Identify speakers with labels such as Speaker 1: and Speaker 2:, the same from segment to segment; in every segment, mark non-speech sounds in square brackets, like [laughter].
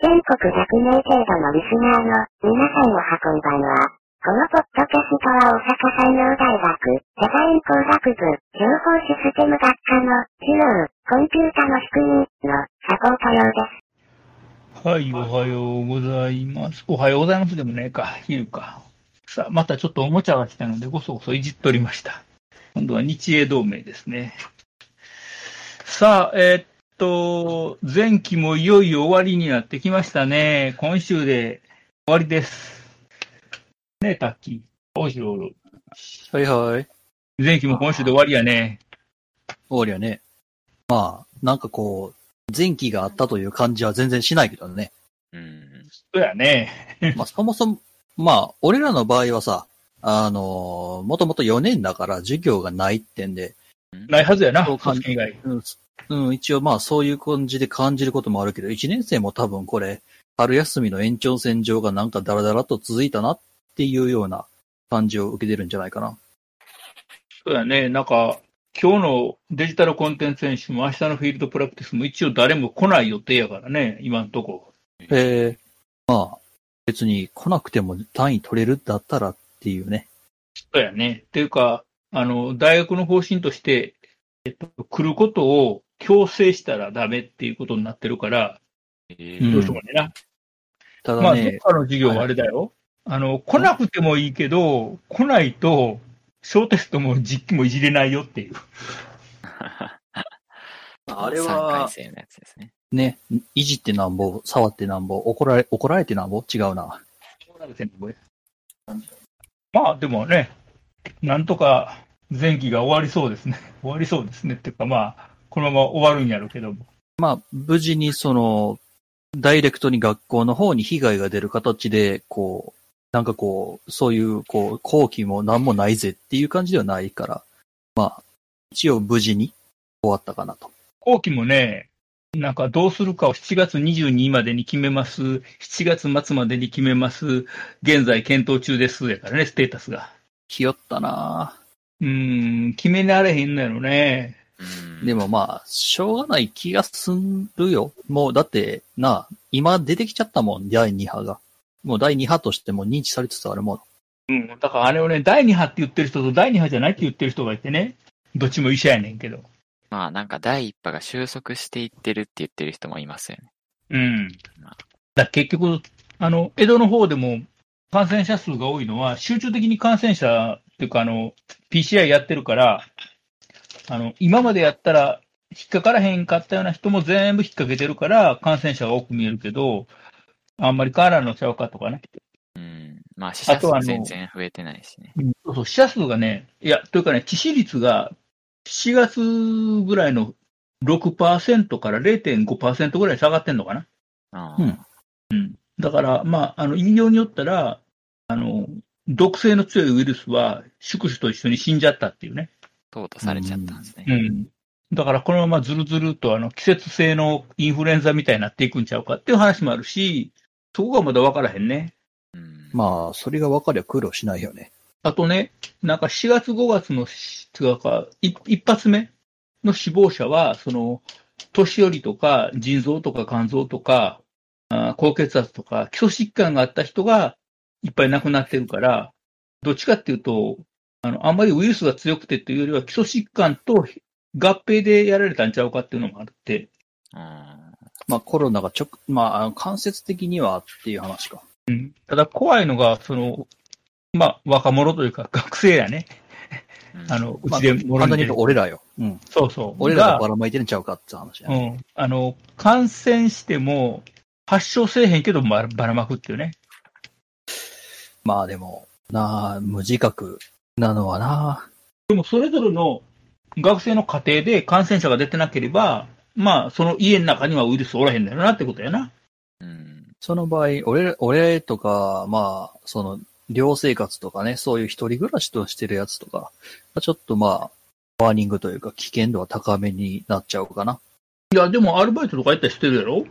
Speaker 1: 全国100名程度のリスナーの皆さんを運んだのは、このポッドキャストは大阪産業大学デザイン工学部情報システム学科の授業コンピュータの仕組みのサポート用です。
Speaker 2: はい、おはようございます。おはようございますでもねえか、昼か。さあ、またちょっとおもちゃが来たので、ごそごそいじっておりました。今度は日英同盟ですね。さあ、えーっと、前期もいよいよ終わりになってきましたね。今週で終わりです。ねえ、タッキー。おしろおろ。
Speaker 3: はいはい。
Speaker 2: 前期も今週で終わりやね。
Speaker 3: 終わりやね。まあ、なんかこう、前期があったという感じは全然しないけどね。
Speaker 4: うん。
Speaker 2: そうやね。
Speaker 3: まあ、そもそも、まあ、俺らの場合はさ、あのーもともと4年だから授業がないってんで、
Speaker 2: ないはずやな、
Speaker 3: そうか
Speaker 2: 組織以外。
Speaker 3: うん、すうん、一応まあそういう感じで感じることもあるけど、1年生も多分これ、春休みの延長線上がなんかダラダラと続いたなっていうような感じを受けてるんじゃないかな。
Speaker 2: そうだね、なんか、今日のデジタルコンテンツ選手も明日のフィールドプラクティスも一応誰も来ない予定やからね、今んとこ。
Speaker 3: ええまあ、別に来なくても単位取れるんだったらっていうね。
Speaker 2: そうやね。っていうか、あの、大学の方針として、えっと、来ることを強制したらダメっていうことになってるから、
Speaker 4: え
Speaker 3: うん
Speaker 2: どうしようかねな。
Speaker 3: た
Speaker 2: ま
Speaker 3: だ
Speaker 2: あ、どっ
Speaker 3: ね、
Speaker 2: かの授業はあれだよ。あの、来なくてもいいけど、来ないと、小テストも実機もいじれないよっていう。
Speaker 3: あれは
Speaker 4: 3回生のやつですね。
Speaker 3: ね、いじってなんぼ、触ってなんぼ、怒られ、怒られてなんぼ違うな。
Speaker 2: まあでもね、なんとか前期が終わりそうですね。 [laughs] 終わりそうですね。っていうかまあ、このまま終わるんやろうけども。
Speaker 3: まあ、無事にその、ダイレクトに学校の方に被害が出る形で、こう、なんかこう、そういう、こう、後期もなんもないぜっていう感じではないから、まあ、一応無事に終わったかなと。
Speaker 2: 後期もね、なんかどうするかを7月22日までに決めます。7月末までに決めます。現在検討中です。やからね、ステータスが。
Speaker 3: ひよったなぁ
Speaker 2: うーん、決められへんのやろね。
Speaker 4: うん。
Speaker 3: でもまあ、しょうがない気がするよ。もう、だって、なあ、今出てきちゃったもん、第2波が。もう第2波としても認知されつつあるもの。
Speaker 2: うん、だからあれをね、第2波って言ってる人と第2波じゃないって言ってる人がいてね、どっちも医者やねんけど。
Speaker 4: まあなんか第一波が収束していってるって言ってる人もいますよね。
Speaker 2: うん。だ
Speaker 4: まあ
Speaker 2: から結局、あの、江戸の方でも感染者数が多いのは、集中的に感染者っていうか、あの、PCR やってるから、あの、今までやったら引っかからへんかったような人も全部引っ掛けてるから、感染者が多く見えるけど、あんまり変わらんのちゃうかとかね。
Speaker 4: うん。まあ死者数全然増えてないしね。
Speaker 2: そうそう、死者数がね、いや、というかね、致死率が7月ぐらいの6%から0.5%ぐらい下がってんのかな。
Speaker 4: あ
Speaker 3: う
Speaker 4: ー
Speaker 3: ん
Speaker 2: だから、まあ、あの、引用によったら、あの、毒性の強いウイルスは、宿主と一緒に死んじゃったっていうね。
Speaker 4: 淘汰されちゃったんですね。
Speaker 2: ん。だから、このままずるずると、あの、季節性のインフルエンザみたいになっていくんちゃうかっていう話もあるし、そこがまだ分からへんね。
Speaker 4: うん。
Speaker 3: まあ、それが分かりゃ苦労しないよね。
Speaker 2: あとね、なんか4月5月のし、違うか、い一発目の死亡者は、その、年寄りとか、腎臓とか肝臓とか、あー高血圧とか、基礎疾患があった人がいっぱい亡くなってるから、どっちかっていうと、あの、あんまりウイルスが強くてっていうよりは、基礎疾患と合併でやられたんちゃうかっていうのもあって、
Speaker 4: あ。
Speaker 3: まあコロナが直、まああの間接的にはっていう話か。
Speaker 2: ただ怖いのが、その、まあ、若者というか学生やね。
Speaker 4: うん
Speaker 2: あ、の、う
Speaker 3: まあ、
Speaker 2: ちでもろ
Speaker 3: 簡単に
Speaker 2: に
Speaker 3: 言うと俺らよ。うん。
Speaker 2: そうそう。
Speaker 3: 俺ら
Speaker 2: が
Speaker 3: がばらまいてるんちゃうかって話や、
Speaker 2: う
Speaker 3: ね
Speaker 2: ん。あの、感染しても、発症せえへんけどばらばらまくっていうね。
Speaker 3: まあでも、なあ、無自覚なのはな
Speaker 2: でも、それぞれの学生の家庭で感染者が出てなければ、まあ、その家の中にはウイルスおらへんだよなってことやな。
Speaker 4: うん。
Speaker 3: その場合、俺ら、俺とか、まあ、その、寮生活とかね、そういう一人暮らしとしてるやつとか、ちょっとまあ、ワーニングというか危険度は高めになっちゃうかな。
Speaker 2: いや、でもアルバイトとかやったりしてるやろ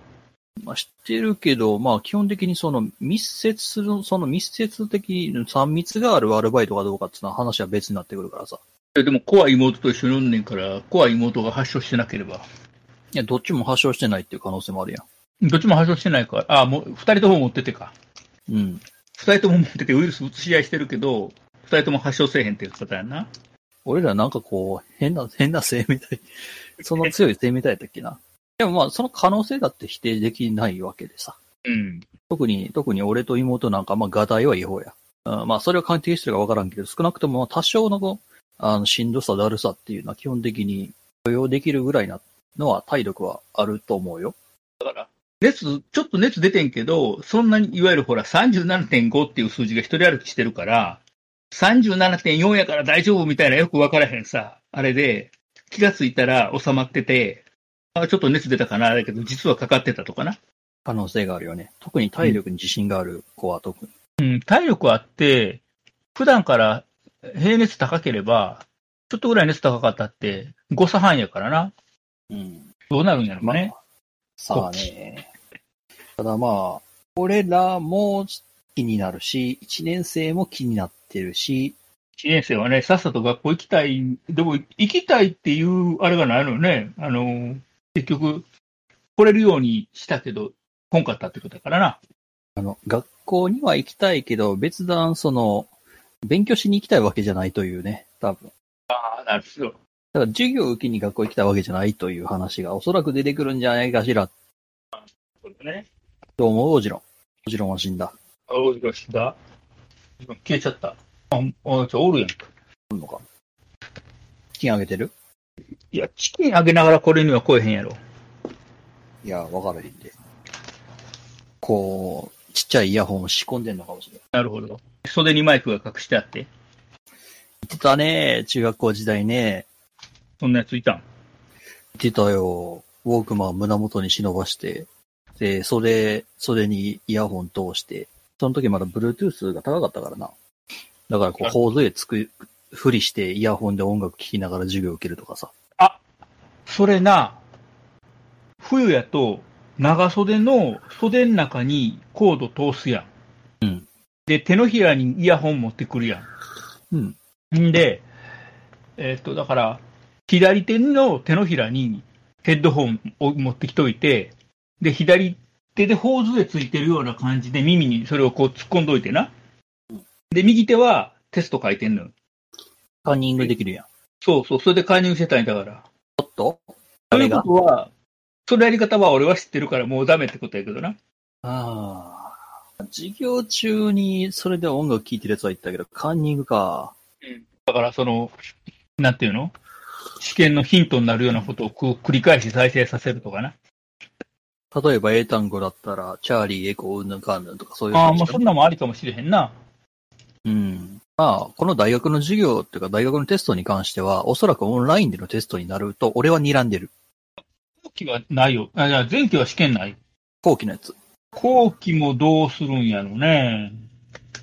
Speaker 3: まあ、知ってるけど、まあ、基本的にその密接する、その密接的に3密があるアルバイトかどうかっていうのは話は別になってくるからさ。
Speaker 2: えでも、怖い妹と一緒におんねんから、怖い妹が発症してなければ。
Speaker 3: いや、どっちも発症してないっていう可能性もあるやん。
Speaker 2: どっちも発症してないから、あ、もう、二人とも持っててか。
Speaker 3: うん。
Speaker 2: 二人とも持っててウイルス移し合いしてるけど、二人とも発症せえへんっていう方やな。
Speaker 3: 俺らなんかこう、変な、変な生命体。そんな強い生命体やったっけな。でもまあ、その可能性だって否定できないわけでさ。
Speaker 2: うん。
Speaker 3: 特に、特に俺と妹なんか、まあ、画体は違法や。うん、まあ、それは関係してるかわからんけど、少なくともまあ多少のこう、あの、しんどさ、だるさっていうのは基本的に許容できるぐらいなのは体力はあると思うよ。
Speaker 2: 熱、ちょっと熱出てんけど、そんなに、いわゆるほら、37.5っていう数字が一人歩きしてるから、37.4やから大丈夫みたいなよくわからへんさ、あれで、気がついたら収まってて、あ、ちょっと熱出たかな、だけど、実はかかってたとかな。
Speaker 3: 可能性があるよね。特に体力に自信がある子は特に。
Speaker 2: うん、体力あって、普段から平熱高ければ、ちょっとぐらい熱高かったって、誤差半やからな。
Speaker 3: うん。
Speaker 2: どうなるんやろう
Speaker 3: まあ、
Speaker 2: ね。
Speaker 3: さあね。ただまあ、俺らも気になるし、一年生も気になってるし、
Speaker 2: 1年生はね、さっさと学校行きたい、でも行きたいっていうあれがないのよね。あの、結局、来れるようにしたけど、来んかったってことだからな。
Speaker 3: あの、学校には行きたいけど、別段その、勉強しに行きたいわけじゃないというね、多分。
Speaker 2: ああ、なるほど。
Speaker 3: だから授業を受けに学校行きたいわけじゃないという話がおそらく出てくるんじゃないかしら、
Speaker 2: そうだね。
Speaker 3: と思う、オジロン。オジロンは死んだ。
Speaker 2: あ、おじが死んだ。消えちゃった。あ、あ、ちょ、おるやんか。
Speaker 3: おんのか。資金上げてる
Speaker 2: いや、チキンあげながらこれには来えへんやろ。
Speaker 3: いや、わからへんで。こう、ちっちゃいイヤホンを仕込んでんのかもしれない。
Speaker 2: なるほど。袖にマイクが隠してあって、
Speaker 3: 言ってたね、中学校時代ね。
Speaker 2: そんなやついたん。
Speaker 3: 言ってたよ。ウォークマン胸元に忍ばして、で、袖、袖にイヤホン通して、その時まだ Bluetooth が高かったからな。だからこう、
Speaker 2: はい
Speaker 3: 頬杖つく、ふりしてイヤホンで音楽聴きながら授業受けるとかさ。
Speaker 2: それな、冬やと長袖の袖の中にコード通すやん。
Speaker 3: うん
Speaker 2: で、手のひらにイヤホン持ってくるや
Speaker 3: うん。
Speaker 2: ん。んで、えーっと、だから、左手の手のひらにヘッドホンを持ってきといて、で、左手で頬杖ついてるような感じで耳にそれをこう突っ込んどいてな。で、右手はテスト書いてんのよ。
Speaker 3: カンニングできるやん。
Speaker 2: そうそう、それで介入してたんだから。
Speaker 3: おっと
Speaker 2: とい
Speaker 3: 誰
Speaker 2: うこ
Speaker 3: が
Speaker 2: とは、そのやり方は俺は知ってるからもうダメってことやけどな。
Speaker 3: ああ。授業中にそれで音楽聴いてるやつは言ったけど、カンニングか。
Speaker 2: だからその、なんていうの試験のヒントになるようなことをく繰り返し再生させるとかな。
Speaker 3: 例えば英単語だったら、チャーリー、エコ、うんぬんかんぬんとかそういう
Speaker 2: ああ、
Speaker 3: 感じ
Speaker 2: ま
Speaker 3: だ
Speaker 2: あそんなんもありかもしれへんな。
Speaker 3: うん。まあ、この大学の授業っていうか大学のテストに関しては、おそらくオンラインでのテストになると、俺は睨んでる。
Speaker 2: 後期はないよ。あ、じゃあ前期は試験ない。
Speaker 3: 後期のやつ。
Speaker 2: 後期もどうするんやろね。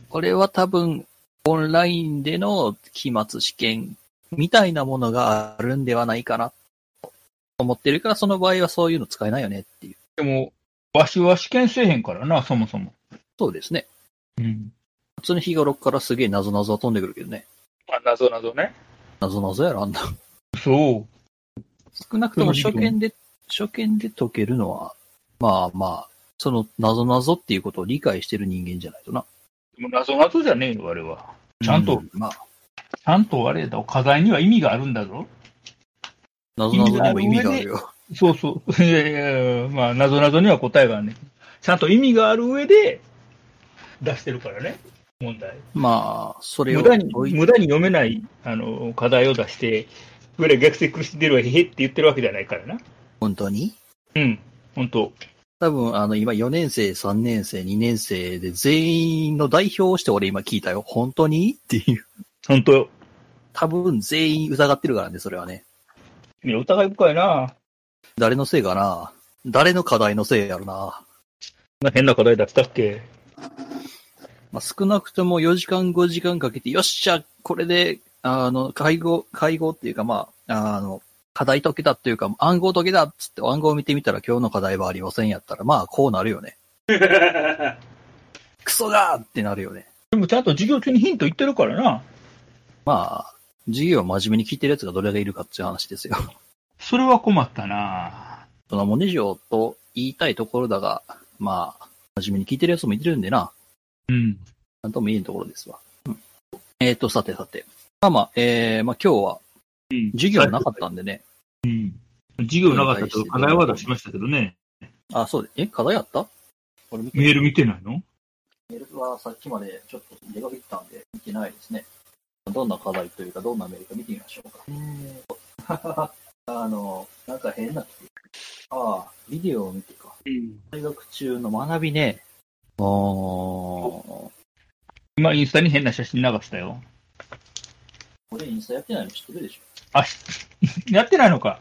Speaker 3: これは多分、オンラインでの期末試験みたいなものがあるんではないかな、と思ってるから、その場合はそういうの使えないよねっていう。
Speaker 2: でも、わしは試験せえへんからな、そもそも。
Speaker 3: そうですね。
Speaker 2: うん。
Speaker 3: 普通の日頃からすげえ謎謎は飛んでくるけどね。
Speaker 2: あ、謎謎ね。
Speaker 3: 謎謎やろ、あんな。 [laughs]
Speaker 2: そう。
Speaker 3: 少なくとも初見で、初見で解けるのは、まあまあ、その謎謎っていうことを理解してる人間じゃないとな。
Speaker 2: でも謎謎じゃねえよ、あれは。ちゃんと
Speaker 3: うまあ、
Speaker 2: ちゃんとあれだ、課題には意味があるんだぞ。
Speaker 3: 謎々にも意味があるよ。
Speaker 2: そうそう。 [laughs] いやいやいやまあ、なぞなぞには答えがあるねんけど。ちゃんと意味がある上で出してるからね、問題。
Speaker 3: [laughs] まあ、それを
Speaker 2: 無駄に、
Speaker 3: 置い
Speaker 2: 無駄に読めない、あの、課題を出して、ぐらい逆性苦しんでるわ、へへって言ってるわけじゃないからな。
Speaker 3: 本当に
Speaker 2: うん、本当
Speaker 3: 多分、あの、今4年生、3年生、2年生で全員の代表をして俺今聞いたよ。本当にっていう。
Speaker 2: 本当よ。
Speaker 3: 多分全員疑ってるからね、それはね。
Speaker 2: いや、疑い深いな。
Speaker 3: 誰のせいかな誰の課題のせいやろな。
Speaker 2: そんな変な課題出したっけ
Speaker 3: まあ、少なくとも4時間5時間かけて、よっしゃ、これで、あの、会合、会合っていうか、まあ、あの、課題解けたっていうか、暗号解けたっつって暗号を見てみたら今日の課題はありませんやったら、まあ、こうなるよね。クソがーってなるよね。
Speaker 2: でもちゃんと授業中にヒント言ってるからな。
Speaker 3: まあ、授業を真面目に聞いてる奴がどれだけいるかっていう話ですよ。
Speaker 2: それは困ったな。
Speaker 3: そのモネジオと言いたいところだが、まあ、真面目に聞いてるやつもいてるんでな、
Speaker 2: うん。
Speaker 3: なんとも言えんところですわ。うん、えっ、と、さてさて。まあまあ、えー、まあ今日は
Speaker 2: うん
Speaker 3: 授業なかったんでね。
Speaker 2: うん。授業なかったけど、課題は出しましたけどね。
Speaker 3: あ、そうで、え、課題あった俺見て
Speaker 2: メール見てないの
Speaker 3: メールはさっきまでちょっと出かけてたんで見てないですね。どんな課題というか、どんなメールか見てみましょうか。 [laughs] あの、なんか変な記事ああ、ビデオを見てか。
Speaker 2: うん。
Speaker 3: 大学中の学びね。ああ。
Speaker 2: 今、インスタに変な写真流したよ。
Speaker 3: 俺インスタやってないの知ってるでし
Speaker 2: あ、 [laughs] しやってないのか。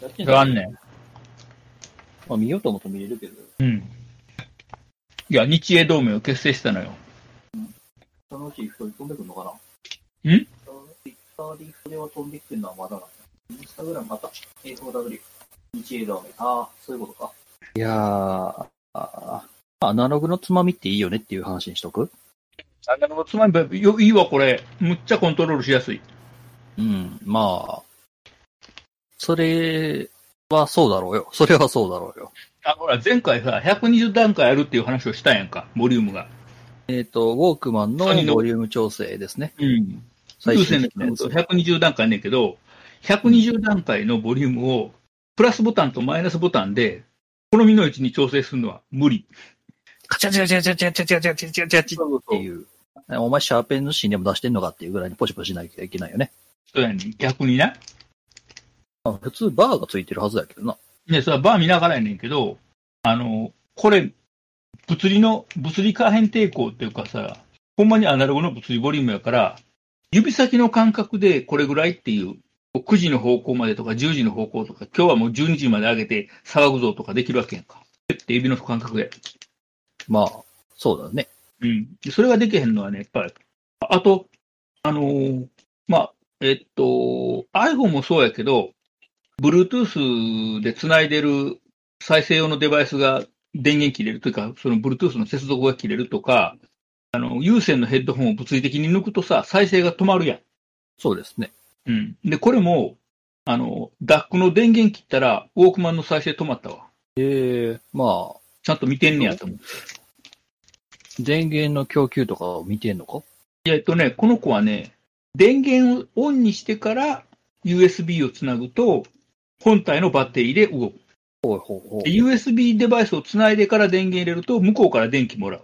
Speaker 3: ょやってない。
Speaker 2: 残念。
Speaker 3: まあ見ようと思っても見れるけど、
Speaker 2: うん。いや、日英同盟を結成したのよ。
Speaker 3: そのうち一人飛んでくるのかなんツイッターで一人は飛んでくるのはまだなんだ。インスタグラムまた、A4W、日英同盟。ああ、そういうことか。いやー、あーアナログのつまみっていいよねっていう話にしとく
Speaker 2: あなるほど。つまり、よいいわ、これ。むっちゃコントロールしやすい。
Speaker 3: うん、まあ、それはそうだろうよ。それはそうだろうよ。
Speaker 2: あ、ほら、前回さ、120段階あるっていう話をしたやんか、ボリュームが。
Speaker 3: えっ、と、ウォークマンの
Speaker 2: ソニーの
Speaker 3: ボリューム調整ですね。
Speaker 2: うん。
Speaker 3: 最
Speaker 2: 風
Speaker 3: 新
Speaker 2: 船
Speaker 3: 的なやつ
Speaker 2: の。120段階ねんけど、120段階のボリュームを、プラスボタンとマイナスボタンで、好みの位置に調整するのは無理。
Speaker 3: カチャチャチャチャチャチャチャチャチャチャチャチャっていう。お前シャーペンの芯でも出してんのかっていうぐらいにポチポチしなきゃいけないよね。
Speaker 2: そうやねん逆にな。
Speaker 3: まあ普通バーがついてるはずだけどな。
Speaker 2: ね、それはバー見ながらやねんけど、あの、これ、物理の、物理可変抵抗っていうかさ、ほんまにアナログの物理ボリュームやから、指先の感覚でこれぐらいっていう、9時の方向までとか10時の方向とか、今日はもう12時まで上げて騒ぐぞとかできるわけやんか。って指の感覚で。
Speaker 3: まあ、そうだね。
Speaker 2: うん。でそれができへんのはね、やっぱり。ああと、あのーまあ、えっと、iPhone もそうやけど、Bluetooth でつないでる再生用のデバイスが電源切れるというか、その Bluetooth の接続が切れるとか、あの、有線のヘッドホンを物理的に抜くとさ、再生が止まるやん。
Speaker 3: そうですね。
Speaker 2: うん。で、これも、あの、DAC の電源切ったら、ウォークマンの再生止まったわ。
Speaker 3: ええまあ、
Speaker 2: ちゃんと見てんねやと思う。
Speaker 3: 電源の供給とかを見てんのか
Speaker 2: いやえっとね、この子はね、電源をオンにしてから USB をつなぐと、本体のバッテリーで動く。
Speaker 3: ほうほうほう
Speaker 2: で USB デバイスをつないでから電源入れると、向こうから電気もらう。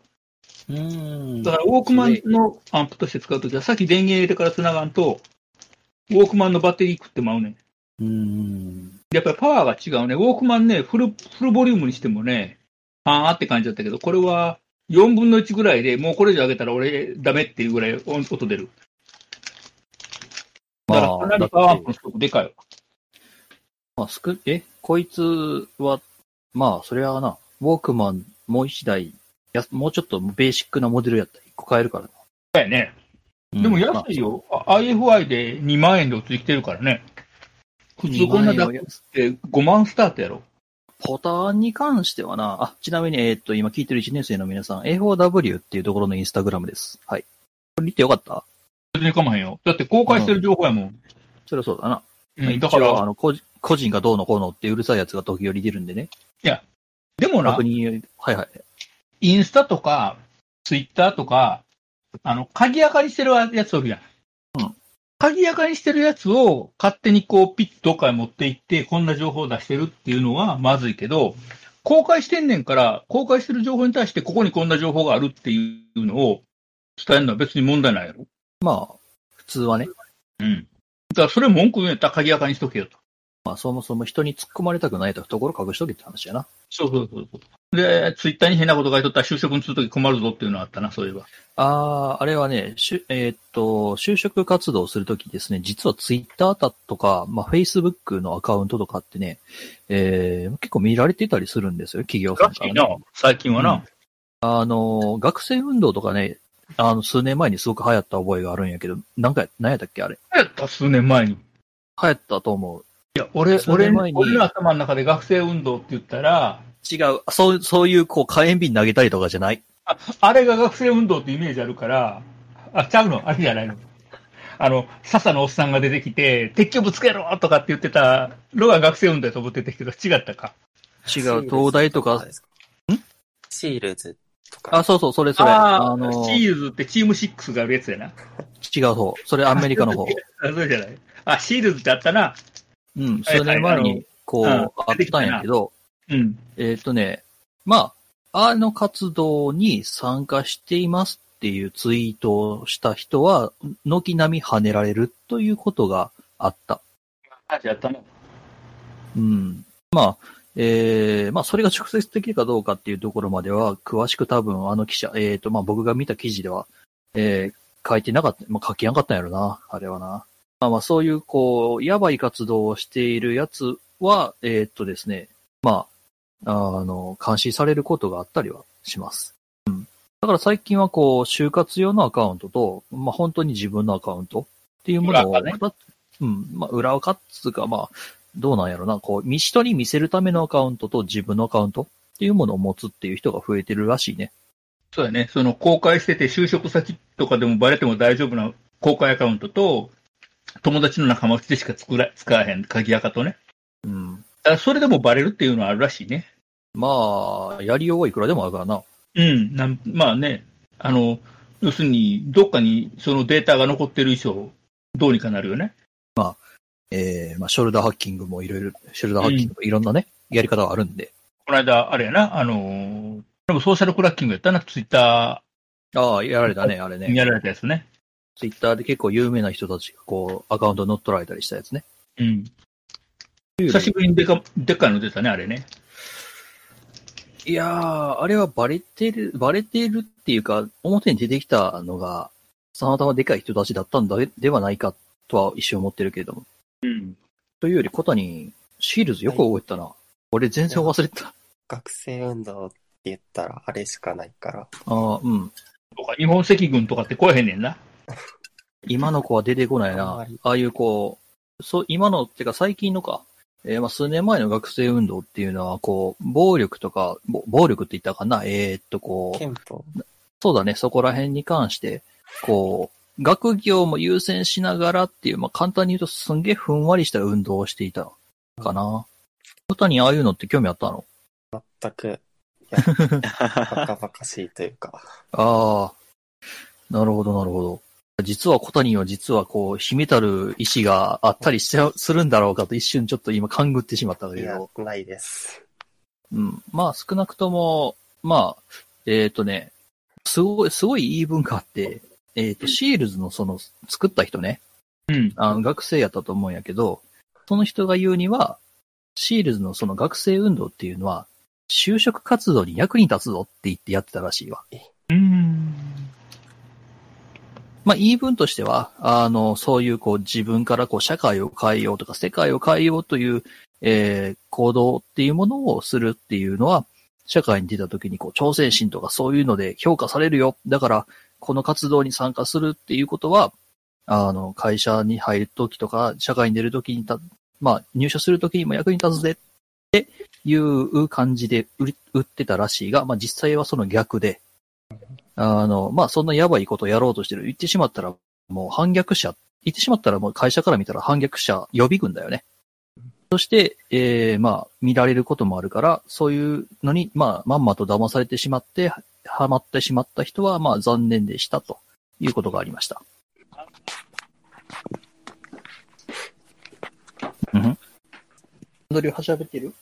Speaker 3: うーん。
Speaker 2: だから、ウォークマンのアンプとして使うときは、さっき電源入れてからつながんと、ウォークマンのバッテリー食ってまうねん。
Speaker 3: うーん。
Speaker 2: やっぱりパワーが違うね。ウォークマンね、フル、フルボリュームにしてもね、あーって感じだったけど、これは4分の1ぐらいで、もうこれ以上上げたら俺ダメっていうぐらい音音出る。だから、かなりパワーアップのストックでかいわ。
Speaker 3: まあ、すく、え、こいつは、まあ、それはな、ウォークマンもう一台、やすもうちょっとベーシックなモデルやったら一個買えるからな。
Speaker 2: だよね。
Speaker 3: うん
Speaker 2: でも安い。よ。あ IFI で2万円で落ちてきてるからね。普通こんな
Speaker 3: だ
Speaker 2: ダックって5万スタートやろ。
Speaker 3: ポターンに関してはな、あ、ちなみに、えーっと、今聞いてる1年生の皆さん、A4W っていうところのインスタグラムです。はい。これ見てよかった
Speaker 2: 別にかまへんよ。だって公開してる情報やもん。
Speaker 3: そりゃそうだな。
Speaker 2: うん
Speaker 3: 一応
Speaker 2: だから、
Speaker 3: あの個人、個人がどうのこうのってうるさいやつが時折出るんでね。
Speaker 2: でもな
Speaker 3: 確、認、はいはい。
Speaker 2: インスタとか、ツイッターとか、あの、鍵あかりしてるやつおるやん。
Speaker 3: うん
Speaker 2: 鍵あかりしてるやつを勝手にこうピッとどっかへ持って行って、こんな情報を出してるっていうのはまずいけど、公開してんねんから、公開してる情報に対してここにこんな情報があるっていうのを伝えるのは別に問題ないやろ。
Speaker 3: まあ、普通はね。
Speaker 2: うん。だからそれ文句言うんやったら鍵あかりにしとけよと。
Speaker 3: まあ、そもそも人に突っ込まれたくないとところ隠しとけって話やな。
Speaker 2: そうそうそうそう。で、ツイッターに変なこと書いとったら就職にするとき困るぞっていうのはあったな、そういえば。
Speaker 3: ああ、あれはね、しゅえーっと、就職活動をするときですね、実はツイッターだとか、まあ、Facebook のアカウントとかってね、えー、結構見られてたりするんですよ、企業さん
Speaker 2: ら
Speaker 3: か
Speaker 2: し
Speaker 3: ら、
Speaker 2: い
Speaker 3: ね
Speaker 2: な。、最近はな。
Speaker 3: あの、学生運動とかね、あの、数年前にすごく流行った覚えがあるんやけど、なんか、何やったっけ、あれ。
Speaker 2: やった、数年前に。
Speaker 3: 流行ったと思う。
Speaker 2: いや、俺、
Speaker 3: 数
Speaker 2: 俺
Speaker 3: 年
Speaker 2: の
Speaker 3: 前に
Speaker 2: 俺の頭の中で学生運動って言ったら、
Speaker 3: 違う。そう、そういう、こう、火炎瓶投げたりとかじゃない。
Speaker 2: ああれが学生運動ってイメージあるから、あ、ちゃうのあれじゃないの。あの、笹のおっさんが出てきて、鉄球ぶつけろとかって言ってたのが学生運動やと思ってたけど、違ったか。
Speaker 3: 違う、東大とか、
Speaker 5: シールズとか。
Speaker 3: あ、そうそう、それそれ。
Speaker 2: あ
Speaker 3: あ
Speaker 2: あ
Speaker 3: の、
Speaker 2: シ
Speaker 3: 違
Speaker 2: ールズってチーム6があるやつやな。
Speaker 3: う方。それアメリカの方。
Speaker 2: あ、そうじゃない。あ、シールズってあったな。
Speaker 3: うん、数年前に、こう、
Speaker 2: うん
Speaker 3: あったんやけど、
Speaker 2: うん。
Speaker 3: えーっとね、まあ、あの活動に参加していますっていうツイートをした人は、軒並み跳ねられるということがあった。
Speaker 2: あ、じゃあったな。
Speaker 3: うん。まあ、えー、まあ、それが直接的かどうかっていうところまでは、詳しく多分あの記者、えーっと、まあ僕が見た記事では、えー、書いてなかった、まあ書きなかったんやろな、あれはな。まあまあ、そういう、こう、やばい活動をしているやつは、えーっとですね、まあ、あの、監視されることがあったりはします。うん。だから最近は、こう、就活用のアカウントと、まあ本当に自分のアカウントっていうものを、
Speaker 2: 裏垢ね
Speaker 3: またうん、まあ、裏垢っつうか、まあ、どうなんやろな、こう、見人に見せるためのアカウントと自分のアカウントっていうものを持つっていう人が増えてるらしいね。
Speaker 2: そうやね。その公開してて就職先とかでもバレても大丈夫な公開アカウントと、友達の仲間内でしか作ら、使わへん鍵アカとね。
Speaker 3: うん。
Speaker 2: だからそれでもバレるっていうのはあるらしいね。
Speaker 3: まあ、やりようはいくらでもあるからな。
Speaker 2: うん。なんまあね、あの、要するに、どっかにそのデータが残ってる以上、どうにかなるよね。
Speaker 3: えー、まあ、ショルダーハッキングもいろいろ、ショルダーハッキングもいろんなね、やり方があるんで。
Speaker 2: この間、あれやな、あの、でもソーシャルクラッキングやったな、ツイッタ
Speaker 3: ああ、やられたね、あれ
Speaker 2: ーに
Speaker 3: ね。
Speaker 2: やられたやつね。
Speaker 3: ツイッターで結構有名な人たちがこう、アカウント乗っ取られたりしたやつね。
Speaker 2: うん。久しぶりにでか、でっかいの出たね、あれね。
Speaker 3: いやー、あれはバレてる、バレてるっていうか、表に出てきたのが、たまたまでかい人たちだったんだではないかとは一瞬思ってるけれども。
Speaker 2: うん。
Speaker 3: というより、小谷、シールズよく覚えてたな。俺全然忘れてた。
Speaker 5: 学生運動って言ったらあれしかないから。
Speaker 3: ああ、うん。
Speaker 2: とか、日本赤軍とかって来えへんねんな。
Speaker 3: 今の子は出てこない
Speaker 5: あん
Speaker 3: な
Speaker 5: まり。
Speaker 3: ああいうこう、そう、今の、ってか最近のか。えーまあ数年前の学生運動っていうのは、こう、暴力とか、ぼ暴力って言ったかなえーっと、こう、
Speaker 5: 憲法
Speaker 3: そうだね、そこら辺に関して、こう、学業も優先しながらっていう、まあ、簡単に言うとすんげえふんわりした運動をしていたかな。小谷、ああいうのって興味あったの
Speaker 5: 全く、いや、バカバカしいというか。
Speaker 3: [laughs] ああ、なるほど、なるほど。実は小谷は実はこう、秘めたる意志があったりしちゃうするんだろうかと一瞬ちょっと今勘ぐってしまったんだ
Speaker 5: い
Speaker 3: け
Speaker 5: や
Speaker 3: ど、、
Speaker 5: ないです。
Speaker 3: うん。まあ少なくとも、まあ、えっ、とね、すごい、すごいいい文化あって、えっ、と、シールズのその、作った人ね、
Speaker 2: うん。
Speaker 3: あの、学生やったと思うんやけど、その人が言うには、シールズのその学生運動っていうのは、就職活動に役に立つぞって言ってやってたらしいわ。
Speaker 2: うん。
Speaker 3: まあ、言い分としては、あの、そういう、こう、自分から、こう、社会を変えようとか、世界を変えようという、えー行動っていうものをするっていうのは、社会に出た時に、こう、挑戦心とかそういうので評価されるよ。だから、この活動に参加するっていうことは、あの、会社に入る時とか、社会に出る時にた、まあ、入社する時にも役に立つぜっていう感じで売り売ってたらしいが、まあ、実際はその逆で、あの、まあ、そんなやばいことをやろうとしてる。言ってしまったら、もう反逆者、言ってしまったらもう会社から見たら反逆者予備軍だよね。そして、えー、まあ、見られることもあるから、そういうのに、まあ、まんまと騙されてしまって、ははまってしまった人は、まあ、残念でした、ということがありました。うんどりはしゃべってる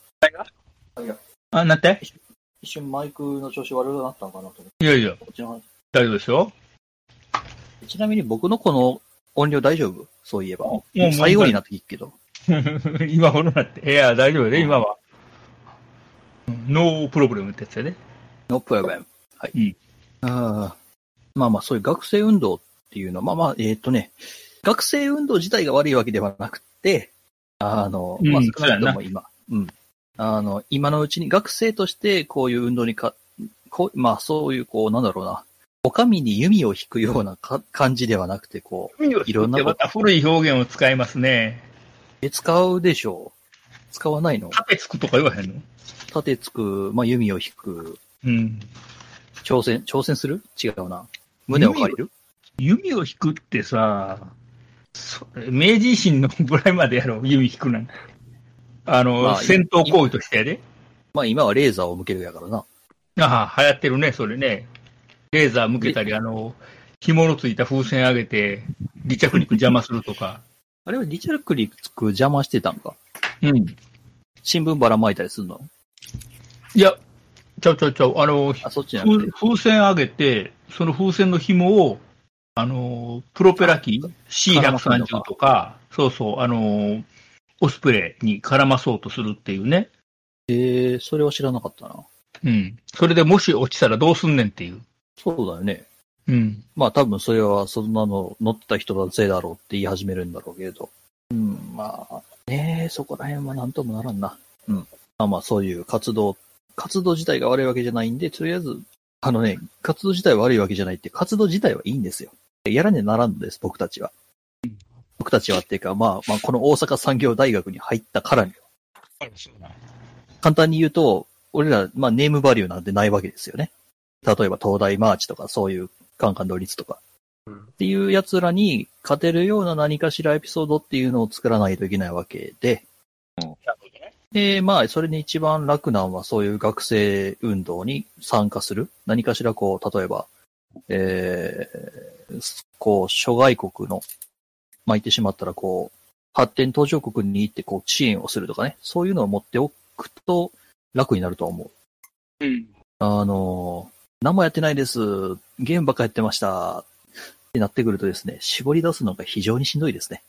Speaker 2: あ、なんて
Speaker 3: 一瞬マイクの調子悪くなったのかなと思って
Speaker 2: いやいや、
Speaker 3: こっちの話
Speaker 2: 大丈夫ですよ。
Speaker 3: ちなみに僕のこの音量大丈夫そういえば。
Speaker 2: もう問題
Speaker 3: 最後になって聞くけど。
Speaker 2: [laughs] 今ほどなって。いや、大丈夫で、今は。うんノープロブレムってやつやね。
Speaker 3: No problem. はい。
Speaker 2: うん
Speaker 3: あーまあまあ、そういう学生運動っていうのは、まあまあ、えっ、とね、学生運動自体が悪いわけではなくて、あの、まあ
Speaker 2: うん
Speaker 3: 少なくとも今、うん、あの、今のうちに学生としてこういう運動にか、こうまあそういう、こう、なんだろうな、お上に弓を引くようなか感じではなくて、こう、いろんなこと
Speaker 2: また古い表現を使いますね。
Speaker 3: え、使うでしょう使わないの
Speaker 2: 盾つくとか言わへんの
Speaker 3: 盾つく、まあ弓を引く、
Speaker 2: うん。
Speaker 3: 挑戦、挑戦する違うな。胸を借りる
Speaker 2: 弓を引くってさ、それ明治維 [laughs] 新のぐらいまでやろう、弓引くなんて。あの、
Speaker 3: まあ
Speaker 2: 戦闘行為としてやで。
Speaker 3: まあ今はレーザーを向けるやからな。
Speaker 2: ああ、流行ってるね、それね。レーザー向けたり、あの、紐のついた風船上げて、離着陸邪魔するとか。
Speaker 3: あれはリチャルクリック邪魔してたんか。
Speaker 2: うん。
Speaker 3: 新聞ばらまいたりするの
Speaker 2: いや、ちゃうちゃうちゃう。あの、
Speaker 3: あ、そっちじゃなく
Speaker 2: 風
Speaker 3: て。
Speaker 2: 風船上げて、その風船の紐を、あの、プロペラ機 C130 とか、そうそう、あの、オスプレイに絡まそうとするっていうね。
Speaker 3: えー、それは知らなかったな。
Speaker 2: うん。それでもし落ちたらどうすんねんっていう。
Speaker 3: そうだよね。
Speaker 2: うん。
Speaker 3: まあ多分それはそんなの乗ってた人のせいだろうって言い始めるんだろうけれど。うん、まあ、ねえ、そこら辺はなんともならんな。うん。まあまあそういう活動、活動自体が悪いわけじゃないんで、とりあえず、あのね、活動自体は悪いわけじゃないって、活動自体はいいんですよ。やらねえならんのです、僕たちは。僕たちはっていうか、まあまあこの大阪産業大学に入ったからには。簡単に言うと、俺ら、まあネームバリューなんてないわけですよね。例えば東大マーチとかそういうカンカン同率とか。
Speaker 5: うん
Speaker 3: っていう奴らに勝てるような何かしらエピソードっていうのを作らないといけないわけで。で、まあ、それに一番楽なのはそういう学生運動に参加する。何かしらこう、例えば、えー、こう、諸外国の、まあ言ってしまったらこう、発展途上国に行ってこう、支援をするとかね。そういうのを持っておくと楽になると思う。
Speaker 2: うん。
Speaker 3: あの、何もやってないです。ゲームばっかやってました。ってなってくるとですね、絞り出すのが非常にしんどいですね。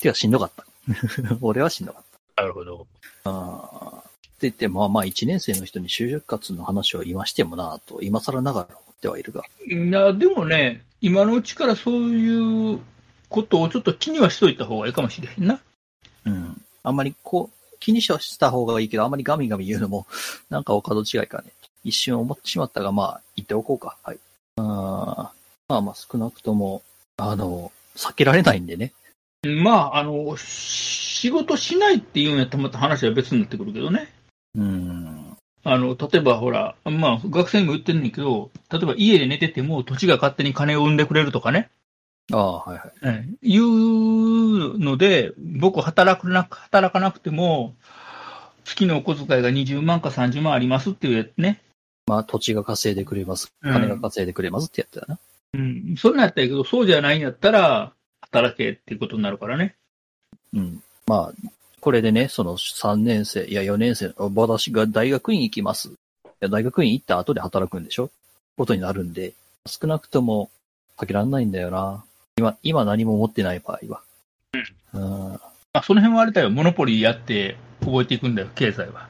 Speaker 3: てか、しんどかった。 [laughs] 俺はしんどかっ
Speaker 2: なるほど。
Speaker 3: た。あーって言って、まあまあ、一年生の人に就職活の話を今してもなぁと、今更ながら思ってはいるが。
Speaker 2: いや、でもね、今のうちからそういうことをちょっと気にはしといた方がいいかもしれへんな。
Speaker 3: うん。あんまりこう、気にした方がいいけど、あんまりガミガミ言うのも、 [laughs] なんかお門違いかね。一瞬思ってしまったが、まあ、言っておこうか。はい。あーまあまあ、少なくとも、あの、避けられないんでね。
Speaker 2: まあ、あの、仕事しないっていうんやったらまた話は別になってくるけどね。
Speaker 3: うん。
Speaker 2: あの、例えばほら、まあ、学生にも言ってんねんけど、例えば家で寝てても土地が勝手に金を生んでくれるとかね、
Speaker 3: ああ、はいはい。
Speaker 2: うんいうので、僕働くな、働かなくても、月のお小遣いが20万か30万ありますっていうやつね。
Speaker 3: まあ、土地が稼いでくれます。
Speaker 2: うん
Speaker 3: 金が稼いでくれますってやったよな。
Speaker 2: うん。そんなんやったらいいけど、そうじゃないんやったら、働けっていうことになるからね。
Speaker 3: うん。まあ、これでね、その3年生、いや4年生、私が大学院行きます。いや、大学院行った後で働くんでしょことになるんで、少なくとも、かけらんないんだよな。今、今何も持ってない場合は。うん。
Speaker 2: まあ、その辺はあれだよ、モノポリーやって覚えていくんだよ、経済は。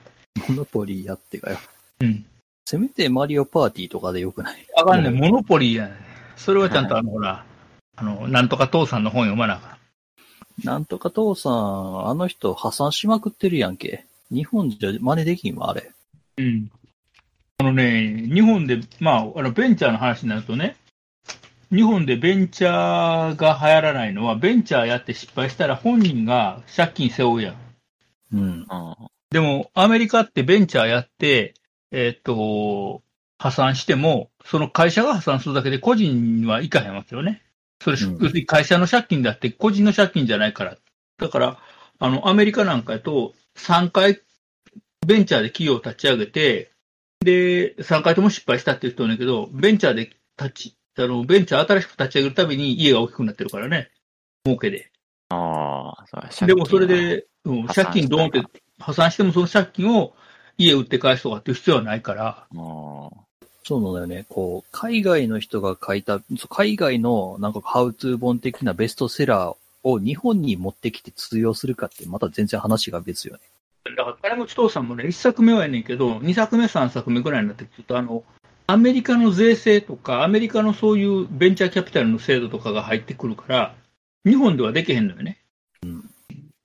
Speaker 3: モノポリーやってかよ。
Speaker 2: うん。
Speaker 3: せめてマリオパーティーとかでよくない
Speaker 2: あかんね、、
Speaker 3: うんん
Speaker 2: モノポリーやねん。それはちゃんとあの、ほら、あの、なんとか父さんの本読まなあかん。
Speaker 3: なんとか父さん、あの人破産しまくってるやんけ。日本じゃ真似できんわ、あれ。
Speaker 2: うん。あのね、日本で、まあ、あのベンチャーの話になるとね、日本でベンチャーが流行らないのは、ベンチャーやって失敗したら本人が借金背負うやん。
Speaker 3: うん。
Speaker 4: うん。
Speaker 2: でも、アメリカってベンチャーやって、えーっと、破産しても、その会社が破産するだけで個人にはいかへんわけよね。それ、
Speaker 3: うん
Speaker 2: 要するに会社の借金だって個人の借金じゃないから。だから、あの、アメリカなんかやと、3回ベンチャーで企業を立ち上げて、で、3回とも失敗したって言ってるんだけど、ベンチャーで立ち、あの、ベンチャー新しく立ち上げるたびに家が大きくなってるからね。儲けで。
Speaker 4: ああ、そうだ借金
Speaker 2: でもそれで、うん、
Speaker 4: 破産
Speaker 2: 借金ドーンって破産してもその借金を家売って返すとかっていう必要はないから、
Speaker 4: も
Speaker 3: そうなんだよね。こう、海外の人が書いた、そう海外のなんかハウツー本的なベストセラーを日本に持ってきて通用するかって、また全然話が別よね。
Speaker 2: だから金持ち父さんもね、1作目はやねんけど、2作目、3作目ぐらいになってくると、あの、アメリカの税制とか、アメリカのそういうベンチャーキャピタルの制度とかが入ってくるから、日本ではできへんのよね。
Speaker 3: うん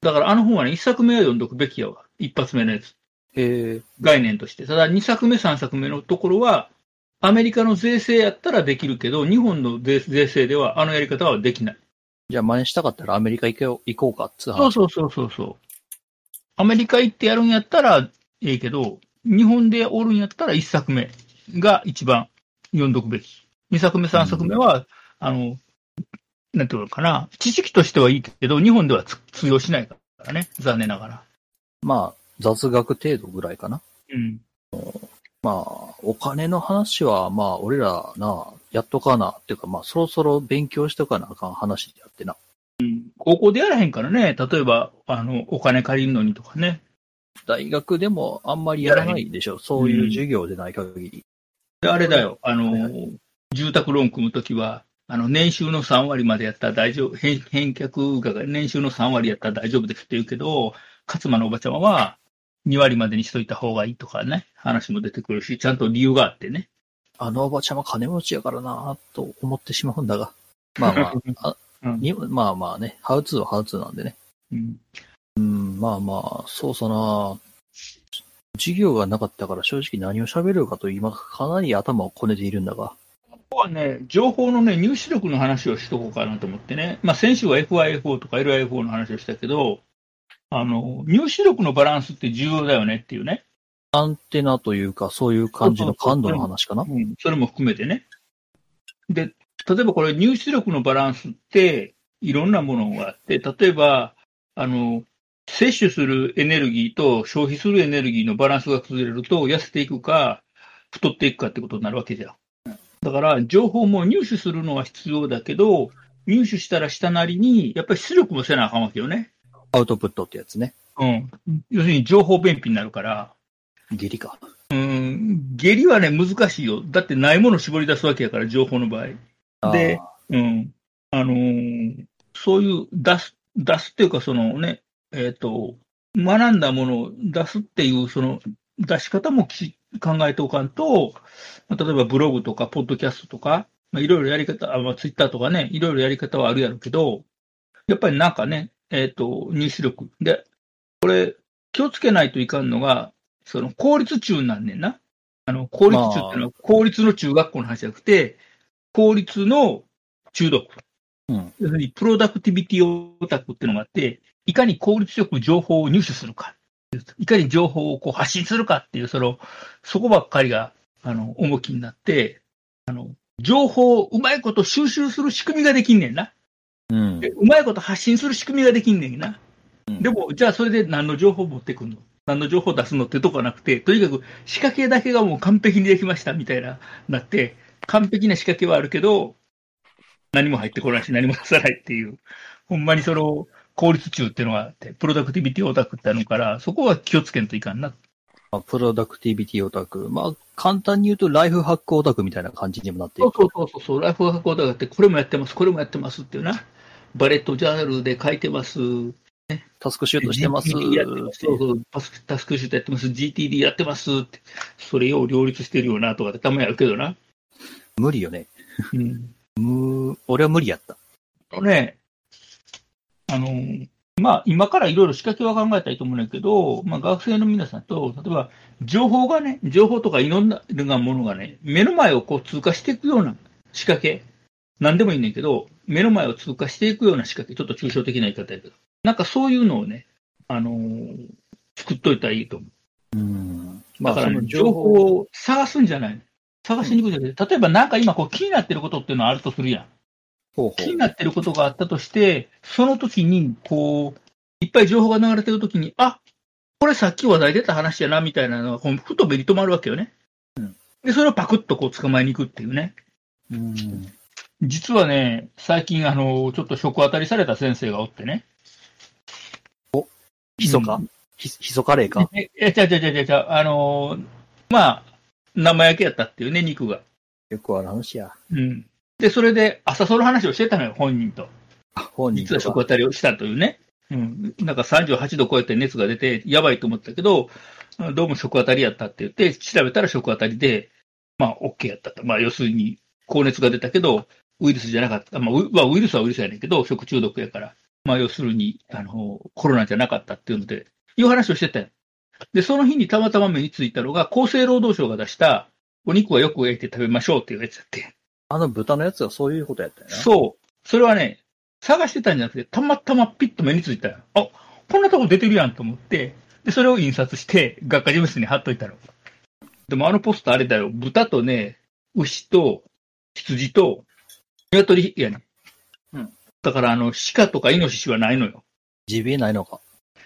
Speaker 2: だからあの本はね、1作目は読んどくべきやわ。一発目のやつ。
Speaker 3: へえ。
Speaker 2: 概念として。ただ、2作目、3作目のところは、アメリカの税制やったらできるけど、日本の税税制では、あのやり方はできない。
Speaker 3: じゃあ真似したかったらアメリカ行けよ行こうかっ
Speaker 2: そ
Speaker 3: つう
Speaker 2: う
Speaker 3: 話。
Speaker 2: そうそうそうそう。アメリカ行ってやるんやったらええけど、日本でおるんやったら1作目が一番読んどくべき。2作目、3作目は、あの、なんていうのかな、知識としてはいいけど、日本ではつ通用しないからね、残念ながら。
Speaker 3: まあ、雑学程度ぐらいかな。
Speaker 2: ううん。
Speaker 3: まあ、お金の話は、まあ、俺らな、やっとかな、っていうか、まあ、そろそろ勉強しとかなあかん話でやってな。
Speaker 2: 高校でやらへんからね、例えば、あの、お金借りるのにとかね。
Speaker 3: 大学でもあんまりやらないでしょ。そういう授業でない限り。
Speaker 2: であれだよ、あの、
Speaker 3: はいは
Speaker 2: 住宅ローン組むときは、あの、年収の3割までやったら大丈夫、返返却が年収の3割やったら大丈夫ですって言うけど、勝間のおばちゃまは、2割までにしといた方がいいとかね、話も出てくるし、ちゃんと理由があってね。
Speaker 3: あのおばちゃま金持ちやからな、と思ってしまうんだが。まあまあ、あ
Speaker 2: [laughs] うん
Speaker 3: にまあまあね、ハウツーはハウツーなんでね。
Speaker 2: うん。
Speaker 3: うん、まあまあ、そうさな。授業がなかったから正直何を喋るかと今かなり頭をこねているんだが。
Speaker 2: ここはね、情報のね、入手力の話をしとこうかなと思ってね。まあ、先週は FIFO とか LIFO の話をしたけど、あの、入手力のバランスって重要だよねっていうね。
Speaker 3: アンテナというか、そういう感じの感度の話かな。
Speaker 2: それも含めてね。で、例えばこれ入出力のバランスっていろんなものがあって、例えば、あの、摂取するエネルギーと消費するエネルギーのバランスが崩れると痩せていくか太っていくかってことになるわけじゃん。だから情報も入手するのは必要だけど、入手したらしたなりに、やっぱり出力もせなあかんわけよね。
Speaker 3: アウトプットってやつね。
Speaker 2: うん。要するに情報便秘になるから。
Speaker 3: ギリか。
Speaker 2: うん下痢はね、難しいよ。だってないものを絞り出すわけやから、情報の場合。で
Speaker 3: あ
Speaker 2: うん。あのーそういう出す、出すっていうか、そのね、えっ、と、学んだものを出すっていう、その出し方もき考えておかんと、まあ例えばブログとか、ポッドキャストとか、まあ、いろいろやり方、あまあ、ツイッターとかね、いろいろやり方はあるやろうけど、やっぱりなんかね、えっ、と、入手力。で、これ、気をつけないといかんのが、その、公立中なんねんな。あの、公立中っていうのは、公立の中学校の話じゃなくて、公立の中毒。
Speaker 3: うん
Speaker 2: 要するに、プロダクティビティオタクっていうのがあって、いかに効率よく情報を入手するか、いかに情報をこう発信するかっていう、その、そこばっかりが、あの、重きになって、あの、情報をうまいこと収集する仕組みができんねんな。
Speaker 3: うん
Speaker 2: で。うまいこと発信する仕組みができんねんな。
Speaker 3: うん
Speaker 2: でも、じゃあそれで何の情報持ってくんの何の情報出すのってとこはなくて、とにかく仕掛けだけがもう完璧にできましたみたいな、なって、完璧な仕掛けはあるけど、何も入ってこないし何も出さないっていう、ほんまにその、効率中っていうのがあって、プロダクティビティオタクってあるから、そこは気をつけんといかんな。
Speaker 3: まあプロダクティビティオタク。まあ、簡単に言うとライフハックオタクみたいな感じにもなってい
Speaker 2: そう
Speaker 3: る。
Speaker 2: そうそうそうそう、ライフワークオタクだって、これもやってます、これもやってますっていうな。バレットジャーナルで書いてます、
Speaker 3: タスクシュートしてます。
Speaker 2: GTD やってますそうそうタスクタスクシュートやってます、GTD やってますって、それを両立してるよなとかってたまにあるけどな。
Speaker 3: 無理よね。
Speaker 2: うん。
Speaker 3: む俺は無理やった。
Speaker 2: ね、あの、まあ、今からいろいろ仕掛けは考えたいと思うんだけど、まあ、学生の皆さんと、例えば、情報がね、情報とかいろんなものがね、目の前をこう通過していくような仕掛け、なんでもいいねんけど、目の前を通過していくような仕掛け、ちょっと抽象的な言い方やけど、なんかそういうのをね、あの作っといたらいいと思う。
Speaker 3: うん。
Speaker 2: だから、ね、情報を探すんじゃない探しに行くんじゃなくて、例えばなんか今こう気になってることっていうのはあるとするやん。
Speaker 3: 方法。
Speaker 2: 気になってることがあったとして、その時に、こう、いっぱい情報が流れてる時に、あこれさっき話題出た話やな、みたいなのが、こうふと目に留まるわけよね。
Speaker 3: うん
Speaker 2: で、それをパクッとこう捕まえに行くっていうね。
Speaker 3: うん。
Speaker 2: 実はね、最近、あの、ちょっと食当たりされた先生がおってね。
Speaker 3: ひそか、ひ、ひそカレーか。
Speaker 2: え、え、ちゃうちゃうちゃうちゃうちゃう、あの、まあ、生焼けやったっていうね、肉が。
Speaker 3: よくある話や。
Speaker 2: うん。で、それで朝その話をしてたのよ、本人と。
Speaker 3: 本人
Speaker 2: 実は
Speaker 3: と
Speaker 2: 食
Speaker 3: か。
Speaker 2: 当たりをしたというね。うん。なんか38度超えて熱が出て、やばいと思ったけど、あどうも食当たりやったって言って、調べたら食当たりで、まあ、OK やったと。まあ、要するに、高熱が出たけど、ウイルスじゃなかった。まあ、ウイまあウイルスはウイルスやねんけど、食中毒やから。まあ、要するに、あの、コロナじゃなかったっていうので、いう話をしてたよ。で、その日にたまたま目についたのが、厚生労働省が出した、お肉はよく焼いて食べましょうっていうやつやって。
Speaker 3: あの豚のやつはそういうことやったよな。
Speaker 2: そう。それはね、探してたんじゃなくて、たまたまピッと目についたよ。あ、こんなとこ出てるやんと思って、で、それを印刷して、学科事務室に貼っといたの。でもあのポスターあれだよ。豚とね、牛と羊と鶏やね。
Speaker 3: うん。
Speaker 2: だから、あの、鹿とかイノシシはないのよ。
Speaker 3: ジビエないのか。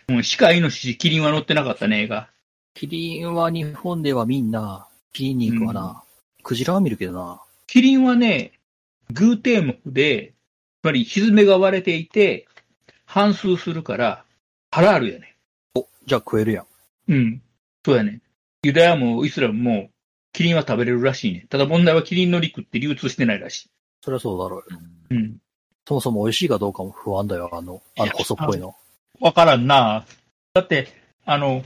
Speaker 2: うん、鹿、イノシシ、キリンは乗ってなかったね、映画。
Speaker 3: キリンは日本ではみんな、キリンに行くわな。クジラは見るけどな。
Speaker 2: キリンはね、偶蹄目で、つまりひずめが割れていて、反数するから、ハラールやね。
Speaker 3: じゃあ食えるやん。
Speaker 2: うん。そうやね。ユダヤもイスラムも、キリンは食べれるらしいね。ただ問題はキリンの肉って流通してないらし
Speaker 3: そりゃそうだろうよ。
Speaker 2: い。うん。
Speaker 3: そもそも美味しいかどうかも不安だよ、あの、あの細っぽいの。
Speaker 2: わからんな。だって、あの、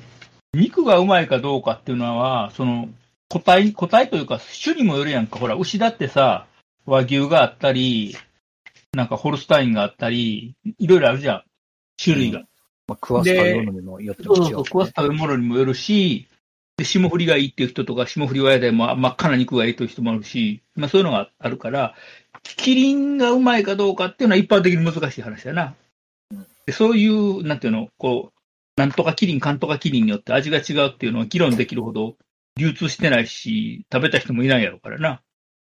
Speaker 2: 肉がうまいかどうかっていうのは、その、個体、個体というか、種にもよるやんか。ほら、牛だってさ、和牛があったり、なんかホルスタインがあったり、いろいろあるじゃん。種類が。
Speaker 3: まあ、食わす食べ物にもよって
Speaker 2: そ
Speaker 3: も
Speaker 2: うそう
Speaker 3: 違
Speaker 2: そうう、食わす食べ物にもよるし、で霜降りがいいっていう人とか、霜降り親でもあ真っ赤な肉がいいという人もあるし、まあ、そういうのがあるから、キリンがうまいかどうかっていうのは一般的に難しい話だな。でそういう、なんていうの、こう、なんとかキリン、かんとかキリンによって味が違うっていうのは議論できるほど流通してないし、食べた人もいないやろからな。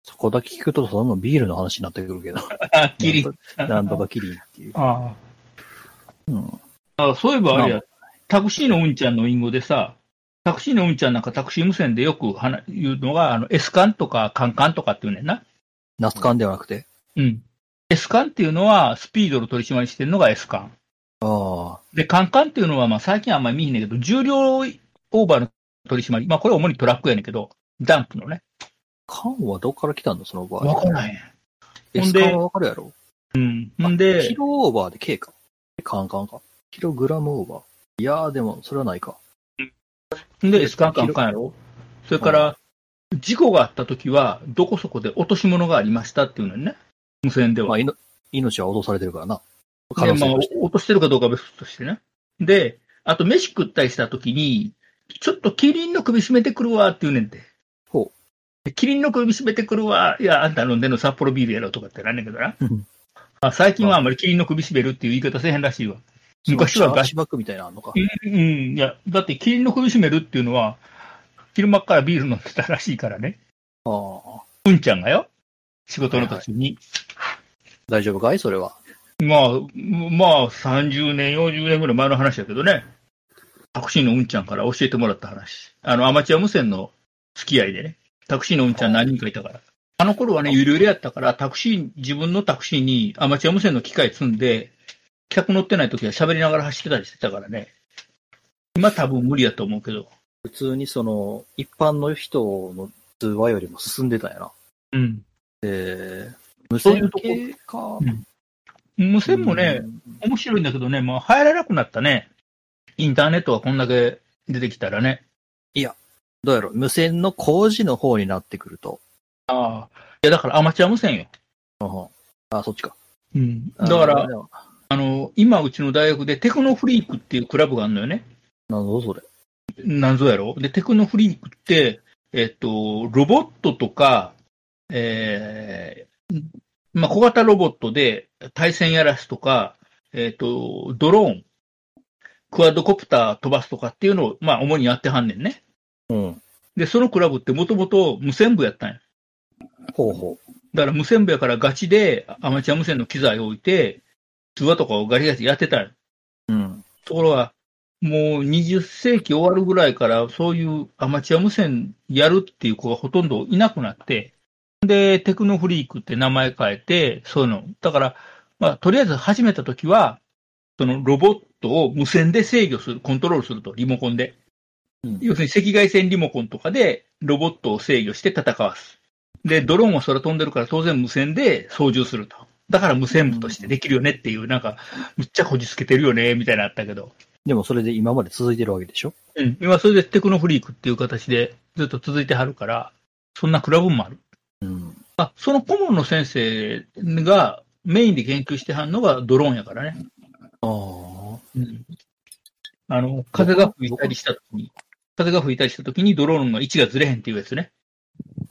Speaker 3: そこだけ聞くと、そのビールの話になってくる [laughs] けど。
Speaker 2: あキリン。
Speaker 3: なんとかキリンっていう。
Speaker 2: あ
Speaker 3: うん。
Speaker 2: ああそういえばあれ
Speaker 3: ま
Speaker 2: や、タクシーのうんちゃんの隠語でさ、タクシーのうんちゃんなんかタクシー無線でよく話言うのが、あの、S カンとかカンカンとかっていうねんな。
Speaker 3: ナスカンではなくて。
Speaker 2: うん。S カンっていうのはスピードの取り締まりしてるのが S カン。
Speaker 3: ああ。
Speaker 2: で、カンカンっていうのは、まあ最近あんまり見えへんねんけど、重量オーバーの取り締まり。まあこれ主にトラックやねんけど、ダンプのね。
Speaker 3: 缶はどこから来たんだ、その場合。
Speaker 2: わからへん。
Speaker 3: エ
Speaker 2: ほん
Speaker 3: ス
Speaker 2: で
Speaker 3: カンはわかるやろ。
Speaker 2: ほん
Speaker 3: あ
Speaker 2: で
Speaker 3: キ、ロオーバーで K か。カンカンか。キログラムオーバー。いやー、でも、それはないか。
Speaker 2: ほんで S カンカンカンやろ。それから、事故があった時は、どこそこで落とし物がありましたっていうのにね。無線では
Speaker 3: まあ、。いの命は脅されてるからな。可
Speaker 2: で、
Speaker 3: 能
Speaker 2: ま
Speaker 3: 性
Speaker 2: あ
Speaker 3: とし、て。
Speaker 2: 落としてるかどうかは別としてね。で、あと飯食ったりしたときに、ちょっとキリンの首絞めてくるわって言うねんて。
Speaker 3: ほ
Speaker 2: でキリンの首絞めてくるわ、いや、あんた飲んでんの札幌ビールやろとかってなんねんけどな。
Speaker 3: うん
Speaker 2: まあ、最近はあんまりキリンの首絞めるっていう言い方せえへんらしいわ。昔は
Speaker 3: その
Speaker 2: ガ
Speaker 3: ガ
Speaker 2: シ
Speaker 3: シバックみたいなのあんのか。
Speaker 2: うん、いや、だってキリンの首絞めるっていうのは、昼間っからビール飲んでたらしいからね。
Speaker 3: ああ。
Speaker 2: うんちゃんがよ。仕事の時に。
Speaker 3: 大丈夫かいそれは。
Speaker 2: まあ、まあ、30年、40年ぐらい前の話だけどね。タクシーのうんちゃんから教えてもらった話。あの、アマチュア無線の付き合いでね。タクシーのうんちゃん何人かいたから。あの頃はね、ゆるゆるやったから、タクシー、自分のタクシーにアマチュア無線の機械積んで、客乗ってない時は喋りながら走ってたりしてたからね。今多分無理やと思うけど。
Speaker 3: 普通にその、一般の人の通話よりも進んでたんやな。
Speaker 2: うん。
Speaker 3: えー、無
Speaker 2: そういう
Speaker 3: 線
Speaker 2: とこ
Speaker 3: 系か。
Speaker 2: 無線もね、面白いんだけどね、まあ、入らなくなったね。インターネットがこんだけ出てきたらね。
Speaker 3: どうやろう無線の工事の方になってくると。
Speaker 2: ああ。いや、だからアマチュア無線よ。
Speaker 3: うんうんあ、そっちか。
Speaker 2: うん。だから、
Speaker 3: あ
Speaker 2: あ
Speaker 3: でも
Speaker 2: の、今うちの大学でテクノフリークっていうクラブがあるのよね。
Speaker 3: なんぞそれ。
Speaker 2: なんぞやろで、テクノフリークって、えっと、ロボットとか、えーまあ、小型ロボットで対戦やらすとか、えっと、ドローン、クワドコプター飛ばすとかっていうのを、まあ、主にやってはんねんね。
Speaker 3: うん。
Speaker 2: で、そのクラブってもともと無線部やったんよ
Speaker 3: ほうほう。
Speaker 2: だから無線部やからガチでアマチュア無線の機材を置いて、通話とかをガチガチやってたよ
Speaker 3: うん。
Speaker 2: ところが、もう20世紀終わるぐらいから、そういうアマチュア無線やるっていう子がほとんどいなくなって、で、テクノフリークって名前変えて、そういうの。だから、まあ、とりあえず始めた時は、そのロボットを無線で制御する、コントロールすると、リモコンで。
Speaker 3: うん
Speaker 2: 要するに赤外線リモコンとかでロボットを制御して戦わす。で、ドローンは空飛んでるから当然無線で操縦すると。だから無線部としてできるよねっていう、なんか、むっちゃこじつけてるよね、みたいなのあったけど。
Speaker 3: でもそれで今まで続いてるわけでしょ
Speaker 2: うん。今それでテクノフリークっていう形でずっと続いてはるから、そんなクラブもある。
Speaker 3: うん。
Speaker 2: あ、その顧問の先生がメインで研究してはんのがドローンやからね。
Speaker 3: ああ。
Speaker 2: うん。あの、風が吹いたりした時に、風が吹いたりした時にドローンが位置がずれへんっていうやつね。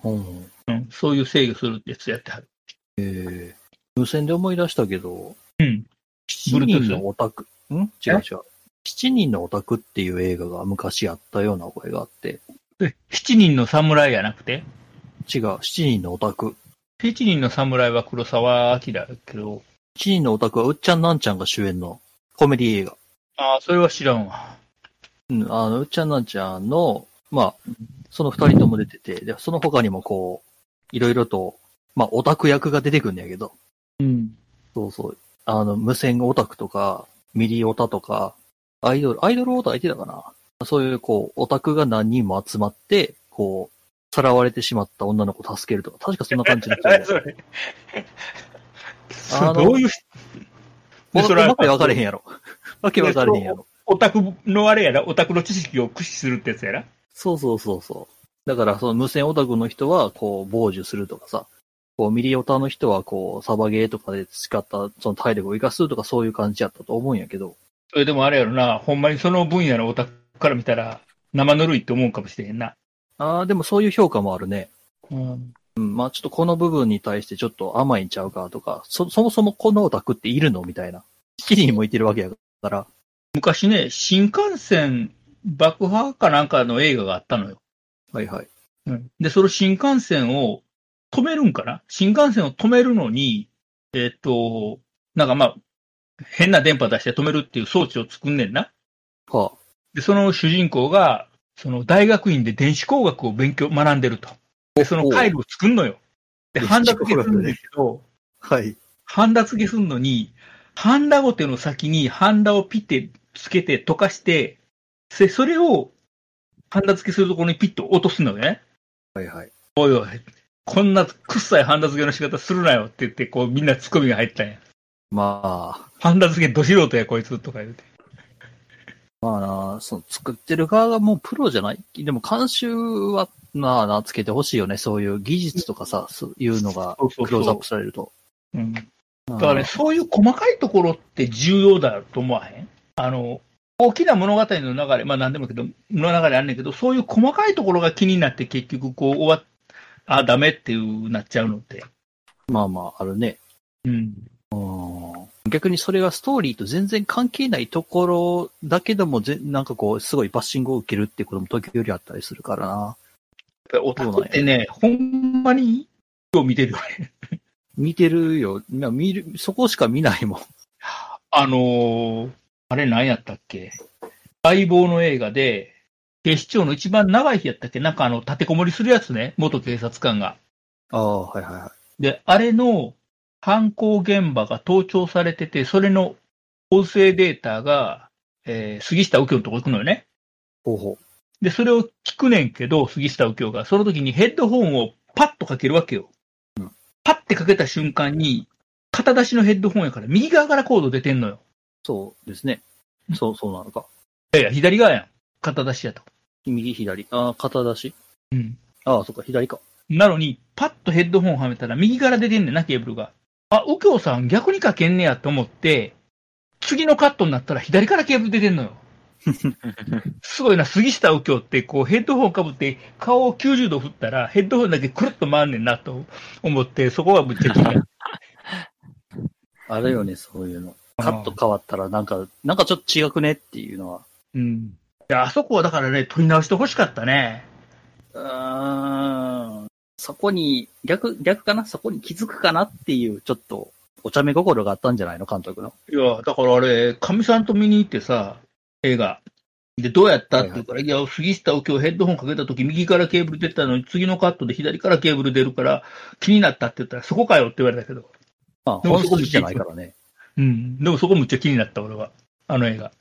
Speaker 3: うん。
Speaker 2: うん。そういう制御するってやつやってはる。
Speaker 3: えー、無線で思い出したけど、
Speaker 2: うん。
Speaker 3: 7人のオタク、ん違う違う。7人のオタクっていう映画が昔あったような覚えがあって、
Speaker 2: え七人の侍やなくて
Speaker 3: 違う、7人のオタク。
Speaker 2: 七人の侍は黒沢明だけど、
Speaker 3: 7人のオタクはうっちゃんなんちゃんが主演のコメディ映画。
Speaker 2: ああ、それは知らんわ。
Speaker 3: うん、あの、うっちゃんなんちゃんの、まあ、その二人とも出てて、で、その他にもこう、いろいろと、まあ、オタク役が出てくるんやけど、
Speaker 2: うん。
Speaker 3: そうそう、あの、無線オタクとか、ミリオタとか、アイドル、アイドルオタ相手だかなそういう、こう、オタクが何人も集まって、こう、さらわれてしまった女の子を助けるとか、確かそんな感じだった
Speaker 2: え
Speaker 3: よ
Speaker 2: それ。
Speaker 3: あの
Speaker 2: どういう、で
Speaker 3: わ
Speaker 2: [laughs] それは
Speaker 3: わけわかれへんやろ。わけわかれへんやろ。
Speaker 2: オタクのあれやら、オタクの知識を駆使するってやつやら。
Speaker 3: そうそうそうそう。だから、その無線オタクの人は、こう、傍受するとかさ、こう、ミリオタの人は、こう、サバゲーとかで培った、その体力を活かすとか、そういう感じやったと思うんやけど、
Speaker 2: それでもあれやろな、ほんまにその分野のオタクから見たら、生ぬるいって思うかもしれへんな。
Speaker 3: ああ、でもそういう評価もあるね。
Speaker 2: うん。
Speaker 3: うん、まあちょっとこの部分に対してちょっと甘いんちゃうかとか、そ、そもそもこのオタクっているのみたいな。七人もいてるわけやから。
Speaker 2: 昔ね、新幹線爆破かなんかの映画があったのよ。
Speaker 3: はいはい。
Speaker 2: で、その新幹線を止めるんかな新幹線を止めるのに、えっと、なんかまあ、変な電波出して止めるっていう装置を作んねんな。
Speaker 3: は
Speaker 2: で、その主人公が、その大学院で電子工学を勉強、学んでると。で、その回路を作んのよ。で、
Speaker 3: 電
Speaker 2: 半
Speaker 3: 子工学
Speaker 2: 田付けするんだけど、
Speaker 3: あ、はい。
Speaker 2: ハンダ付けするのに、ハンダごての先にハンダをピッてつけて溶かして、でそれをハンダ付けするところにピッと落とすのよね。
Speaker 3: はいはい。
Speaker 2: おいおい、こんなくっさいハンダ付けの仕方するなよって言って、こうみんなツッコミが入ったんや。
Speaker 3: まあ、
Speaker 2: ハンダ付けど素人やこいつとか言うて。
Speaker 3: まあな、その作ってる側がもうプロじゃない。でも監修は、なあな、つけてほしいよね。そういう技術とかさ、そういうのが
Speaker 2: そうそうそう
Speaker 3: クローズアップされると。
Speaker 2: うん。だ
Speaker 3: だ
Speaker 2: からね、そういう細かいところって重要だと思わへんあの、大きな物語の流れ、まあ何でもいいけど、の流れあんねんけど、そういう細かいところが気になって結局こう終わっ、あ、ダメっていうなっちゃうのって。
Speaker 3: まあまあ、あるね。
Speaker 2: うん。
Speaker 3: うん逆にそれがストーリーと全然関係ないところだけでもぜ、なんかこう、すごいバッシングを受けるってことも時々あったりするからな。
Speaker 2: オタクってね、ほんまに今日見てるよね。 [laughs]
Speaker 3: 見てるよ。まあ見る、そこしか見ないもん。 [laughs]
Speaker 2: あのーあれ何やったっけ相棒の映画で、警視庁の一番長い日やったっけなんかあの、立てこもりするやつね。元警察官が。
Speaker 3: ああ、はいはいはい。
Speaker 2: で、あれの犯行現場が盗聴されてて、それの音声データが、えー杉下右京のとこ行くのよね。
Speaker 3: ほうほう。
Speaker 2: で、それを聞くねんけど、杉下右京が、その時にヘッドホンをパッとかけるわけよ。
Speaker 3: うん
Speaker 2: パッてかけた瞬間に、片出しのヘッドホンやから、右側からコード出てんのよ。
Speaker 3: そうですね。そう、そうなのか。
Speaker 2: いやいや、左側やん。片出しやと。
Speaker 3: 右、左。ああ、片出し。
Speaker 2: うん。
Speaker 3: ああ、そっか、左か。
Speaker 2: なのに、パッとヘッドホンはめたら、右から出てんねんな、ケーブルが。あ、右京さん逆にかけんねやと思って、次のカットになったら左からケーブル出てんのよ。すごいな、杉下右京って、こう、ヘッドホンかぶって、顔を90度振ったら、ヘッドホンだけくるっと回んねんなと思って、そこはぶっちゃけ。
Speaker 3: あるよね、そういうの。カット変わったら、なんか、なんかちょっと違くねっていうのは。
Speaker 2: うん。いやあそこはだからね、取り直してほしかったね。
Speaker 3: うーん。そこに、逆、逆かなそこに気づくかなっていう、ちょっと、お茶目心があったんじゃないの監督の。
Speaker 2: いや、だからあれ、かみさんと見に行ってさ、映画。で、どうやったって言うから、いや、杉下右京ヘッドホンかけた時右からケーブル出てたのに、次のカットで左からケーブル出るから、気になったって言ったら、そこかよって言われたけど。
Speaker 3: まあ、
Speaker 2: でも
Speaker 3: 本筋じゃないからね。
Speaker 2: うん。でもそこむっちゃ気になった、俺は。あの映画。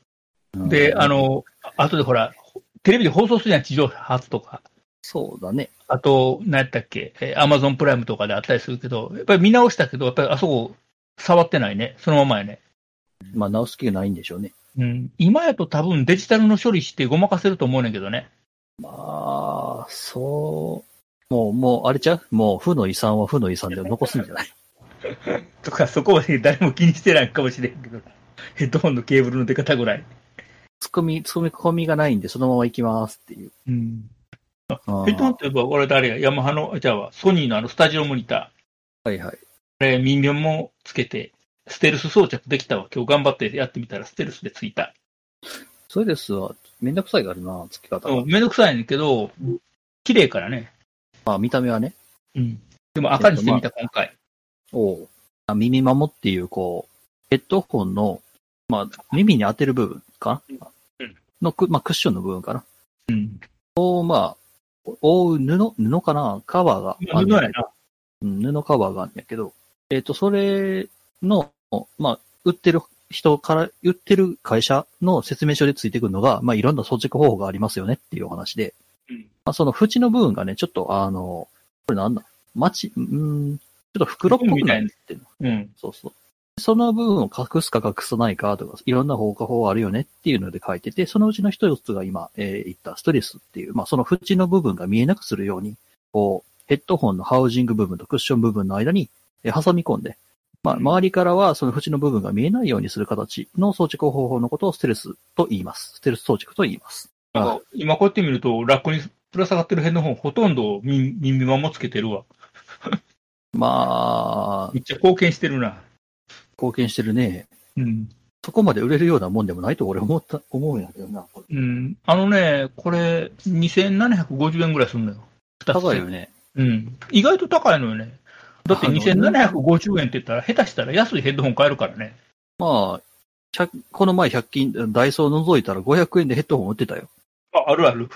Speaker 2: で、
Speaker 3: うん
Speaker 2: あ、の、あとでほら、テレビで放送するやん、地上波初とか。
Speaker 3: そうだね。
Speaker 2: あと、何やったっけ、えー、アマゾンプライムとかであったりするけど、やっぱり見直したけど、やっぱりあそこ、触ってないね。そのままやね。
Speaker 3: まあ、直す気がないんでしょうね。
Speaker 2: うん。今やと多分デジタルの処理してごまかせると思うねんけどね。
Speaker 3: まあ、そう。もう、もう、あれちゃうもう、負の遺産は負の遺産で残すんじゃない [laughs]
Speaker 2: とか、そこはね、誰も気にしてないかもしれんけ [laughs] ど、ヘッドホンのケーブルの出方ぐらい。
Speaker 3: ツッコミ、ツッコミ込みがないんで、そのまま行きますっていう。
Speaker 2: うん、
Speaker 3: あ
Speaker 2: ヘッドホン
Speaker 3: ー
Speaker 2: といえば、俺誰や、ヤマハの、じゃあ、ソニーのあのスタジオモニタ
Speaker 3: はい
Speaker 2: ー、
Speaker 3: はい。
Speaker 2: あれ、ミンミョンもつけて、ステルス装着できたわ。今日頑張ってやってみたら、ステルスでついた。
Speaker 3: それですわ。めんどくさいがあるな、付き方が。
Speaker 2: うん、めんどくさいねんけど、綺麗からね。
Speaker 3: まあ、見た目はね。
Speaker 2: うん。でも赤にしてみた、今回。
Speaker 3: おうあ耳まもっていう、こう、ヘッドホンの、まあ、耳に当てる部分かな、
Speaker 2: うん
Speaker 3: のく、まあ、クッションの部分かな。
Speaker 2: うん。
Speaker 3: を、まあ、覆う布、布かなカバーが
Speaker 2: ま
Speaker 3: あ
Speaker 2: あ
Speaker 3: る
Speaker 2: 布
Speaker 3: んや
Speaker 2: や
Speaker 3: け
Speaker 2: な
Speaker 3: ど。。うん、布カバーがあるんやけど、えっ、と、それの、まあ、売ってる人から、売ってる会社の説明書でついてくるのが、まあ、いろんな装着方法がありますよねっていうお話で、
Speaker 2: うん
Speaker 3: まあ、その縁の部分がね、ちょっと、あの、これなんだ、まち、うん、ちょっと袋っぽくなってるの。
Speaker 2: うん。
Speaker 3: そうそう。その部分を隠すか隠さないかとか、いろんな方法あるよねっていうので書いてて、そのうちの一つが今、えー言ったストレスっていう、まあその縁の部分が見えなくするように、こう、ヘッドホンのハウジング部分とクッション部分の間に、えー挟み込んで、まあ周りからはその縁の部分が見えないようにする形の装着方法のことをステルスと言います。ステルス装着と言います。
Speaker 2: なん
Speaker 3: は
Speaker 2: か今こうやって見ると、ラックにぶら下がってる辺の方、ほとんど耳耳まんもつけてるわ。
Speaker 3: まあ、
Speaker 2: めっちゃ貢献してるな。
Speaker 3: 貢献してるね。
Speaker 2: うん。
Speaker 3: そこまで売れるようなもんでもないと俺思った、思うんやけどな。これ
Speaker 2: うん。あのね、これ、2750円ぐらいするのよ。二つ
Speaker 3: 高いよね。
Speaker 2: うん。意外と高いのよね。だって
Speaker 3: あの
Speaker 2: 2750円って言ったら、下手したら安いヘッドホン買えるからね。
Speaker 3: まあ、100この前100均、ダイソー覗いたら500円でヘッドホン売ってたよ。
Speaker 2: あ、あるある。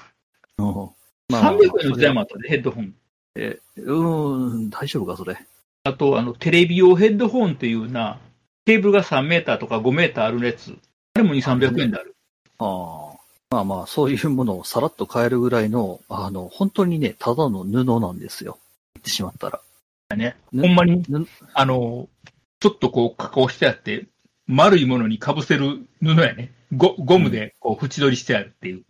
Speaker 3: まあ
Speaker 2: 300円の時代もあったね、ヘッドホン。
Speaker 3: うーん、大丈夫か、それ。
Speaker 2: あと、あの、テレビ用ヘッドホンっていうな、ケーブルが3メーターとか5メーターあるやつ。あれも2、300円である。
Speaker 3: ああまあまあ、そういうものをさらっと買えるぐらいの、あの、本当にね、ただの布なんですよ。言ってしまったら。ね
Speaker 2: ほんまに
Speaker 3: 布、
Speaker 2: あの、ちょっとこう、加工してあって、丸いものにかぶせる布やね。ゴゴムで、こう、縁取りしてあるっていう。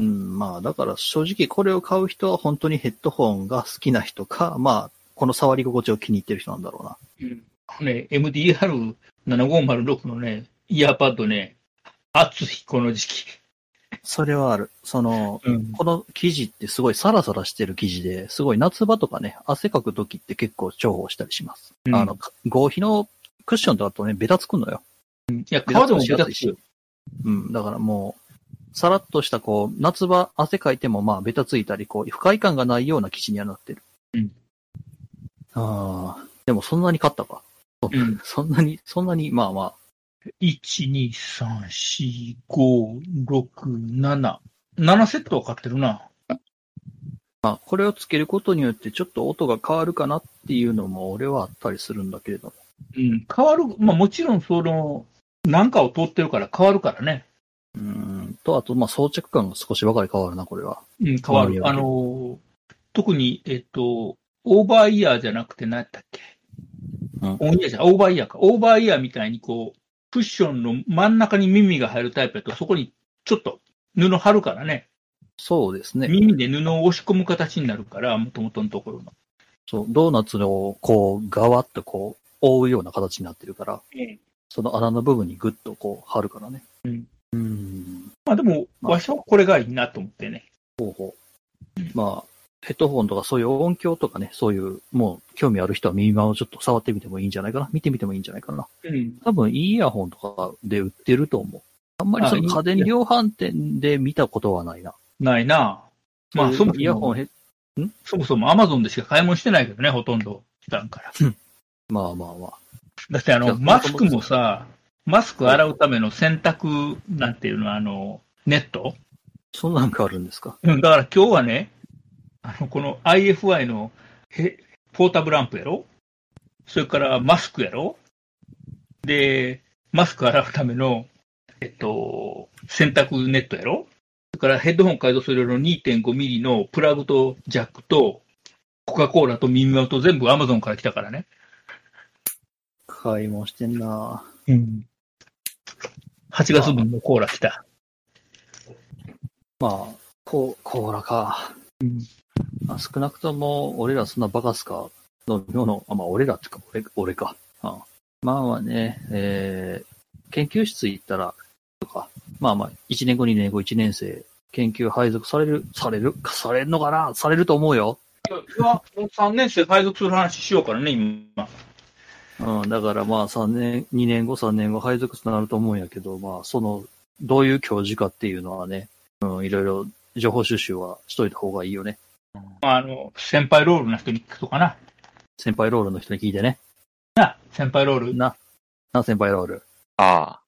Speaker 3: うん、まあ、だから正直これを買う人は本当にヘッドホンが好きな人か、まあ、この触り心地を気に入ってる人なんだろうな。
Speaker 2: ね、MDR7506 のね、イヤーパッドね、熱い、この時期。
Speaker 3: それはある。その、
Speaker 2: うん。
Speaker 3: この生地ってすごいサラサラしてる生地で、すごい夏場とかね、汗かく時って結構重宝したりします。あの、か合皮のクッションとだとね、ベタつくのよ。
Speaker 2: いや、皮でもベ
Speaker 3: ベタ
Speaker 2: タつ
Speaker 3: つく
Speaker 2: く
Speaker 3: し
Speaker 2: よ。
Speaker 3: うん、だからもう、さらっとしたこう、夏場汗かいてもまあ、ベタついたり、こう、不快感がないような生地にはなってる。
Speaker 2: うん。
Speaker 3: ああ、でもそんなに買ったか。
Speaker 2: うん。
Speaker 3: そんなに、そんなに、まあま
Speaker 2: 1、2、3、4、5、6、7。7セットは買ってるな。
Speaker 3: あ、まあ、これをつけることによってちょっと音が変わるかなっていうのも俺はあったりするんだけれども。
Speaker 2: うん。変わる、まあもちろんその、なんかを通ってるから変わるからね。
Speaker 3: うん、と、あと、まあ、装着感が少しばかり変わるな、これは。
Speaker 2: うん、変わ
Speaker 3: 変
Speaker 2: る。
Speaker 3: わ
Speaker 2: あ
Speaker 3: る
Speaker 2: のー、特に、えっと、オーバーイヤーじゃなくて何やったっけ、
Speaker 3: うん
Speaker 2: オンイヤーじゃないオーバーイヤーか。オーバーイヤーみたいにこう、クッションの真ん中に耳が入るタイプやと、そこにちょっと布貼るからね。
Speaker 3: そうですね。
Speaker 2: 耳で布を押し込む形になるから、もともとのところの。
Speaker 3: そう、ドーナツの、こう、側ってこう、覆うような形になってるから、その穴の部分にグッとこう、貼るからね。
Speaker 2: うん。
Speaker 3: うん。
Speaker 2: まあでも、
Speaker 3: まあ
Speaker 2: わしはこれがいいなと思ってね。
Speaker 3: 方法。まあ、ヘッドホンとかそういう音響とかね、そういう、もう、興味ある人は耳まをちょっと触ってみてもいいんじゃないかな。見てみてもいいんじゃないかな。
Speaker 2: うん。
Speaker 3: 多分、いいイヤホンとかで売ってると思う。あんまりそ
Speaker 2: あい
Speaker 3: の
Speaker 2: い
Speaker 3: 家電量販店で見たことはないな。
Speaker 2: ないなまあ、そ
Speaker 3: そう
Speaker 2: も
Speaker 3: いうイヤ
Speaker 2: そ
Speaker 3: ホン
Speaker 2: も、
Speaker 3: ヘッ、
Speaker 2: そもそも Amazon でしか買い物してないけどね、ほとんど。普段から。
Speaker 3: まあまあまあ。
Speaker 2: だってあ
Speaker 3: いや
Speaker 2: の、マスクもさ、マスク洗うための洗濯なんていうの、あの、ネット
Speaker 3: そんなんがあるんですか。
Speaker 2: うんだから今日はね、あの、この IFI のへポータブランプやろそれからマスクやろで、マスク洗うための、えっと、洗濯ネットやろそれからヘッドホン改造する用の2.5ミリのプラグとジャックと、コカ・コーラと耳元と全部 Amazon から来たからね。
Speaker 3: 買い物してんな
Speaker 2: うん。8月分のコーラ来た。
Speaker 3: まあ、こう、コーラか。まあ、少なくとも、俺らそんなバカすかの量の、あまあ、俺らっていうか、俺、俺か。あまあまあね、えー、研究室行ったら、とか、まあまあ、1年後、2年後、1年生、研究配属される、される、されるのかなされると思うよ。
Speaker 2: いや、3年生配属する話しようからね、今。
Speaker 3: うん、だからまあ3年、2年後、3年後配属となると思うんやけど、まあその、どういう教授かっていうのはね、うん、いろいろ情報収集はしといた方がいいよね。
Speaker 2: まあ、あの、先輩ロールの人に聞くとかな。
Speaker 3: 先輩ロールの人に聞いてね。
Speaker 2: [laughs] な、先輩ロール。
Speaker 3: な、な、先輩ロール。
Speaker 4: あ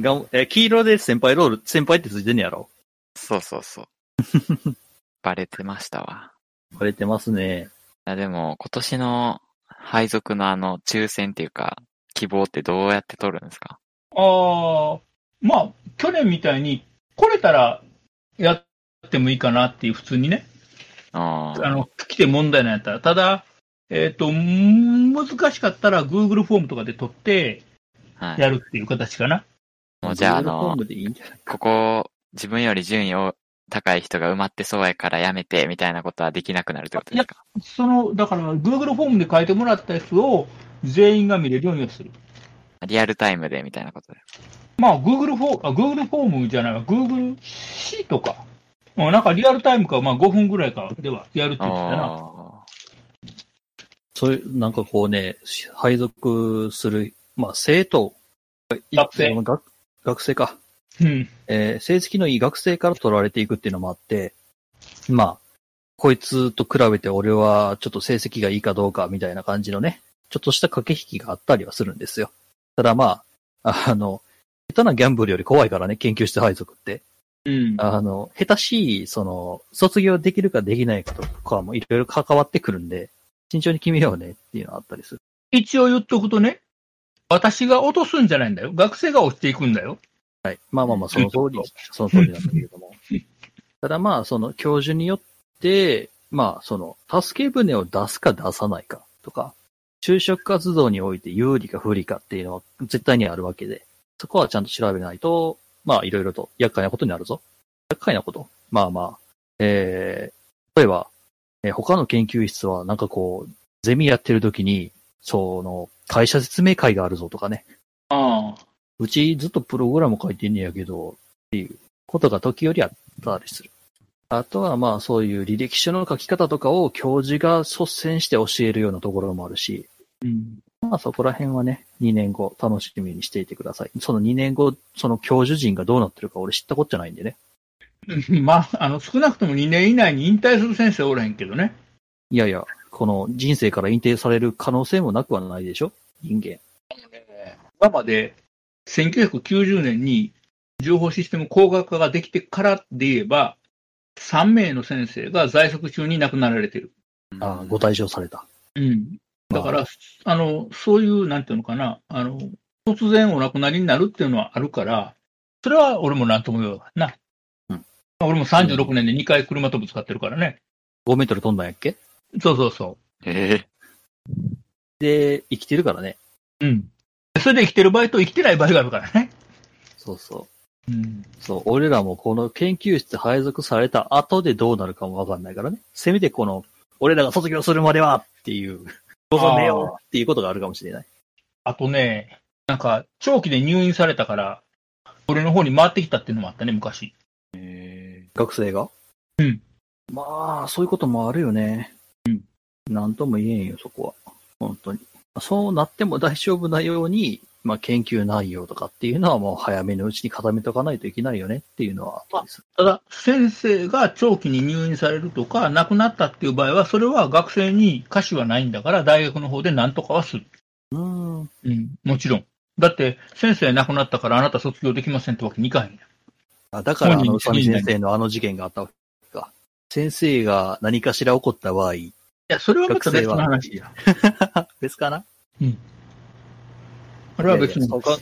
Speaker 3: がんえ黄色で先輩ロール、先輩ってついてんねやろ。
Speaker 4: そうそうそう。バレてましたわ。
Speaker 3: バレてますね。
Speaker 4: いやでも、今年の配属のあの、抽選っていうか、希望ってどうやって取るんですか
Speaker 2: ああ、まあ、去年みたいに、来れたらやってもいいかなっていう、普通にね、
Speaker 4: あ
Speaker 2: あ
Speaker 4: あ。
Speaker 2: の、来て問題なんやったら、ただ、えっ、と、ん難しかったら Google フォームとかで取って
Speaker 4: はい。
Speaker 2: やるっていう形かな。
Speaker 4: もうじゃあ、あ
Speaker 3: ゴールフォー
Speaker 4: の、
Speaker 3: ムでいいんじゃない
Speaker 4: ここ、自分より順位を高い人が埋まってそうやからやめて、みたいなことはできなくなるってことですか
Speaker 2: その、だから Google フォームで書いてもらったやつを全員が見れるようにする。
Speaker 4: リアルタイムで、みたいなことです。
Speaker 2: まあ、Google フォー、あ、Google フォームじゃないわ、Google シートか。うんなんかリアルタイムか、まあ5分ぐらいかではやるって言ってたな。
Speaker 4: あ
Speaker 3: そういう、なんかこうね、配属する、まあ、生徒、
Speaker 2: 学生
Speaker 3: その学学生か。
Speaker 2: うん。
Speaker 3: えー成績のいい学生から取られていくっていうのもあって、まあ、こいつと比べて俺はちょっと成績がいいかどうかみたいな感じのね、ちょっとした駆け引きがあったりはするんですよ。ただまあ、あの、下手なギャンブルより怖いからね、研究室配属って。
Speaker 2: うん。
Speaker 3: あの、下手しい、その、卒業できるかできないかとかもいろいろ関わってくるんで、慎重に決めようねっていうのはあったりする。
Speaker 2: 一応言っとくとね、私が落とすんじゃないんだよ。学生が落ちていくんだよ。
Speaker 3: はい。まあまあまあ、その通り、その通りなんだけれども。ただまあ、その教授によって、まあ、その、助け舟を出すか出さないかとか、就職活動において有利か不利かっていうのは絶対にあるわけで、そこはちゃんと調べないと、まあ、いろいろと厄介なことになるぞ。厄介なことまあまあ、えー、例えば、えー他の研究室はなんかこう、ゼミやってる時に、その、会社説明会があるぞとかね、
Speaker 2: ああ。
Speaker 3: うちずっとプログラム書いてんねやけど、っていうことが時よりあったりする。あとはまあそういう履歴書の書き方とかを教授が率先して教えるようなところもあるし、
Speaker 2: うん。 [laughs]
Speaker 3: まあそこら辺はね、2年後楽しみにしていてください。その2年後、その教授陣がどうなってるか俺知ったこっちゃないんでね。
Speaker 2: まあ、あの、少なくとも2年以内に引退する先生おらへんけどね。
Speaker 3: いやいや、この人生から引退される可能性もなくはないでしょ人間。
Speaker 2: 今まで、1990年に情報システム工学科ができてからで言えば、3名の先生が在職中に亡くなられてる。
Speaker 4: ー
Speaker 3: ああ、ご退場された。
Speaker 2: うん。だか
Speaker 3: ま
Speaker 2: ら、あの、そういう、なんていうのかな、あの、突然お亡くなりになるっていうのはあるから、それは俺もなんとも言うわな。
Speaker 3: うん
Speaker 2: 俺も36年で2回車とぶつかってるからね。
Speaker 3: あ、5メートル飛んだんやっけ
Speaker 2: そうそうそ
Speaker 4: え
Speaker 3: で、生きてるからね。
Speaker 2: う。うん。それで生きてる場合と生きてない場合があるからね。
Speaker 3: そうそう。
Speaker 2: うん。
Speaker 3: そう、俺らもこの研究室配属された後でどうなるかもわかんないからね。せめてこの、俺らが卒業するまではっていう、望めようっていうことがあるかもしれない。
Speaker 2: あとね、なんか、長期で入院されたから、俺の方に回ってきたっていうのもあったね、昔。
Speaker 4: ーえ
Speaker 3: 学生が。
Speaker 2: うん。
Speaker 3: まあ、そういうこともあるよね。うん。なんとも言えんよ、そこは。本当に。そうなっても大丈夫なように、まあ、研究内容とかっていうのはもう早めのうちに固めとかないといけないよねっていうのはあったりする。
Speaker 2: ただ、先生が長期に入院されるとか、亡くなったっていう場合は、それは学生に可視はないんだから、大学の方で何とかはする。
Speaker 3: うーん。
Speaker 2: うん、もちろん。だって、先生亡くなったからあなた卒業できませんってわけにいかへんやん。
Speaker 3: あだから、あ
Speaker 2: 本人
Speaker 3: の、
Speaker 2: に
Speaker 3: 宇佐美先生のあの事件があったわけか。先生が何かしら起こった場合、
Speaker 2: いや、それはまた別の
Speaker 3: 学
Speaker 2: 話
Speaker 3: 生
Speaker 2: や。
Speaker 3: [laughs] 別かな
Speaker 2: あれは別
Speaker 3: いやいやそ
Speaker 2: の
Speaker 3: うか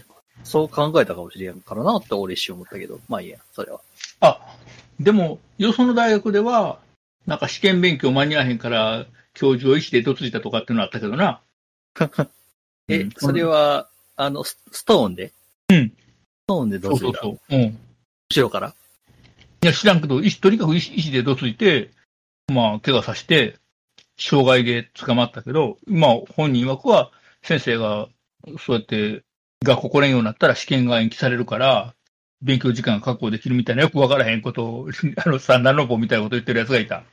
Speaker 3: そう考えたかもしれんからなって俺一瞬思ったけど、まあいいや、それは。
Speaker 2: あ、でも、よその大学では、なんか試験勉強間に合わへんから、教授を医師でどついたとかっていうのあったけどな。
Speaker 3: [laughs] え、
Speaker 2: うん
Speaker 3: それは、あの、スストーンで
Speaker 2: うん。
Speaker 3: ストーンでど
Speaker 2: そうう
Speaker 3: す
Speaker 2: そ
Speaker 3: る
Speaker 2: うそう。うん。い
Speaker 3: 後ろから。
Speaker 2: や、知らんけど、医師、とにかく医師医師でどついて、まあ、怪我させて、傷害で捕まったけど、まあ、本人曰くは、先生が、そうやって、学校来れんようになったら試験が延期されるから、勉強時間が確保できるみたいな、よくわからへんこと [laughs] を、あの、三段論法みたいなこと言ってるやつがいた。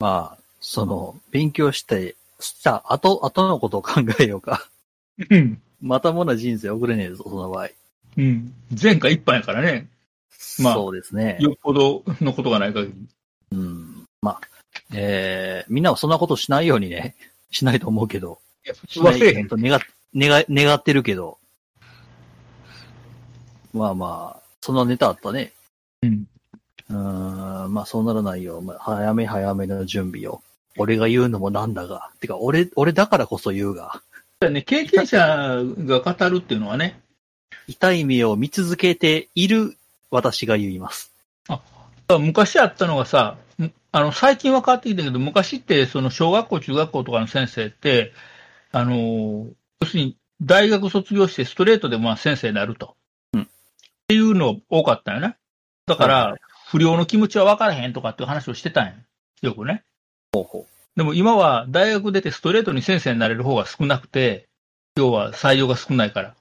Speaker 3: まあ、その、勉強して、した後、後のことを考えようか。 [laughs]
Speaker 2: うん。
Speaker 3: またもな人生送れねえぞ、その場合。
Speaker 2: うん。前回一般やからね。まあ
Speaker 3: そうですね。
Speaker 2: よっぽどのことがない限り。
Speaker 3: [laughs] うん。まあ、えー、みんなはそんなことしないようにね、しないと思うけど、
Speaker 2: いや、普通はせえへん。
Speaker 3: と願っ、願、願ってるけど。まあまあ、そんなネタあったね。
Speaker 2: うん。
Speaker 3: うーん、まあそうならないよう、まあ、早め早めの準備を。俺が言うのもなんだが。てか、俺、俺だからこそ言うが。
Speaker 2: だからね、経験者が語るっていうのはね、
Speaker 3: 痛い目を見続けている私が言います。
Speaker 2: 昔あったのがさ、んあの最近は変わってきたけど、昔ってその小学校、中学校とかの先生って、あのー要するに大学卒業してストレートでまあ先生になると、
Speaker 3: うん
Speaker 2: っていうのが多かったよね。だから、不良の気持ちは分からへんとかっていう話をしてたんや、よくね。
Speaker 3: ほうほ
Speaker 2: でも今は大学出てストレートに先生になれる方が少なくて、要は採用が少ないから。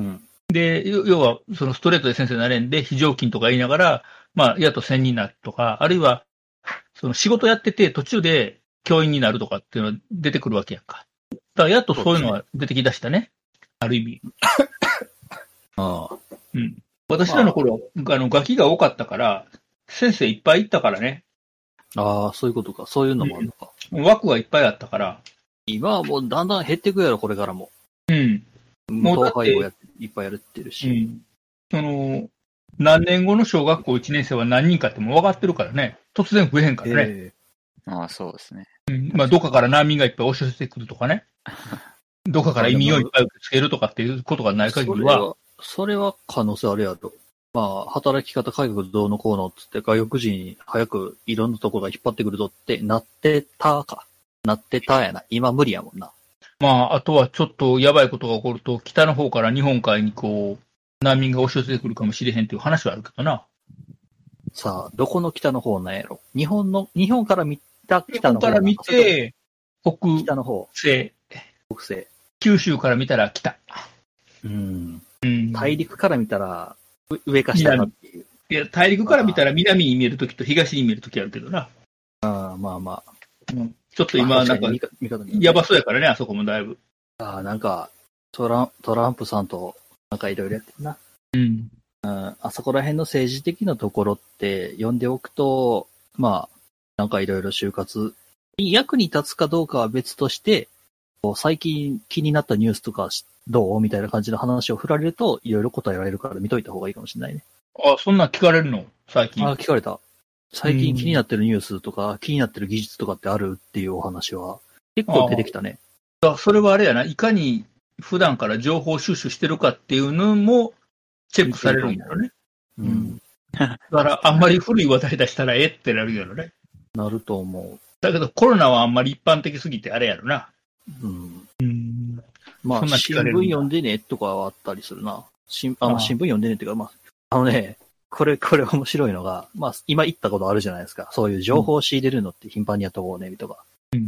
Speaker 3: うん
Speaker 2: で、要要はそのストレートで先生になれんで、非常勤とか言いながら、まあ、やっと専任になるとか、あるいは、その仕事やってて途中で教員になるとかっていうのが出てくるわけやんか。だからやっとそういうのが出てきだしたね。ある意味。
Speaker 3: う。ああ。
Speaker 2: 私らの頃、あの、ガキが多かったから、先生いっぱい行ったからね。
Speaker 3: ああ、そういうことか。そういうのもあるのか。
Speaker 2: 枠がいっぱいあったから。
Speaker 3: 今はもうだんだん減ってくやろ、これからも。
Speaker 2: うん。
Speaker 3: 無
Speaker 2: うだ
Speaker 3: 党
Speaker 2: って
Speaker 3: 派をやっていっぱいやってる
Speaker 2: う
Speaker 3: し。
Speaker 2: ん。その、何年後の小学校1年生は何人かってもう分かってるからね。突然増えへんからね。
Speaker 3: ええ
Speaker 4: ああ、そうですね。
Speaker 2: まあ、どっかから難民がいっぱい押し寄せてくるとかね。どっかから移民をいっぱい受け付けるとかっていうことがない限
Speaker 3: そ
Speaker 2: り
Speaker 3: れ
Speaker 2: は、
Speaker 3: は、それは可能性あるやと。まあ、働き方改革どうのこうのっつって、外国人に早くいろんなとこが引っ張ってくるぞってなってたか。なってたやな。今無理やもんな。
Speaker 2: まあ、あとはちょっとやばいことが起こると、北の方から日本海にこう、難民が押し寄せてくるかもしれへんっていう話はあるけどな。
Speaker 3: さあ、どこの北の方なんやろ。日本の、日本から見た
Speaker 2: 日
Speaker 3: 北
Speaker 2: 本
Speaker 3: の方
Speaker 2: から見、て、北
Speaker 3: 北の方、
Speaker 2: 西、
Speaker 3: 北西。
Speaker 2: 九州から見たら北。
Speaker 3: うん。
Speaker 2: うん。
Speaker 3: 大陸から見たら、う上か下かっていう。
Speaker 2: いや大陸から見たら南に見えるときと東に見えるときあるけどな。
Speaker 3: ああまあまあ。
Speaker 2: うんちょっと今、なんか
Speaker 3: あ、見方見方によって
Speaker 2: やばそうやからね、あそこもだいぶ。
Speaker 3: ああ、なんか、トラン、トランプさんと、なんかいろいろやってるな。
Speaker 2: うん。
Speaker 3: うん、あそこら辺の政治的なところって呼んでおくと、まあ、なんかいろいろ就活に役に立つかどうかは別として、こう最近気になったニュースとかしどうみたいな感じの話を振られると、いろいろ答えられるから見といた方がいいかもしれないね。
Speaker 2: あ、そんなん聞かれるの最近。
Speaker 3: あ、聞かれた。最近気になってるニュースとか、気になってる技術とかってあるっていうお話は、結構出てきたね。
Speaker 2: あそれはあれやな、いかに普段から情報収集してるかっていうのもチェックされるんだろうね。
Speaker 3: う
Speaker 2: ー
Speaker 3: ん。
Speaker 2: だから、あんまり古い話題出したらえってなるやろね。
Speaker 3: なると思
Speaker 2: だけど、コロナはあんまり一般的すぎてあれやろな。
Speaker 3: う。うん。
Speaker 2: うん。
Speaker 3: ま
Speaker 2: そ
Speaker 3: あ、
Speaker 2: んなん
Speaker 3: 新
Speaker 2: 聞
Speaker 3: 聞
Speaker 2: かれるんだ
Speaker 3: 読んでねとかはあったりするな。新あ
Speaker 2: ああ
Speaker 3: の新聞読んでねっていうか、まあ、あのね、これ、これ面白いのが、まあ、今言ったことあるじゃないですか。そういう情報を仕入れるのって頻繁にやっとこうね、と
Speaker 2: う
Speaker 3: か、
Speaker 2: ん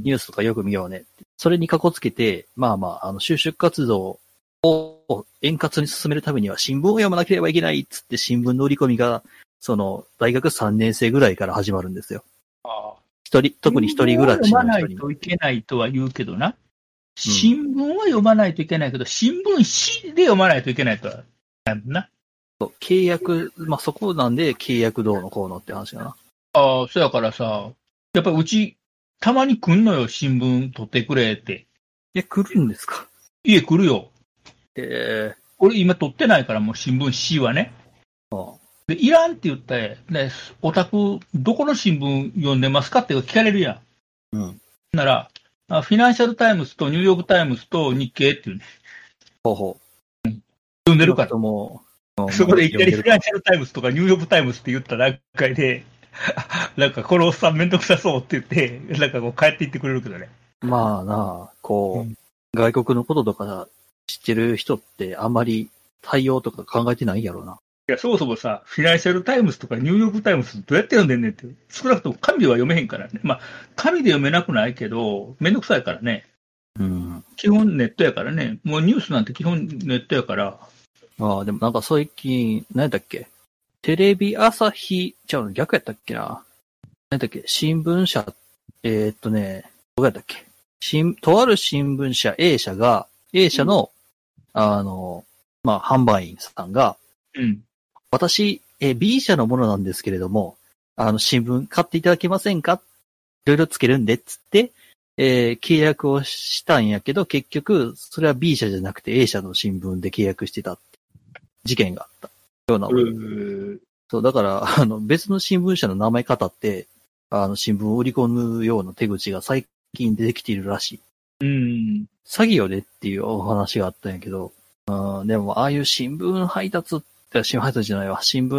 Speaker 3: ニュースとかよく見ようねって。それにかこつけて、まあまあ、あの、就職活動を円滑に進めるためには新聞を読まなければいけないっつって新聞の売り込みが、その、大学3年生ぐらいから始まるんですよ。
Speaker 2: あ
Speaker 3: 一人、特に一人暮ら
Speaker 2: 読
Speaker 3: し
Speaker 2: ま
Speaker 3: の
Speaker 2: な
Speaker 3: 人
Speaker 2: い
Speaker 3: に。
Speaker 2: といけないとは言うけどな。新聞は読まないといけないけど、新聞紙で読まないといけないとは、なんだな。
Speaker 3: 契約、まあそこなんで契約どうのこうのって話かな。
Speaker 2: ああ、そやからさ、やっぱりうち、たまに来んのよ、新聞取ってくれって。
Speaker 3: え、来るんですか
Speaker 2: 家来るよ。
Speaker 3: え
Speaker 2: 俺今取ってないから、もう新聞 C はね。
Speaker 3: えあ
Speaker 2: で、いらんって言って、ね、オタク、どこの新聞読んでますかって聞かれるやん。
Speaker 3: うん。
Speaker 2: なら、あフィナンシャルタイムズとニューヨークタイムズと日経っていうね、
Speaker 3: ほうほう。
Speaker 2: 読んでるから。
Speaker 3: とも、う
Speaker 2: [laughs]
Speaker 3: ん
Speaker 2: そこでいきなりフィナ
Speaker 3: 読
Speaker 2: ン
Speaker 3: んでる
Speaker 2: シャルタイムズとかニューヨークタイムズって言った段階で、 [laughs] なんかこのおっさんめんどくさそうって言って、なんかこう帰っていってくれるけどね。
Speaker 3: まあなあ、こう、
Speaker 2: うん
Speaker 3: 外国のこととか知ってる人ってあんまり対応とか考えてないやろうな。
Speaker 2: いや、そもそもさ、フィナンシャルタイムズとかニューヨークタイムズどうやって読んでんねんって。少なくとも紙では読めへんからね。まあ、紙で読めなくないけど、めんどくさいからね。
Speaker 3: うん。
Speaker 2: 基本ネットやからね。もうニュースなんて基本ネットやから。
Speaker 3: ああ、でもなんか最近、何やったっけテレビ朝日、ちゃうの逆やったっけな。何やったっけ新聞社、えーっとね、どこやったっけ新、とある新聞社 A 社が、A 社の、あの、まあ、販売員さんが、
Speaker 2: うん。
Speaker 3: 私、えー B 社のものなんですけれども、あの、新聞買っていただけませんかいろいろつけるんで、つって、えー契約をしたんやけど、結局、それは B 社じゃなくて A 社の新聞で契約してたって事件があった。ような、
Speaker 2: うん
Speaker 3: そう、だから、あ [laughs] の、別の新聞社の名前語って、あの、新聞を売り込むような手口が最近出てきているらしい。
Speaker 2: うん。
Speaker 3: 詐欺よねっていうお話があったんやけど、うん、でも、ああいう新聞配達って、新聞配達じゃないわ、新聞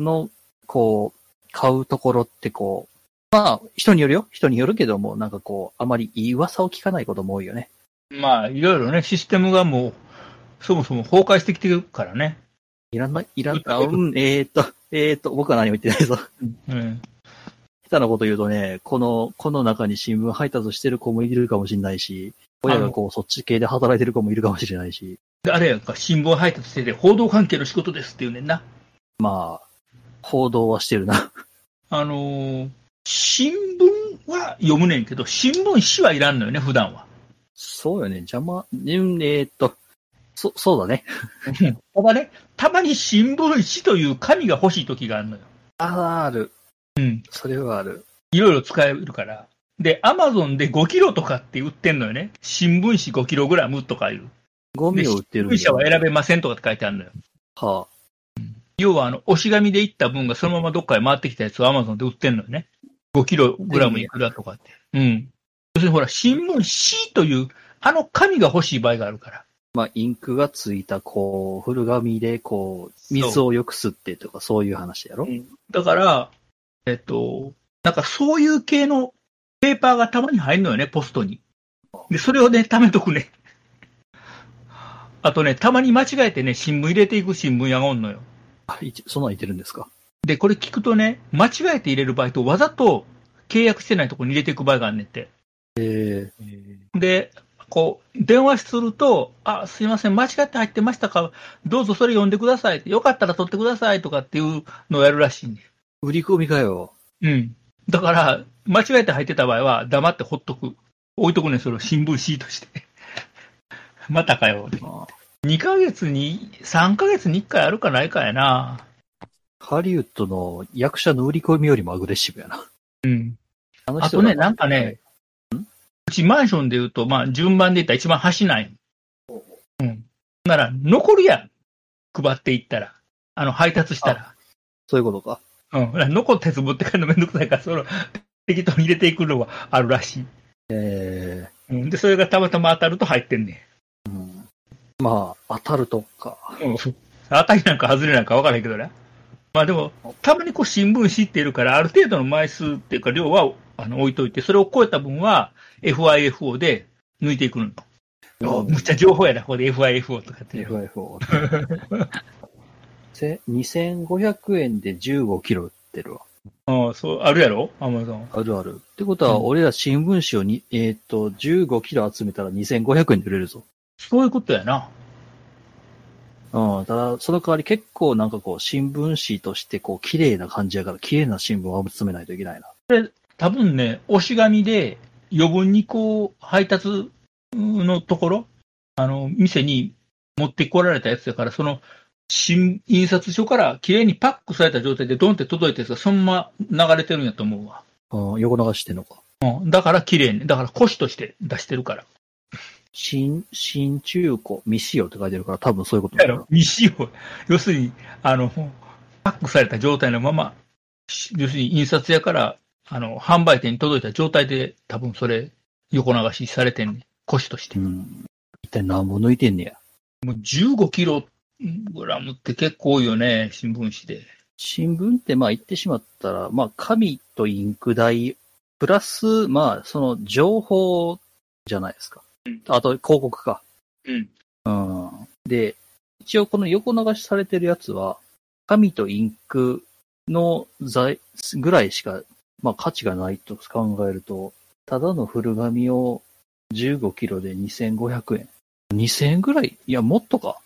Speaker 3: の、こう、買うところってこう、まあ、人によるよ。人によるけども、なんかこう、あまりいい噂を聞かないことも多いよね。
Speaker 2: まあ、いろいろね、システムがもう、そもそも崩壊してきてるからね。
Speaker 3: いらない、いらんあうん、えーっと、えーっと、僕は何も言ってないぞ。
Speaker 2: うん。
Speaker 3: 下手なこと言うとね、この、この中に新聞配達してる子もいるかもしれないし、親がこう、そっち系で働いてる子もいるかもしれないし、
Speaker 2: であれやんか、新聞配達してて、報道関係の仕事ですっていうねんな。
Speaker 3: まあ、報道はしてるな。
Speaker 2: あのー新聞は読むねんけど、新聞紙はいらんのよね、普段
Speaker 3: [laughs]
Speaker 2: は。
Speaker 3: そうよね、邪魔、うんえーっと、そ、そうだね。
Speaker 2: ただね、たまに新聞紙という紙が欲しい時があるのよ。
Speaker 3: あある。
Speaker 2: うん。
Speaker 3: それはある。
Speaker 2: いろいろ使えるから。で、アマゾンで5キロとかって売ってんのよね。新聞紙5キログラムとかいう。
Speaker 3: ゴミを売ってるん
Speaker 2: 新聞社は
Speaker 3: は
Speaker 2: 選べませんとかって書いてあるのよ。
Speaker 3: は
Speaker 2: 要は、あの、押し紙で行った分がそのままどっかへ回ってきたやつをアマゾンで売ってんのよね。5キログラムいくらとかって。うん。要するにほら、新聞紙という、あの紙が欲しい場合があるから。
Speaker 3: あ、まあ、インクがついた、こう、古紙で、こう、水をよく吸ってとか、そういう話やろ、
Speaker 2: だから、えっと、なんかそういう系のペーパーがたまに入るのよね、ポストに。で、それをね、貯めとくね。あとね、たまに間違えてね、新聞入れていく新聞屋がおんのよ。
Speaker 3: あいちそんなん言ってるんですか
Speaker 2: で、これ聞くとね、間違えて入れる場合と、わざと契約してないとこに入れていく場合があんねんって。
Speaker 3: ええ
Speaker 2: で、こう、電話すると、あ、すいません、間違って入ってましたか、どうぞそれ読んでください。よかったら取ってくださいとかっていうのをやるらしいね。
Speaker 3: 売り込みかよ。
Speaker 2: うん。だから、間違えて入ってた場合は、黙ってほっとく。置いとくねん、それを新聞紙として。 [laughs] またかよ。
Speaker 3: まあ
Speaker 2: 2ヶ月に、3ヶ月に1回あるかないかやな。
Speaker 3: ハリウッドの役者の売り込みよりもアグレッシブやな。
Speaker 2: うん。
Speaker 3: あの
Speaker 2: あ
Speaker 3: 人
Speaker 2: と
Speaker 3: ら
Speaker 2: ね、なんかね、うちマンションで言うと、まあ、順番で言ったら一番端ない。うん。なら、残るやん。配っていったら。あの、配達したら。
Speaker 3: そういうことか。
Speaker 2: うん。だから残ったやつ持って帰るのめんどくさいから、その、適当に入れていくのはあるらしい。
Speaker 3: え
Speaker 2: うん。で、それがたまたま当たると入ってんねん。
Speaker 3: えうんまあ、当たるとか。
Speaker 2: うん当たりなんか外れなんか分からへんけどね。まあでも、たまにこう新聞紙っているから、ある程度の枚数っていうか量はあの置いといて、それを超えた分は FIFO で抜いていくのよ。
Speaker 3: う
Speaker 2: あ
Speaker 3: ん
Speaker 2: むっちゃ情報やな、ここで FIFO とかって。
Speaker 3: FFO。せ2500円で15キロ売ってるわ。
Speaker 2: うん、そう、あるやろアマゾン。
Speaker 3: あるある。ってことは、
Speaker 2: うん
Speaker 3: 俺ら新聞紙をに、えーっと、15キロ集めたら2500円で売れるぞ。
Speaker 2: そういうことやな。
Speaker 3: うん。ただ、その代わり結構なんかこう、新聞紙としてこう、綺麗な感じやから、綺麗な新聞を集めないといけないな。
Speaker 2: 多分ね、押し紙で余分にこう、配達のところ、あの、店に持ってこられたやつだから、その、新、印刷所から綺麗にパックされた状態でドンって届いたやつがそのまま流れてるんやと思うわ。
Speaker 3: うん、横流してんのか。
Speaker 2: うん。だから綺麗に、だから腰として出してるから。
Speaker 3: 新、新中古未使用って書いてるから、多分そういうことなんだろ
Speaker 2: 未使用。要するに、あの、パックされた状態のまま、し要するに印刷屋から、あの、販売店に届いた状態で、多分それ、横流しされてんね。腰として
Speaker 3: う。う。ん。一体何本抜いてんねや。
Speaker 2: もう15キログラムって結構多いよね、新聞紙で。
Speaker 3: 新聞ってまあ言ってしまったら、まあ紙とインク代、プラスまあその情報じゃないですか。あと広告か。
Speaker 2: うん。
Speaker 3: うん。で、一応この横流しされてるやつは、紙とインクの材ぐらいしか、まあ価値がないと考えると、ただの古紙を15キロで2500円。2000円ぐらいいや、もっとか。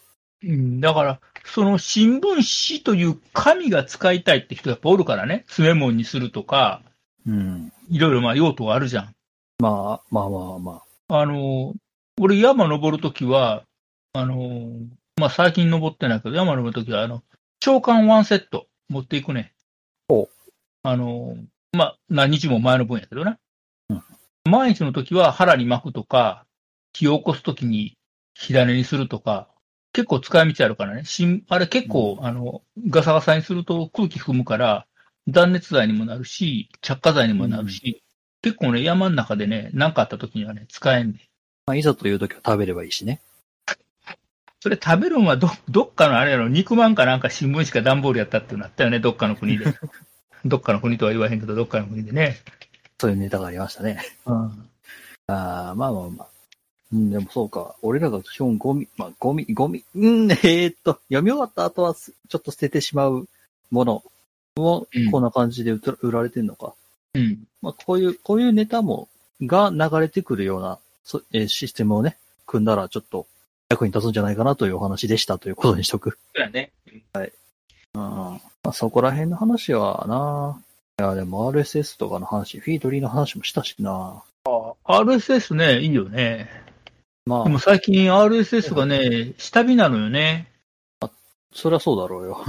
Speaker 2: うん、だから、その新聞紙という紙が使いたいって人やっぱおるからね、詰め物にするとか、
Speaker 3: うん。
Speaker 2: いろいろまあ用途があるじゃん。
Speaker 3: まあ、まあまあまあ。
Speaker 2: あの、俺山登るときは、あの、まあ最近登ってないけど、山登るときは、あの、長官ワンセット持っていくね。
Speaker 3: ほ
Speaker 2: あの、まあ何日も前の分やけどな。
Speaker 3: うん
Speaker 2: 万一の時は腹に巻くとか、火を起こす時に火種にするとか、結構使い道あるからね。しんあれ結構、あの、ガサガサにすると空気含むから、断熱材にもなるし、着火剤にもなるし、結構ね、山の中でね、何かあった時にはね、使えんね。
Speaker 3: まあ、いざという時は食べればいいしね。
Speaker 2: それ食べるんはど、どっかのあれやろ、肉まんかなんか新聞しか段ボールやったってなったよね、どっかの国 [laughs] で。どっかの国とは言わへんけど、どっかの国でね。
Speaker 3: そういうネタがありましたね。
Speaker 2: うん。
Speaker 3: ああ、まあまあまあ。うん、でもそうか。俺らが基本ゴミ、まあゴミ、ゴミ、 [laughs] うん、えーっと、読み終わった後はすちょっと捨ててしまうものも
Speaker 2: うん、
Speaker 3: こんな感じで売ら売られてるのか。
Speaker 2: うん。
Speaker 3: まあこういう、こういうネタも、が流れてくるような、そえーシステムをね、組んだらちょっと役に立つんじゃないかなというお話でしたということにしとく。
Speaker 2: そうやね。
Speaker 3: まあそこら辺の話はな、いやでも RSS とかの話、フィードリーの話もしたしな。
Speaker 2: RSS ね、いいよね。
Speaker 3: ま
Speaker 2: でも
Speaker 3: あ、
Speaker 2: 最近 RSS がね、下火なのよね。
Speaker 3: そりゃそうだろうよ。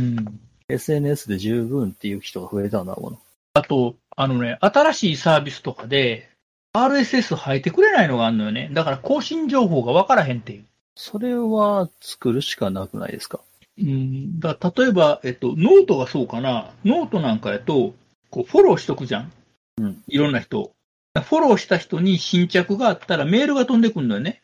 Speaker 2: うん。
Speaker 3: SNS で十分っていう人が増えたんだもの。
Speaker 2: あと、あのね、新しいサービスとかで、RSS 入ってくれないのがあるのよね。だから更新情報がわからへんっていう。
Speaker 3: それは作るしかなくないですか
Speaker 2: うん、だ例えば、えっと、ノートがそうかな、ノートなんかやと、こうフォローしとくじゃん、
Speaker 3: うん
Speaker 2: いろんな人。フォローした人に新着があったらメールが飛んでくるのよね。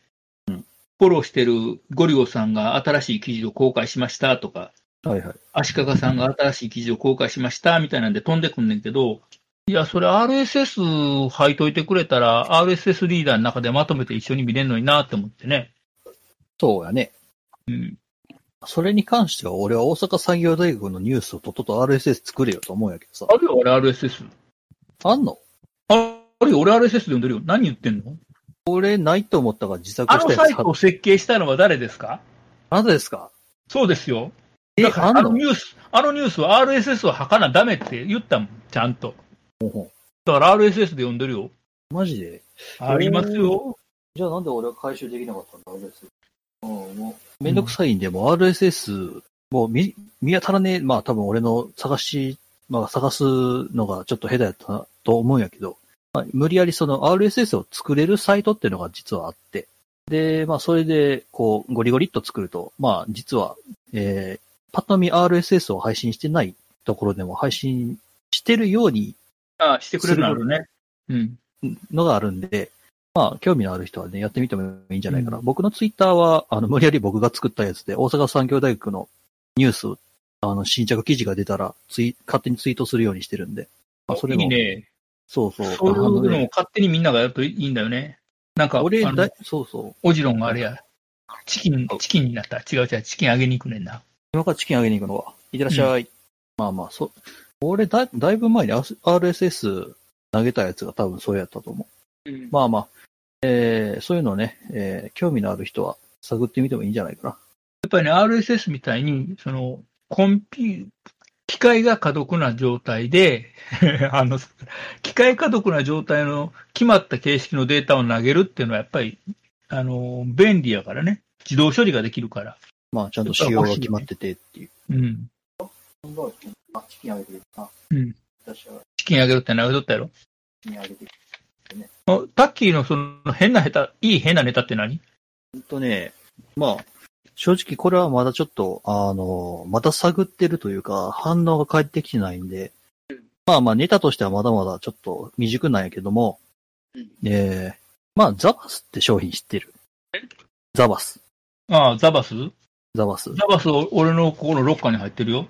Speaker 3: うん
Speaker 2: フォローしてるゴリゴさんが新しい記事を公開しましたとか、
Speaker 3: はいはい。
Speaker 2: 足利さんが新しい記事を公開しましたみたいなんで飛んでくんねんけど、いや、それ RSS 入いといてくれたら、RSS リーダーの中でまとめて一緒に見れるのになって思ってね。
Speaker 3: そうやね。
Speaker 2: うん。
Speaker 3: それに関しては俺は大阪産業大学のニュースをとっとと RSS 作れよと思うんやけどさ
Speaker 2: あ。るよ、あれ RSS。
Speaker 3: あんの
Speaker 2: ああれよ、俺 RSS で読んでるよ。何言ってんの
Speaker 3: 俺ないと思ったから自作
Speaker 2: あ
Speaker 3: し
Speaker 2: の
Speaker 3: た
Speaker 2: サイ
Speaker 3: やつ
Speaker 2: トを設計したのは誰ですか
Speaker 3: あなたですか
Speaker 2: そうですよ。
Speaker 3: え、
Speaker 2: だから
Speaker 3: あ
Speaker 2: あ
Speaker 3: ん
Speaker 2: の
Speaker 3: の
Speaker 2: ニュース、あのニュースは RSS をはかなダメって言ったもん、ちゃんと。だから RSS で読んでるよ。
Speaker 3: マジで
Speaker 2: ありますよ。
Speaker 3: おーじゃあなんで俺は回収できなかったんだ、RSS。うん、もう。めんどくさいんで、もう RSS、もう見、見当たらねえ、まあ多分俺の探し、まあ探すのがちょっと下手やったなと思うんやけど、まあ、無理やりその RSS を作れるサイトっていうのが実はあって、で、まあそれで、こう、ゴリゴリっと作ると、まあ実は、えー、パッと見 RSS を配信してないところでも配信してるように
Speaker 2: あしてくれるならね。うん。
Speaker 3: のがあるんで、まあ、興味のある人はね、やってみてもいいんじゃないかな。僕のツイッターは、あの、無理やり僕が作ったやつで、大阪産業大学のニュース、あの、新着記事が出たら、ツイ、勝手にツイートするようにしてるんで。まあ、それ
Speaker 2: い
Speaker 3: も。
Speaker 2: いね。
Speaker 3: そうそう。
Speaker 2: そういう
Speaker 3: あの
Speaker 2: のを
Speaker 3: ね
Speaker 2: 勝手にみんながやるといいんだよね。なんか、
Speaker 3: 俺
Speaker 2: あの
Speaker 3: だい、そうそう。
Speaker 2: オジロンがあれや。チキン、チキンになった。違う違う、チキンあげに行くねんな。
Speaker 3: 今からチキンあげに行くのは。いってらっしゃい。まあまあ、そう。俺だ、だいぶ前に RSS 投げたやつが多分そうやったと思う。
Speaker 2: うん
Speaker 3: まあまあ、えー、そういうのね、えー、興味のある人は探ってみてもいいんじゃないかな。
Speaker 2: やっぱりね、RSS みたいに、その、コンピ、機械が過読な状態で、 [laughs] あの、機械過読な状態の決まった形式のデータを投げるっていうのは、やっぱり、あの、便利やからね。自動処理ができるから。
Speaker 3: まあ、ちゃんと仕様が決まっててっていう。
Speaker 2: うん。
Speaker 3: あ、チキンあげてるな。
Speaker 2: うん。
Speaker 3: 私は
Speaker 2: チキンあげるって投げとったやろ。
Speaker 3: チキンあげてる。
Speaker 2: あタッキーのその変な下手、いい変なネタって何
Speaker 3: ほんとね、まあ、正直これはまだちょっと、あの、また探ってるというか、反応が返ってきてないんで、まあまあネタとしてはまだまだちょっと未熟なんやけども、えー、まあザバスって商品知ってる。ザバス。
Speaker 2: ああ、ザバス
Speaker 3: ザバス。
Speaker 2: ザバス、お俺のここのロッカーに入ってるよ。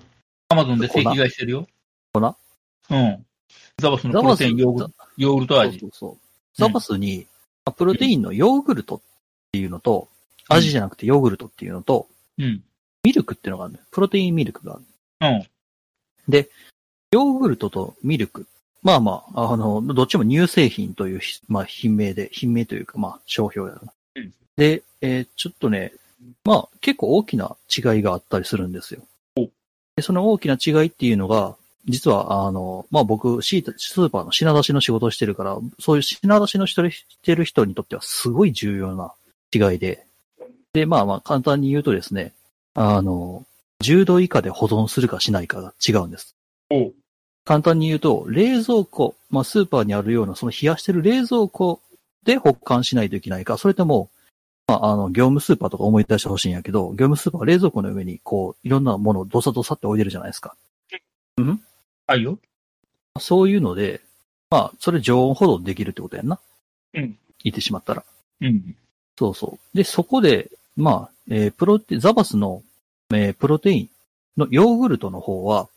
Speaker 2: アマゾンで正規買いしてるよ。
Speaker 3: 粉粉
Speaker 2: うん。ザバスの
Speaker 3: ザ
Speaker 2: プロ
Speaker 3: バス
Speaker 2: テインヨーグルヨーグルト
Speaker 3: そう
Speaker 2: 味。
Speaker 3: そうそう。ザバスに、まあプロテインのヨーグルトっていうのと、味じゃなくてヨーグルトっていうのと、
Speaker 2: うん。
Speaker 3: ミルクっていうのがあるのよプロテインミルクがある。
Speaker 2: うん。
Speaker 3: ヨーグルトとミルク。まあまあ、あの、どっちも乳製品というひ、まあ、品名で、品名というか、まあ、商標やな。
Speaker 2: うん
Speaker 3: で、えーちょっとね、まあ、結構大きな違いがあったりするんですよ。でその大きな違いっていうのが、実は、あの、まあ僕、シータスーパーの品出しの仕事をしてるから、そういう品出しの人してる人にとってはすごい重要な違いで、で、まあまあ簡単に言うとですね、あの、10度以下で保存するかしないかが違うんです。簡単に言うと、冷蔵庫、まあ、スーパーにあるような、その冷やしてる冷蔵庫で保管しないといけないか、それとも、まあ、あの、業務スーパーとか思い出してほしいんやけど、業務スーパーは冷蔵庫の上に、こう、いろんなものをドサドサって置いてるじゃないですか。
Speaker 2: あいよ。
Speaker 3: そういうので、まあ、それ常温保存できるってことやんな。
Speaker 2: うん。
Speaker 3: 言ってしまったら。
Speaker 2: うん。
Speaker 3: そうそう。で、そこで、まあ、えープロテ、ザバスの、えープロテインのヨーグルトの方は、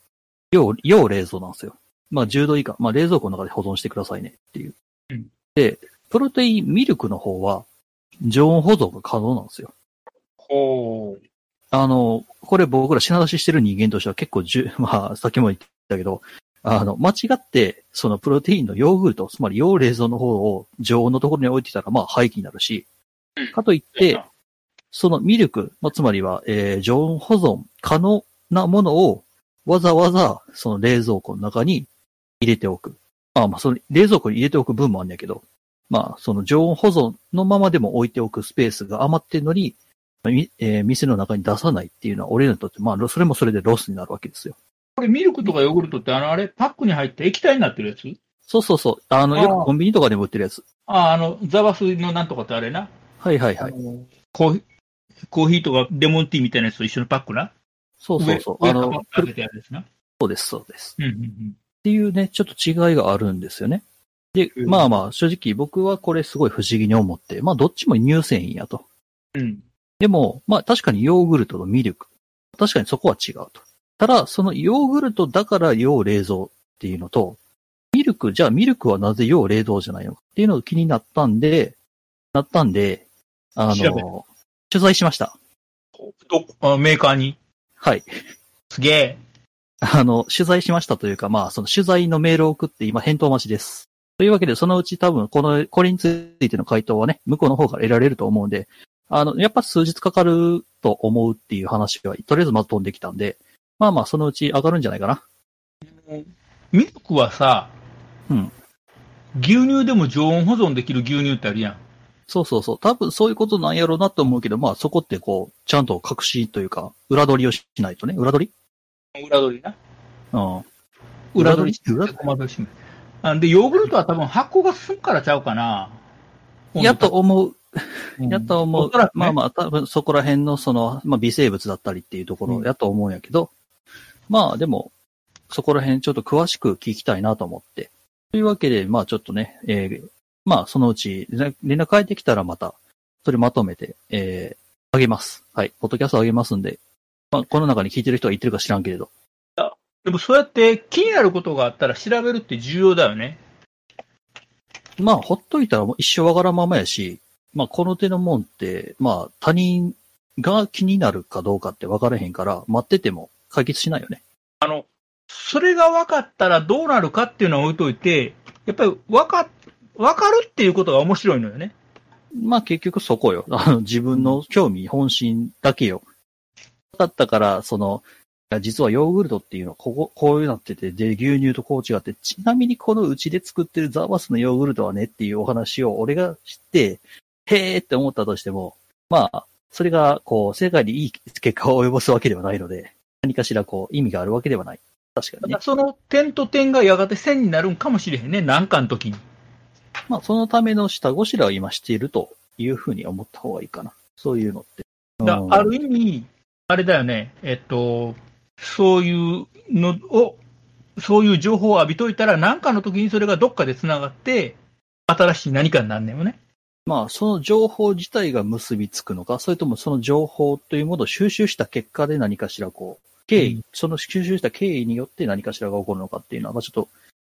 Speaker 3: 要、要冷蔵なんですよ。まあ、10度以下、まあ、冷蔵庫の中で保存してくださいねっていう。
Speaker 2: うん
Speaker 3: で、プロテインミルクの方は、常温保存が可能なんですよ。
Speaker 2: ほう。
Speaker 3: あの、これ僕ら品出ししてる人間としては結構じゅ、 [laughs] まあ、さっきも言ったけど、あの、間違って、そのプロテインのヨーグルト、つまり要冷蔵の方を常温のところに置いてたら、まあ、廃棄になるし
Speaker 2: うん、
Speaker 3: かといって、、そのミルク、まあ、つまりは、えー常温保存可能なものを、わざわざ、その冷蔵庫の中に入れておく。まあまあ、その冷蔵庫に入れておく分もあるんやけど、まあ、その常温保存のままでも置いておくスペースが余ってるのに、みえー店の中に出さないっていうのは、俺らにとって、まあ、ロそれもそれでロスになるわけですよ。
Speaker 2: これミルクとかヨーグルトってあの、あれ、パックに入って液体になってるやつ
Speaker 3: そうそうそう。あの、
Speaker 2: あー
Speaker 3: よくコンビニとかでも売ってるやつ。
Speaker 2: ああ、あの、ザバスのなんとかってあれな。
Speaker 3: はいはいはい
Speaker 2: あ。のコーヒー、コーヒーとかレモンティーみたいなやつと一緒のパックな。
Speaker 3: そうそうそう。
Speaker 2: 上
Speaker 3: あ
Speaker 2: 上からパ
Speaker 3: の
Speaker 2: ッ、ク開けてやるやつな。
Speaker 3: そうです、そうです。
Speaker 2: うんうんうん。
Speaker 3: っていうね、ちょっと違いがあるんですよね。で、
Speaker 2: うん
Speaker 3: まあまあ、正直僕はこれすごい不思議に思って、まあどっちも乳製品やと。
Speaker 2: うん。
Speaker 3: でも、まあ確かにヨーグルトとミルク。確かにそこは違うと。ただ、そのヨーグルトだから要冷蔵っていうのと、ミルク、じゃあミルクはなぜ要冷蔵じゃないのかっていうのが気になったんで、なったんで、あ
Speaker 2: 調べ
Speaker 3: の、取材しました。
Speaker 2: どあメーカーに。
Speaker 3: はい。
Speaker 2: すげえ。
Speaker 3: あの、取材しましたというか、まあ、その取材のメールを送って今返答待ちです。というわけで、そのうち多分、この、これについての回答はね、向こうの方から得られると思うんで、あの、やっぱ数日かかると思うっていう話は、とりあえずまとんできたんで、まあまあ、そのうち上がるんじゃないかな。
Speaker 2: ミルクはさ、
Speaker 3: うん
Speaker 2: 牛乳でも常温保存できる牛乳ってあるやん。
Speaker 3: そうそうそう。多分そういうことなんやろうなと思うけど、まあそこってこう、ちゃんと隠しというか、裏取りをしないとね。裏取り
Speaker 2: 裏取りな。
Speaker 3: うん。
Speaker 2: 裏取り
Speaker 3: 裏取
Speaker 2: 細かくしめあで、ヨーグルトは多分発酵が進むからちゃうかな。
Speaker 3: りやと、思う。
Speaker 2: うん
Speaker 3: やと思う。
Speaker 2: おそらくね
Speaker 3: まあまあ、多分そこら辺のその、まあ微生物だったりっていうとこ
Speaker 2: う
Speaker 3: ろ
Speaker 2: ん
Speaker 3: やと思うんやけど、まあでも、そこら辺ちょっと詳しく聞きたいなと思って。というわけで、まあちょっとね、えーまあそのうち連連絡返ってきたらまた、それまとめて、えーあげます。はい。ポッドキャストあげますんで、まあこの中に聞いてる人は言ってるか知らんけれど。
Speaker 2: でもそうやって気になることがあったら調べるって重要だよね。
Speaker 3: まあほっといたらもう一生わからんままやし、まあこの手のもんって、まあ他人が気になるかどうかってわからへんから、待ってても解決しないよね。
Speaker 2: それが分かったらどうなるかっていうのは置いといて、やっぱり分か、分かるっていうことが面白いのよね。
Speaker 3: まあ結局そこよ。 [laughs] あの自分の興味、本心だけよ。だったから、その、いや実はヨーグルトっていうのはここ、こういうなってて、で、牛乳とこう違って、ちなみにこのうちで作ってるザバスのヨーグルトはねっていうお話を俺が知って、へーって思ったとしても、まあ、それが、こう、世界にいい結果を及ぼすわけではないので、何かしらこう、意味があるわけではない。確か
Speaker 2: だ
Speaker 3: に
Speaker 2: か
Speaker 3: ね
Speaker 2: ら。その点と点がやがて線になるんかもしれへんね。なんかの時に。
Speaker 3: まあ、そのための下ごしらえを今しているというふうに思った方がいいかな。そういうのって。
Speaker 2: だ
Speaker 3: うん
Speaker 2: ある意味、あれだよね、えっと、そういうのを、そういう情報を浴びといたら、なんかの時にそれがどっかで繋がって、新しい何かになんねんよね。
Speaker 3: まあ、その情報自体が結びつくのか、それともその情報というものを収集した結果で何かしらこう、経緯、
Speaker 2: う
Speaker 3: その収集した経緯によって何かしらが起こるのかっていうのは、まあちょっと、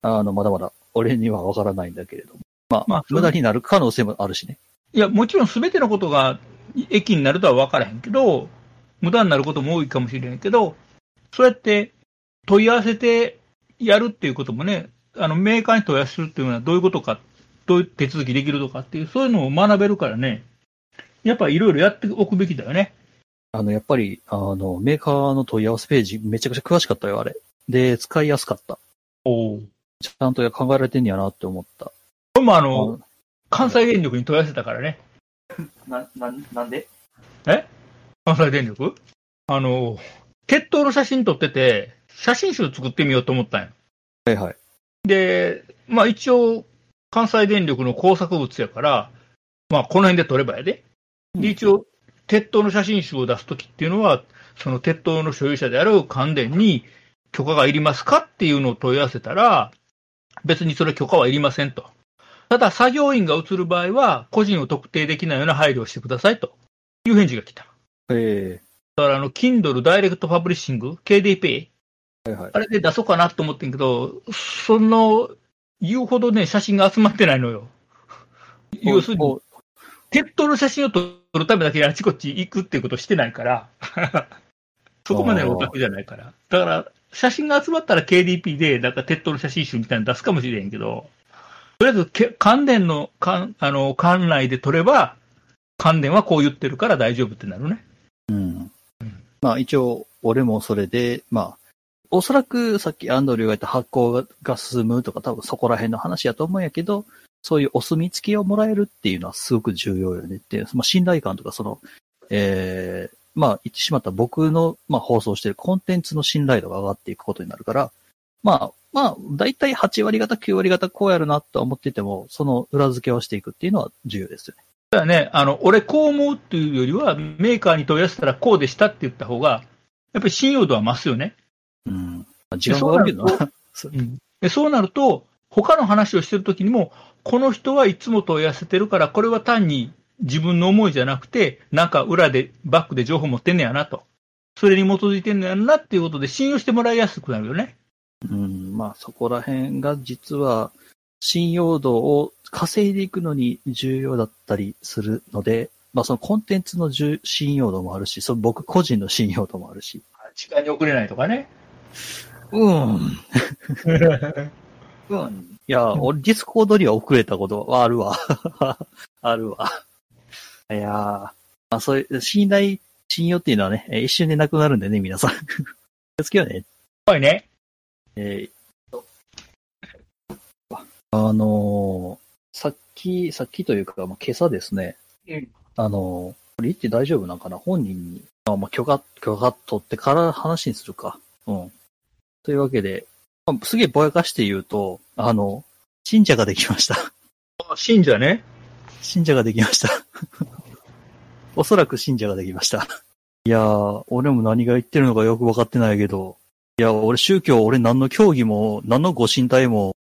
Speaker 3: あの、まだまだ俺にはわからないんだけれども。まあ、
Speaker 2: まあ
Speaker 3: 無駄になる可能性もあるしね。
Speaker 2: いや、もちろん全てのことが駅になるとは分からへんけど、無駄になることも多いかもしれへんけど、そうやって問い合わせてやるっていうこともね、あのメーカーに問い合わせするっていうのはどういうことか、どういう手続きできるとかっていう、そういうのを学べるからね、やっぱいろいろやっておくべきだよね。
Speaker 3: あの、やっぱり、あの、メーカーの問い合わせページめちゃくちゃ詳しかったよ、あれ。で、使いやすかった。
Speaker 2: おお。
Speaker 3: ちゃんと考えられてんやなって思った。
Speaker 2: これもあの、
Speaker 3: あ
Speaker 2: 関西電力に問い合わせたからね。
Speaker 3: [laughs] な、なん、なんで
Speaker 2: 関西電力あの、鉄塔の写真撮ってて、写真集作ってみようと思ったんよ。
Speaker 3: はいはい。
Speaker 2: で、まあ一応、関西電力の工作物やから、まあこの辺で取ればやで。で、一応、鉄塔の写真集を出すときっていうのは、その鉄塔の所有者である関電に許可がいりますかっていうのを問い合わせたら、別にそれ許可はいりませんと。ただ、作業員が映る場合は、個人を特定できないような配慮をしてくださいという返事が来た。
Speaker 3: え
Speaker 2: だから、あの、Kindle Direct Publishing、KDP、
Speaker 3: えはいはい。
Speaker 2: あれで出そうかなと思ってんけど、その、言うほどね、写真が集まってないのよ。要するに、
Speaker 3: お
Speaker 2: 鉄塔の写真を撮るためだけにあちこち行くっていうことしてないから、 [laughs] そこまでのオタクじゃないから。だから、写真が集まったら KDP で、なんか鉄塔の写真集みたいなの出すかもしれへんけど、とりあえずけ、関連の、関あの、関内で撮れば、関連はこう言ってるから大丈夫ってなるね。
Speaker 3: うん。まあ一応、俺もそれで、まあ、おそらくさっきアンドリューが言った発行がが進むとか多分そこら辺の話やと思うんやけど、そういうお墨付きをもらえるっていうのはすごく重要よねっていう、まあ、信頼感とかその、ええまあ言ってしまった僕の、まあ、放送してるコンテンツの信頼度が上がっていくことになるから、まあ、まあ、だいたい8割方、9割方こうやるなとは思ってても、その裏付けをしていくっていうのは重要ですよね。
Speaker 2: だからね、あの、俺こう思うっていうよりは、メーカーに問い合わせたらこうでしたって言った方が、やっぱり信用度は増すよね。
Speaker 3: うん。まあ時間がかかるけどな。
Speaker 2: でそうなると、他の話をしてるときにも、この人はいつも問い合わせてるから、これは単に自分の思いじゃなくて、なんか裏で、バックで情報持ってんねやなと。それに基づいてんねやなっていうことで信用してもらいやすくなるよね。
Speaker 3: うん、まあそこら辺が実は信用度を稼いでいくのに重要だったりするので、まあそのコンテンツの重信用度もあるし、その僕個人の信用度もあるし。
Speaker 2: 時間に遅れないとかね。
Speaker 3: うん。うん。いや、俺ディスコードには遅れたことはあるわ。 [laughs] あるわ。いやーまあそういう信頼、信用っていうのはね、えー一瞬でなくなるんでね、皆さん。気をつけようね。
Speaker 2: 怖いね。
Speaker 3: えーあのーさっき、さっきというか、まあ、今朝ですね、
Speaker 2: うん
Speaker 3: あのーこれ言って大丈夫なんかな本人に、あまあ、許可、許可取ってから話にするか。うん。というわけで、まあ、すげえぼやかして言うと、あの、信者ができました。
Speaker 2: あ信者ね。
Speaker 3: 信者ができました。 [laughs] おそらく信者ができました。いやー、俺も何が言ってるのかよくわかってないけど、いや、俺宗教、俺何の教義も、何のご神体も、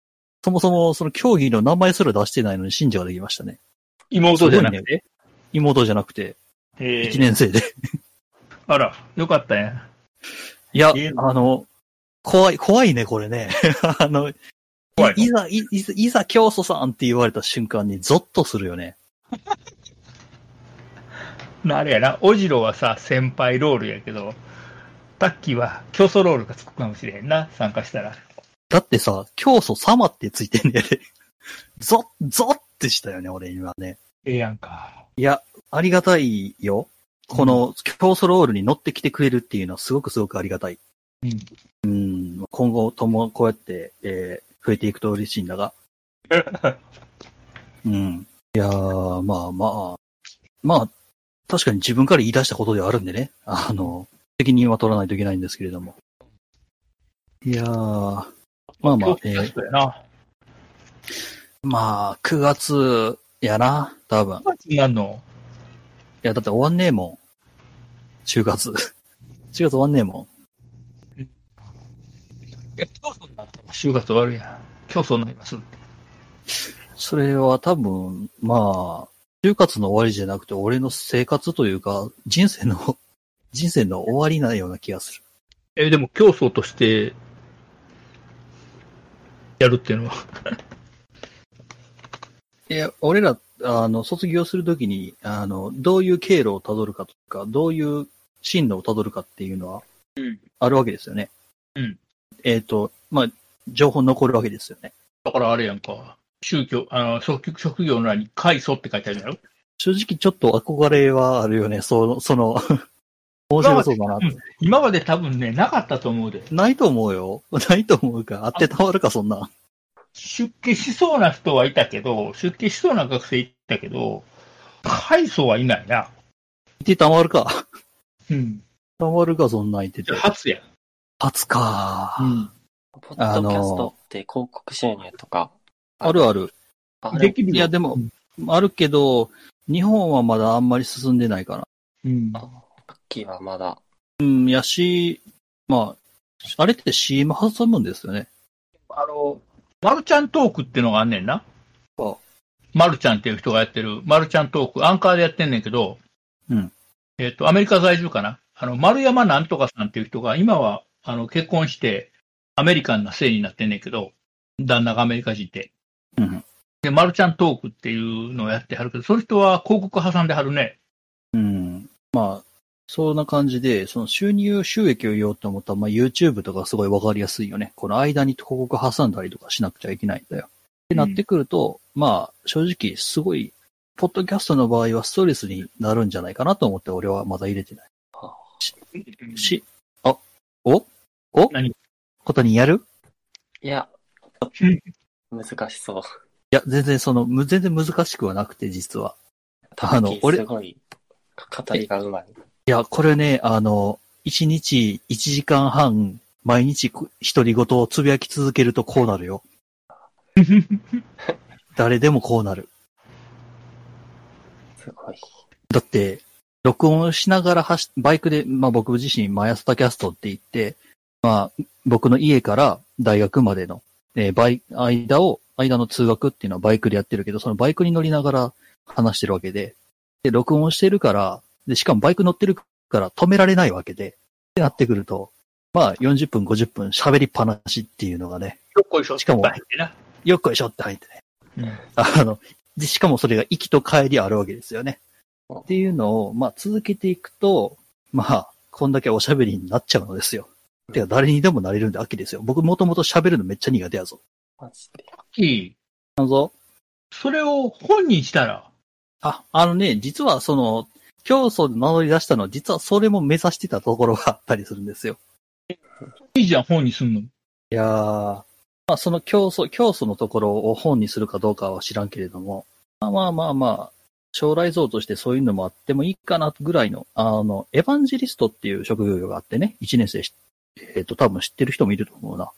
Speaker 3: そもそもその教義の名前すら出してないのに信者ができましたね。
Speaker 2: 妹じゃなく
Speaker 3: すごいね妹じゃなくて、
Speaker 2: て。
Speaker 3: 1年生で。
Speaker 2: あら、よかったね。
Speaker 3: いや
Speaker 2: えー、
Speaker 3: あの、怖い、怖いね、これね。 [laughs] あの、い
Speaker 2: 怖いの
Speaker 3: いざ、いいざ、いざ教祖さんって言われた瞬間にゾッとするよね。
Speaker 2: なあれやな、オジロはさ、先輩ロールやけど、タッキーは競争ロールがつくかもしれへんな、参加したら。
Speaker 3: だってさ、教祖様ってついてんねや [laughs] で。ゾッ、ゾッってしたよね、俺今ね。
Speaker 2: ええやんか。
Speaker 3: いや、ありがたいよ。この、教祖ロールに乗ってきてくれるっていうのはすごくすごくありがたい。
Speaker 2: うん。
Speaker 3: うん、今後ともこうやって、えー増えていくと嬉しいんだが。
Speaker 2: [laughs]
Speaker 3: うん。いやー、まあまあ、まあ、確かに自分から言い出したことではあるんでね、あの、責任は取らないといけないんですけれども。いやー、まあまあ、えー
Speaker 2: そうやな。
Speaker 3: まあ、9月やな、多分。い
Speaker 2: 9月になるの
Speaker 3: や、だって終わんねえもん。10月。10月終わんねえも
Speaker 2: いや、競争になったら就活終わるやん。競争になりますって。
Speaker 3: ん。それは多分、まあ、10月の終わりじゃなくて、俺の生活というか、人生の、 [laughs] 人生の終わりなような気がする。
Speaker 2: え、でも競争として、やるっていうのは。
Speaker 3: いや、俺ら、あの、卒業するときに、あの、どういう経路をたどるかとか、どういう進路をたどるかっていうのは
Speaker 4: うん、
Speaker 3: あるわけですよね。
Speaker 2: うん。
Speaker 3: えっ、と、まあ、情報残るわけですよね。
Speaker 2: だからあれやんか。宗教、あの、職職業の欄に、開祖って書いてあるやろ
Speaker 3: 正直ちょっと憧れはあるよね。その、その、 [laughs] 面白そうだなって。
Speaker 2: 今まで多分ね、なかったと思うで。
Speaker 3: ないと思うよ。 [laughs] ないと思うか。あってたまるか、そんな。
Speaker 2: 出家しそうな人はいたけど、出家しそうな学生いたけど、開祖はいないな。
Speaker 3: いてたまるか。
Speaker 2: うん。
Speaker 3: たまるか、そんなんいてて。
Speaker 2: 初や。
Speaker 3: 初か。
Speaker 2: ん。
Speaker 4: ポッドキャストっ
Speaker 5: って広告収入とか。
Speaker 3: あるある。
Speaker 5: あ
Speaker 2: で
Speaker 5: れ
Speaker 2: きるよ
Speaker 3: いや、でも、あるけど、日本はまだあんまり進んでないかな。
Speaker 2: うん。
Speaker 5: あパッキーはまだ。
Speaker 3: うん、やし、まあ、あれって CM 挟むんですよね。
Speaker 2: あの、マルちゃんトークってのがあんねんな。
Speaker 3: あ
Speaker 2: マルちゃんっていう人がやってる、マルちゃんトーク、アンカーでやってんねんけど、
Speaker 3: うん
Speaker 2: えっ、と、アメリカ在住かな。あの、丸山なんとかさんっていう人が、今は、あの、結婚して、アメリカンなせいになってんねんけど、旦那がアメリカ人って。
Speaker 3: うん。
Speaker 2: で、マルちゃんトークっていうのをやってはるけど、その人は広告挟んではるね。
Speaker 3: うん。まあ、そんな感じで、その収入収益を言おうと思ったら、まあ YouTube とかすごいわかりやすいよね。この間に広告挟んだりとかしなくちゃいけないんだよ。ってなってくると、まあ、正直すごい、ポッドキャストの場合はストレスになるんじゃないかなと思って俺はまだ入れてない。し、あ、おお
Speaker 2: 何
Speaker 3: ことにやる
Speaker 5: いや
Speaker 2: うん、
Speaker 5: 難しそう。
Speaker 3: いや、全然その、む全然難しくはなくて、実は。あの
Speaker 5: パッキー
Speaker 3: 俺
Speaker 5: すごい、語りがうまい。
Speaker 3: いや、これね、あの、1日1時間半、毎日こ独り言をつぶやき続けるとこうなるよ。誰でもこうなる。
Speaker 5: すごい。
Speaker 3: だって、録音しながら走っ、バイクで、まあ僕自身、マヤスタキャストって言って、まあ、僕の家から大学までの、えーバイ、間を、間の通学っていうのはバイクでやってるけど、そのバイクに乗りながら話してるわけで、で、録音してるから、で、しかもバイク乗ってるから止められないわけで、ってなってくると、まあ40分、50分喋りっぱなしっていうのがね、
Speaker 2: よっこいしょ
Speaker 3: しか
Speaker 2: い
Speaker 3: も
Speaker 2: っぱい入ってな。
Speaker 3: よっこいしょって入ってね。
Speaker 2: うん
Speaker 3: あの、で、しかもそれが行きと帰りあるわけですよね
Speaker 5: うん。
Speaker 3: っていうのを、まあ、続けていくと、まあ、こんだけおしゃべりになっちゃうのですよ。てか、誰にでもなれるんで秋ですよ。僕もともと喋るのめっちゃ苦手やぞ。
Speaker 5: マジで。
Speaker 2: いい
Speaker 3: なんぞ。
Speaker 2: それを本にしたら、
Speaker 3: あ、あのね、実はその、競争で名乗り出したのは、実はそれも目指してたところがあったりするんですよ。
Speaker 2: いいじゃん、本にすんの。
Speaker 3: いやー、まあ、その競争、競争のところを本にするかどうかは知らんけれども、まあまあまあまあ、将来像としてそういうのもあってもいいかなぐらいの、あの、エヴァンジリストっていう職業があってね、一年生し、えっ、と、多分知ってる人もいると思うな。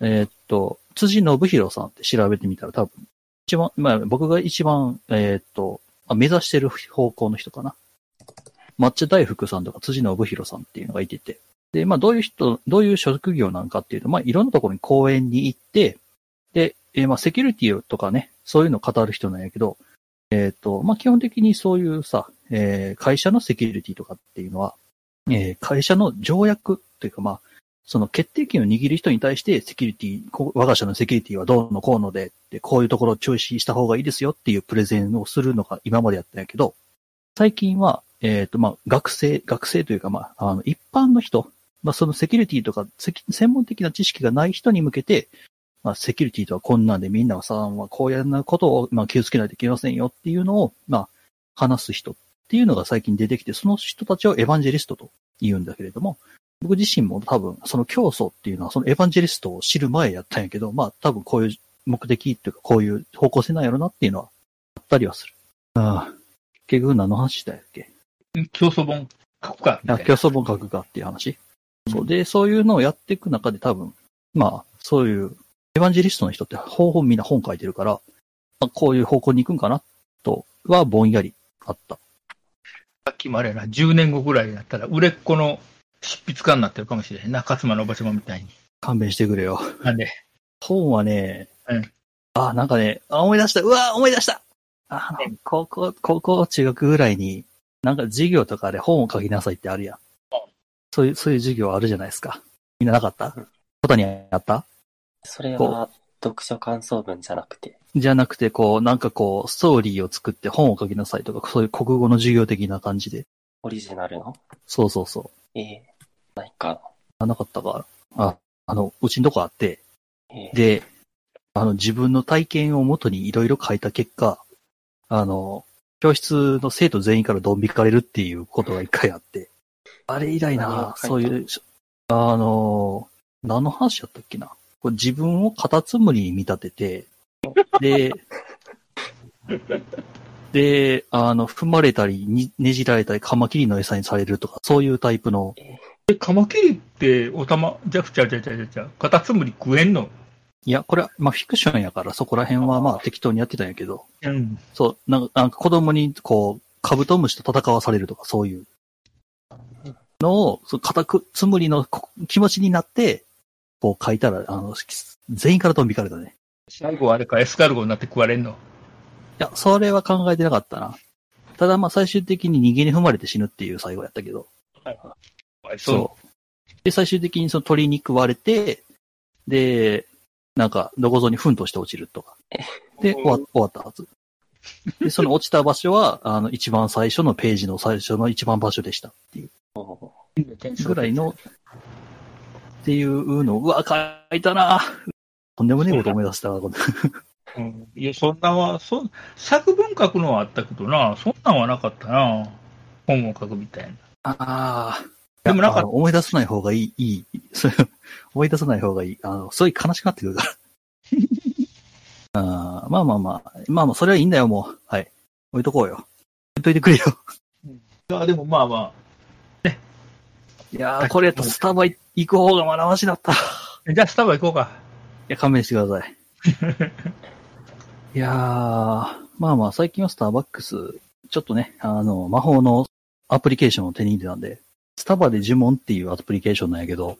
Speaker 3: えっ、と、辻信弘さんって調べてみたら多分、一番、まあ僕が一番、えっ、と、まあ目指してる方向の人かな。抹茶大福さんとか辻信弘さんっていうのがいてて、で、まあ、どういう人、どういう職業なんかっていうと、まあ、いろんなところに講演に行って、で、えーまあ、セキュリティとかね、そういうのを語る人なんやけど、えっ、と、まあ、基本的にそういうさ、えー会社のセキュリティとかっていうのは、えー会社の条約というか、まあ、その決定権を握る人に対して、セキュリティ、こ我が社のセキュリティはどうのこうので、で、こういうところを注視した方がいいですよっていうプレゼンをするのが今までやったんやけど、最近は、えっ、と、まあ、学生、学生というか、まあ、あの、一般の人、まあ、そのセキュリティとか、セキ専門的な知識がない人に向けて、まあ、セキュリティとはこんなんでみんなさんはこうやんなことを、まあ、気をつけないといけませんよっていうのを、まあ、話す人っていうのが最近出てきて、その人たちをエヴァンジェリストと言うんだけれども、僕自身も多分、その競争っていうのは、そのエヴァンジェリストを知る前やったんやけど、まあ、多分こういう目的っていうか、こういう方向性なんやろなっていうのは、あったりはする。ああ、結局何の話だっけ
Speaker 2: 競争本書くか。みたいな
Speaker 3: あ競争本格がっていう話。そうで、そういうのをやっていく中で多分、まあ、そういう、エヴァンジェリストの人って方法みんな本書いてるから、まあ、こういう方向に行くんかな、とはぼんやりあった。
Speaker 2: さっきもあれやな、10年後ぐらいになったら、売れっ子の執筆家になってるかもしれへんな、勝間のおばちゃまみたいに。
Speaker 3: 勘弁してくれよ。
Speaker 2: なんで、
Speaker 3: 本はね、
Speaker 2: うん
Speaker 3: あ、なんかね、あ、思い出した、うわ、思い出したあの、高校、高校、中学ぐらいに、なんか授業とかで本を書きなさいってあるやん。そういう、そういう授業あるじゃないですか。みんななかった
Speaker 5: うん
Speaker 3: ことにあった
Speaker 5: それ
Speaker 3: こ
Speaker 5: は、読書感想文じゃなくて。
Speaker 3: じゃなくて、こう、なんかこう、ストーリーを作って本を書きなさいとか、そういう国語の授業的な感じで。
Speaker 5: オリジナルの
Speaker 3: そうそうそ
Speaker 5: ええないか
Speaker 3: う。あなかったか。あ、あの、うちのとこあって、
Speaker 5: な。ええ
Speaker 3: で、あの、自分の体験をもとにいろいろ書いた結果、あの、教室の生徒全員からドン引かれるっていうことが一回あって、あれ以来
Speaker 5: 何
Speaker 3: な
Speaker 5: を、書いた
Speaker 3: そういう、あの、何の話やったっけな。これ自分をカタツムリに見立てて、
Speaker 5: [laughs]
Speaker 3: で、で、あの、踏まれたり、にねじられたり、カマキリの餌にされるとか、そういうタイプの、
Speaker 2: えカマキリっておたま、じゃくちゃうちゃうちゃうちゃうちゃう、カタツムリ食えんの
Speaker 3: いや、これは、まあ、フィクションやから、そこら辺はまあ適当にやってたんやけど、
Speaker 2: うん。
Speaker 3: そう、なんか、なんか子供に、こう、カブトムシと戦わされるとか、そういうのを、そう、固く、つむりのこ気持ちになって、こう書いたら、あの、全員から飛びかれたね。
Speaker 2: 最後はあれか、エスカルゴになって食われんの。
Speaker 3: いや、それは考えてなかったな。ただまあ最終的に逃げに踏まれて死ぬっていう最後やったけど。。
Speaker 2: そう
Speaker 3: で、最終的にその鳥に食われて、で、なんか、どこぞに糞として落ちるとか。で、終わ終わったはず。で、その落ちた場所は、 [laughs] あの、一番最初のページの最初の一番場所でしたっていう
Speaker 2: う。
Speaker 3: ぐらいの、っていうのを、うわ、書いたなとんでもねえこと思い出した
Speaker 2: [laughs]
Speaker 3: わ、これ
Speaker 2: うんいや、そんなは、そ作文書くのはあったけどな、そんなんはなかったな。本を書くみたいな。
Speaker 3: ああ。
Speaker 2: でもなんか
Speaker 3: あの思い出さない方がいい、い [laughs] い。それ思い出さない方がいい。あの、すごい悲しくなってくるから。 [laughs] あーまあまあまあ。まあまあ、それはいいんだよ、もう。はい。置いとこうよ。置いといてくれよ。
Speaker 2: いやでもまあま
Speaker 3: いやー、これやとスタバ行く方がまだましだった。い
Speaker 2: あ。じゃあ、スタバ行こうか。
Speaker 3: や、勘弁してく
Speaker 2: [laughs]
Speaker 3: ださい。いやー、まあまあ、最近はスターバックス、ちょっとね、あの、魔法のアプリケーションを手に入れたんで、スタバで呪文っていうアプリケーションなんやけど、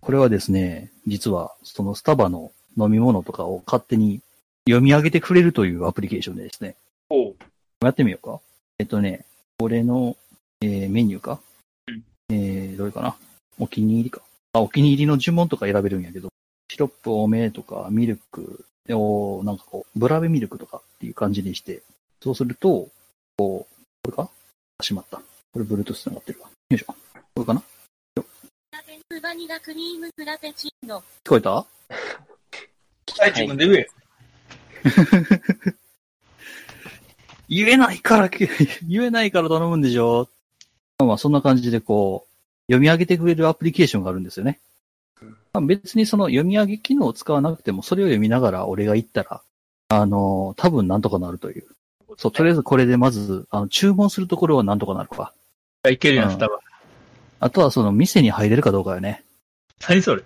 Speaker 3: これはですね、実は、そのスタバの飲み物とかを勝手に読み上げてくれるというアプリケーションでですね。
Speaker 2: おう
Speaker 3: やってみようか。えっとね、俺の、えーメニューか。えー、どれかな。お気に入りか。あ、お気に入りの呪文とか選べるんやけど、シロップ多めとか、ミルクを、なんかこう、ブラベミルクとかっていう感じにして、そうすると、こう、これかあしまった。これ、Bluetooth 繋がってるわ。よいしょ。これかな
Speaker 6: スバニラクリームフラペチーノ。
Speaker 3: 聞こえた
Speaker 2: はい、自分で言え。
Speaker 3: 言えないから、 [laughs] 言えないから頼むんでしょまあまあ、そんな感じでこう、読み上げてくれるアプリケーションがあるんですよね。まあ、別にその読み上げ機能を使わなくても、それを読みながら俺が言ったら、あのー多分なんとかなるという。そう、とりあえずこれでまず、あの、注文するところはなんとかなるか。
Speaker 2: いけるや
Speaker 3: うん
Speaker 2: ん、スタバ。
Speaker 3: あとはその店に入れるかどうかよね。
Speaker 2: 何それ。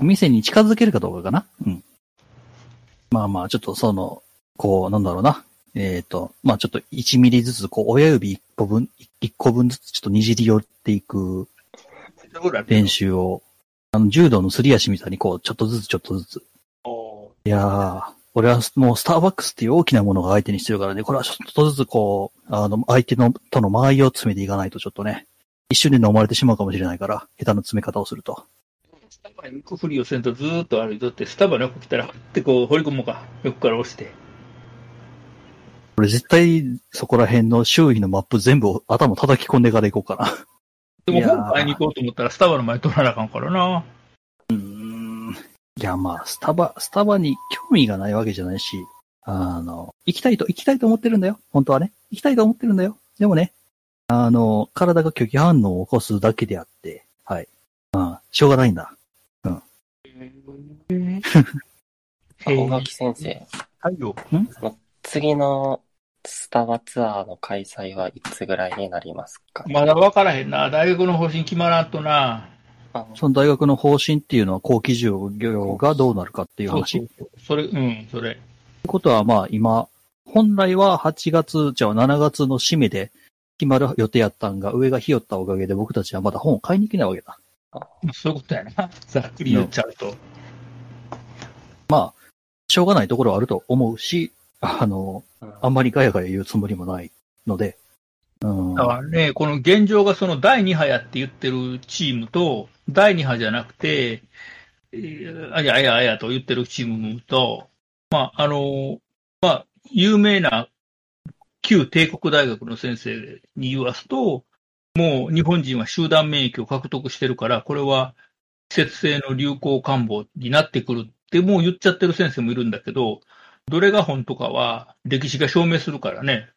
Speaker 3: 店に近づけるかどうかかな。うん。まあまあ、ちょっとその、こう、なんだろうな。えっ、と、まあちょっと1ミリずつ、こう、親指1個分、1個分ずつちょっとにじり寄っていく練
Speaker 2: 習。
Speaker 3: 習を、あの、柔道のすり足みたいにこう、ちょっとずつちょっとずつ。
Speaker 2: おう
Speaker 3: いやー、俺はもうスターバックスっていう大きなものが相手にしてるからね、これはちょっとずつこう、あの、相手の、との間合いを詰めていかないとちょっとね、一瞬で飲まれてしまうかもしれないから、下手な詰め方をすると。
Speaker 2: スタバに行くふりをせんとずーっと歩いとって、スタバの横来たら、ふってこう、掘り込もうか。横から押して。
Speaker 3: 俺絶対そこら辺の周囲のマップ全部頭叩き込んでから行こうかな。
Speaker 2: で
Speaker 3: い
Speaker 2: も
Speaker 3: やー
Speaker 2: 本買いに行こうと思ったら、スタバの前通らなあかんからな。
Speaker 3: いや、まあ、スタバ、スタバに興味がないわけじゃないし、あの、行きたいと、行きたいと思ってるんだよ。本当はね。行きたいと思ってるんだよ。でもね、あの、体が拒否反応を起こすだけであって、はい。うん、しょうがないんだ。
Speaker 5: あ大垣先生、
Speaker 2: 太陽。
Speaker 5: 次のスタバツアーの開催はいつぐらいになりますか
Speaker 2: まだ分からへんな。大学の方針決まらんとな。
Speaker 5: あ
Speaker 3: その大学の方針っていうのは、後期授業がどうなるかっていう話。
Speaker 2: そうそうそうそれ、うん、それ。
Speaker 3: ってことは、まあ今、本来は8月、じゃあ7月の締めで決まる予定やったんが、上がひよったおかげで僕たちはまだ本を買いに行けないわけだ。
Speaker 2: そういうことやな。ざっくり言っちゃうと。
Speaker 3: しょうがないところはあると思うし、あの、
Speaker 5: うん
Speaker 3: あんまりガヤガヤ言うつもりもないので、うん
Speaker 2: だ。からね、この現状がその第2波やって言ってるチームと、第2波じゃなくて、えーあやあやあやと言ってるチームと、まあ、あの、まあ、有名な旧帝国大学の先生に言わすと、もう日本人は集団免疫を獲得してるから、これは季節性の流行感冒になってくるってもう言っちゃってる先生もいるんだけど、どれが本とかは歴史が証明するからね、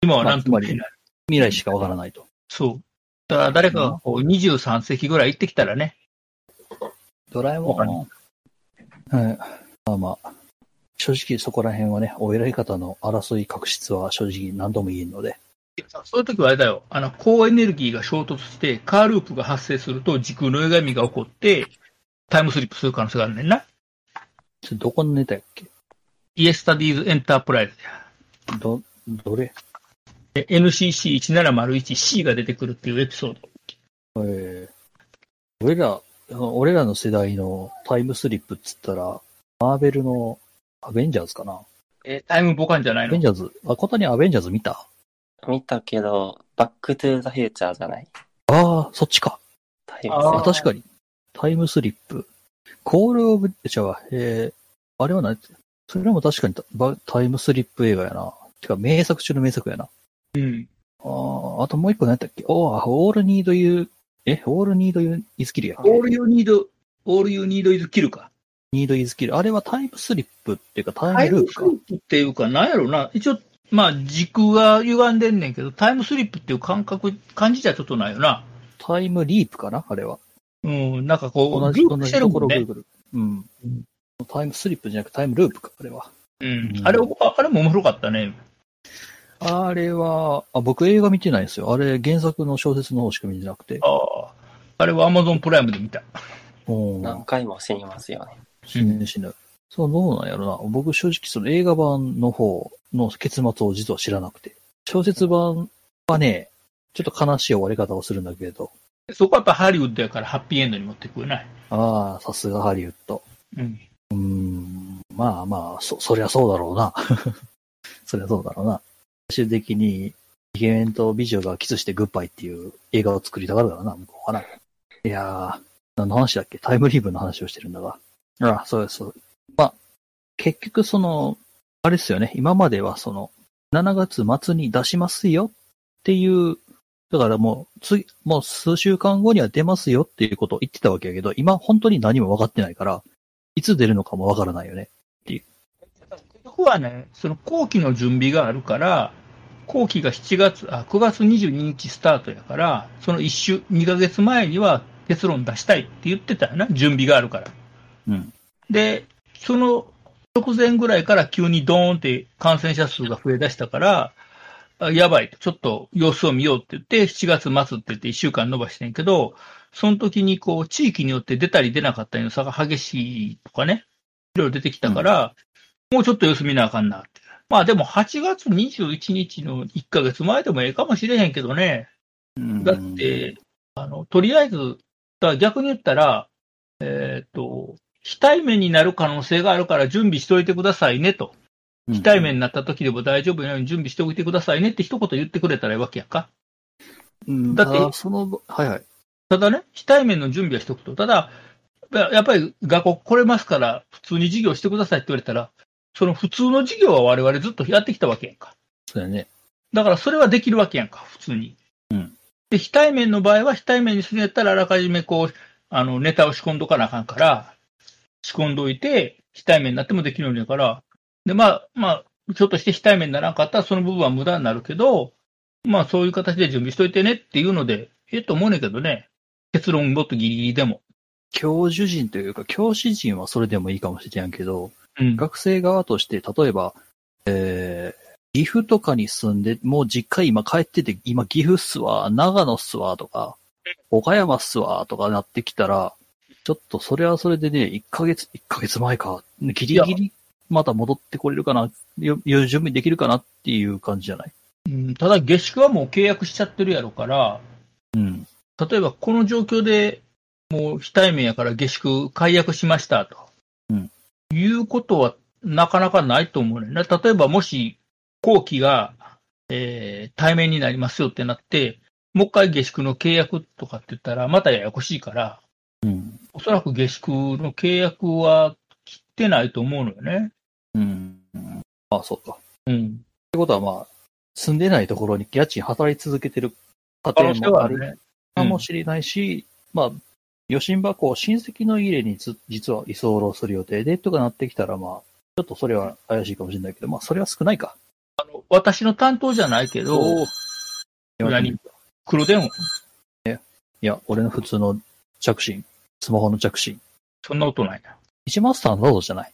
Speaker 2: 今はなんとも言えない。
Speaker 3: 未来しかわからないと。
Speaker 2: そう。だから誰かがこう23世紀ぐらい行ってきたらね、
Speaker 3: ドラえもん。はい。まあまあ、正直そこら辺はね、お偉い方の争い確執は正直何度も言えんので、
Speaker 2: そういう時はあれだよ、あの、高エネルギーが衝突して、カーループが発生すると時空の歪みが起こって、タイムスリップする可能性があるねんな。
Speaker 3: それどこのネタやっけ
Speaker 2: イエスタディーズエンタープライズ
Speaker 3: ど、どれ
Speaker 2: で NCC1701C が出てくるっていうエピソード。
Speaker 3: えー、俺ら、あの俺らの世代のタイムスリップっつったら、マーベルのアベンジャーズかな
Speaker 2: え、タイムボカンじゃな
Speaker 3: ア
Speaker 2: い
Speaker 3: ベン
Speaker 2: の
Speaker 3: ジャーズ、あ、小谷アベンジャーズ見た
Speaker 5: 見たけど、バックトゥーザフューチャーじゃない。
Speaker 3: ああ、そっちか。
Speaker 5: タイム
Speaker 2: あ
Speaker 3: あ、
Speaker 2: ー
Speaker 5: スリッ
Speaker 3: 確かに。タイムスリップ。コールオブ、じゃあ、えー、あれは何それも確かにタばタイムスリップ映画やな。てか、名作中の名作やな。
Speaker 2: うん。
Speaker 3: ああ、あともう一個何やったっけおーオールニードユー、え、オールニードユーイズキルや。
Speaker 2: All you need, all you need is kill か。
Speaker 3: ニードイズキル。あれはタイムスリップっていうか、タ
Speaker 2: タ
Speaker 3: イ
Speaker 2: イ
Speaker 3: ム
Speaker 2: ム
Speaker 3: ループ
Speaker 2: ス
Speaker 3: か。
Speaker 2: リップっていうか、なんやろな。一応、まあ、時空が歪んでんねんけど、タイムスリップっていう感覚、感じじゃちょっとないよな。
Speaker 3: タイムリープかなあれは。
Speaker 2: うん、なんかこ
Speaker 3: 同
Speaker 2: う、
Speaker 3: じ、
Speaker 2: ルー
Speaker 3: 同
Speaker 2: プし
Speaker 3: じ
Speaker 2: てる
Speaker 3: とこ
Speaker 2: も
Speaker 3: ろ
Speaker 2: んね
Speaker 3: をグー。グル。うん。タイムスリップじゃなくタイムループか、あれは。
Speaker 2: うん
Speaker 3: う。ん
Speaker 2: あれ、ああれも面白かったね。
Speaker 3: あれは、あ、僕映画見てないんですよ。あれ原作の小説の方しか見てなくて。
Speaker 2: ああ。あれは Amazon プライムで見た。
Speaker 3: う
Speaker 5: プ
Speaker 3: ん。
Speaker 5: 何回も死にますよね。
Speaker 3: 死ぬ死ぬ。そう、どうなんやろな。僕正直その映画版の方の結末を実は知らなくて。小説版はね、ちょっと悲しい終わり方をするんだけど。
Speaker 2: そこはやっぱハリウッドやからハッピーエンドに持ってくれない。
Speaker 3: ああ、さすがハリウッド。
Speaker 2: うん。
Speaker 3: うーんまあまあ、そ、そりゃそうだろうな。 [laughs] そりゃそうだろうな。最終的に、イケメンと美女がキスしてグッバイっていう映画を作りたがるからな、向こうはな。いやー、何の話だっけタイムリーブの話をしてるんだが。ああ、そうです、そうです。まあ、結局その、あれですよね、今まではその、7月末に出しますよっていう、だからもう、次、もう数週間後には出ますよっていうことを言ってたわけやけど、今本当に何も分かってないから、いつ出るのかもわからないよね。
Speaker 2: 結局はね、その後期の準備があるから、後期が7月、あ、9月22日スタートやから、その1週、2ヶ月前には結論出したいって言ってたよな、準備があるから。
Speaker 3: うん。
Speaker 2: で、その直前ぐらいから急にドーンって感染者数が増え出したから、あやばい、ちょっと様子を見ようって言って、7月末って言って1週間延ばしてんけど、その時にこう、地域によって出たり出なかったりの差が激しいとかね、いろいろ出てきたから、もうちょっと様子見なあかんなって。まあでも8月21日の1ヶ月前でもええかもしれへんけどね。だって、あの、とりあえず、だから逆に言ったら、えっ、と、非対面になる可能性があるから準備しておいてくださいねと。
Speaker 3: うん、
Speaker 2: 非対面になった時でも大丈夫なように準備しておいてくださいねって一言言ってくれたらいいわけやんか。
Speaker 3: うん。
Speaker 2: だ
Speaker 3: だ
Speaker 2: っ
Speaker 3: ってて、その、はいはい。
Speaker 2: ただね、非対面の準備はしとくと。ただ、ややっぱり学校来れますから普通に授業してくださいって言われたら、その普通の授業は我々ずっとやってきたわけやんか。
Speaker 3: そうだね。
Speaker 2: だからそれはできるわけやんか、普通に。
Speaker 3: うん
Speaker 2: で、非対面の場合は、非対面にするんやったら、あらかじめこう、あの、ネタを仕込んどかなあかんから、仕込んどいて、非対面になってもできるんやから、で、まあ、まあ、ちょっとして非対面にならんかったら、その部分は無駄になるけど、まあ、そういう形で準備しといてねっていうので、ええと思うねんけどね。結論もっとギリギリでも。
Speaker 3: 教授陣というか、教師陣はそれでもいいかもしれんけど、
Speaker 2: うん。
Speaker 3: 学生側として、例えば、えー、岐阜とかに住んで、もう実家今帰ってて、今岐阜っすわ、長野っすわ、とか、岡山っすわ、とかなってきたら、ちょっとそれはそれでね、1ヶ月、1ヶ月前か、ギリギリ、また戻ってこれるかな、よ、よ準備できるかなっていう感じじゃない
Speaker 2: うんただ、下宿はもう契約しちゃってるやろから、
Speaker 3: うん。
Speaker 2: 例えばこの状況で、もう非対面やから下宿解約しましたと、
Speaker 3: うん
Speaker 2: いうことはなかなかないと思うねんな。例えばもし後期が、えー対面になりますよってなって、もう一回下宿の契約とかって言ったら、またややこしいから、
Speaker 3: うん。
Speaker 2: おそらく下宿の契約は切ってないと思うのよね。
Speaker 3: うん。あ、そうか。
Speaker 2: うん。
Speaker 3: ってことはまあ、住んでないところに家賃働き続けてる家
Speaker 2: 可
Speaker 3: 庭
Speaker 2: 能性
Speaker 3: も
Speaker 2: は
Speaker 3: あ
Speaker 2: ある
Speaker 3: る
Speaker 2: ね。
Speaker 3: かもしれないし、まあ、余震箱を親戚の家にず実は居候する予定でとかなってきたらまあ、ちょっとそれは怪しいかもしれないけど、まあそれは少ないか。
Speaker 2: 私の担当じゃないけど、何
Speaker 3: い
Speaker 2: 黒電話、
Speaker 3: や、俺の普通の着信、スマホの着信。
Speaker 2: そんなことないな。
Speaker 3: 一マスターなどじゃない。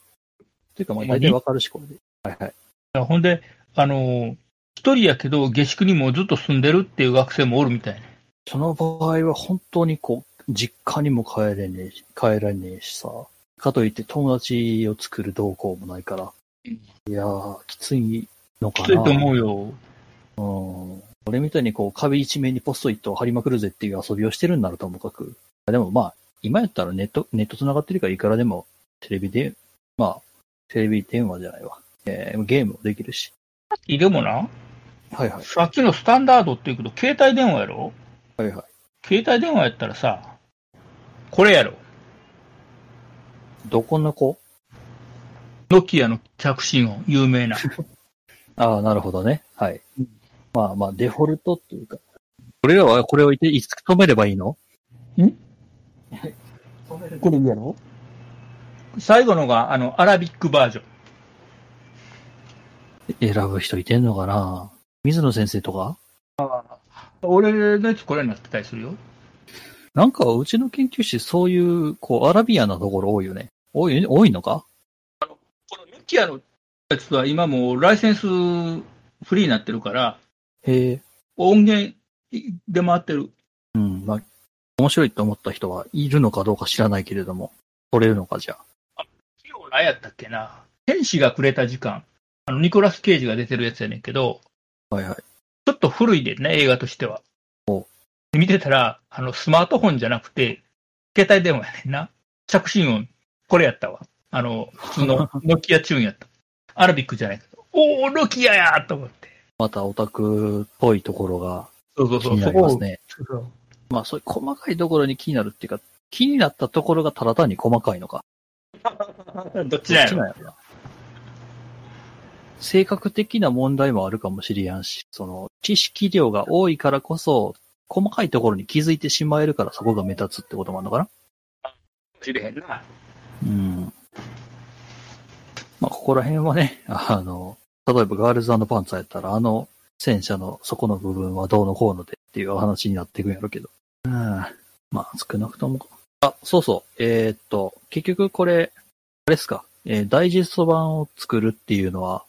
Speaker 3: というかまあ大体わかるし、これで。はいはい。
Speaker 2: あほんで、あのー一人やけど、下宿にもずっと住んでるっていう学生もおるみたいね。
Speaker 3: その場合は本当にこう、実家にも帰れねえし、帰らねえしさ、かといって友達を作る動向もないから。いやー、きついのか
Speaker 2: き
Speaker 3: な。
Speaker 2: ついと思うよ。
Speaker 3: うん。俺みたいにこう壁一面にポストイットを貼りまくるぜっていう遊びをしてるんならともかく。でもまあ、今やったらネット、ネット繋がってるからいくらでもテレビで、まあ、テレビ電話じゃないわ。えーゲームもできるし。
Speaker 2: いいでもな、
Speaker 3: はいはい。
Speaker 2: さっきのスタンダードって言うけど、携帯電話やろ
Speaker 3: はいは
Speaker 2: 携帯電話やったらさ、これやろ。
Speaker 3: い。どこの子
Speaker 2: ノキアの着信音、有名な。
Speaker 3: ああ、なるほどね。はい。まあまあ、デフォルトっていうか。俺らはこれをいて、いつ止めればいいの
Speaker 2: これやろ最後のが、あの、アラビックバージョン。
Speaker 3: 選ぶ人いてんのかな水野先生とか
Speaker 2: 俺のやつこれになってたりするよ。
Speaker 3: なんか、うちの研究室、そういう、こう、アラビアなところ多いよね。多い、多いのか
Speaker 2: このノキアのやつは今もうライセンスフリーになってるから、
Speaker 3: へえ。
Speaker 2: 音源で回ってる。
Speaker 3: うん、まあ、面白いと思った人はいるのかどうか知らないけれども、取れるのかじゃあ。
Speaker 2: 昨日何やったっけな。天使がくれた時間。あの、ニコラス・ケイジが出てるやつやねんけど、
Speaker 3: はいはい。
Speaker 2: ちょっと古いでね、映画としては。見てたら、あの、スマートフォンじゃなくて、携帯電話やねんな。着信音、これやったわ。あの、普通 [laughs] のノキアチューンやった。アラビックじゃないけど、おー、ノキアやと思って。
Speaker 3: またオタクっぽいところが
Speaker 2: そうそうそ
Speaker 3: 気
Speaker 2: う。
Speaker 3: になりますね。
Speaker 2: そこを
Speaker 3: まあ、そういう細かいところに気になるっていうか、気になったところがただ単に細かいのか。
Speaker 2: どっちなんや
Speaker 3: ど
Speaker 2: ろ
Speaker 3: っちなんやろな性格的な問題もあるかもしれやんし、その、知識量が多いからこそ、細かいところに気づいてしまえるからそこが目立つってこともあるのかな
Speaker 2: 知れへんな。
Speaker 3: うん。まあ、ここら辺はね、 [laughs] あの、例えばガールズパンツァーやったら、あの戦車のそこの部分はどうのこうのでっていうお話になっていくんやろうけど。うん。まあ、少なくとも。あ、そうそう。えーっと、結局これ、あれですか。えーダイジェスト版を作るっていうのは、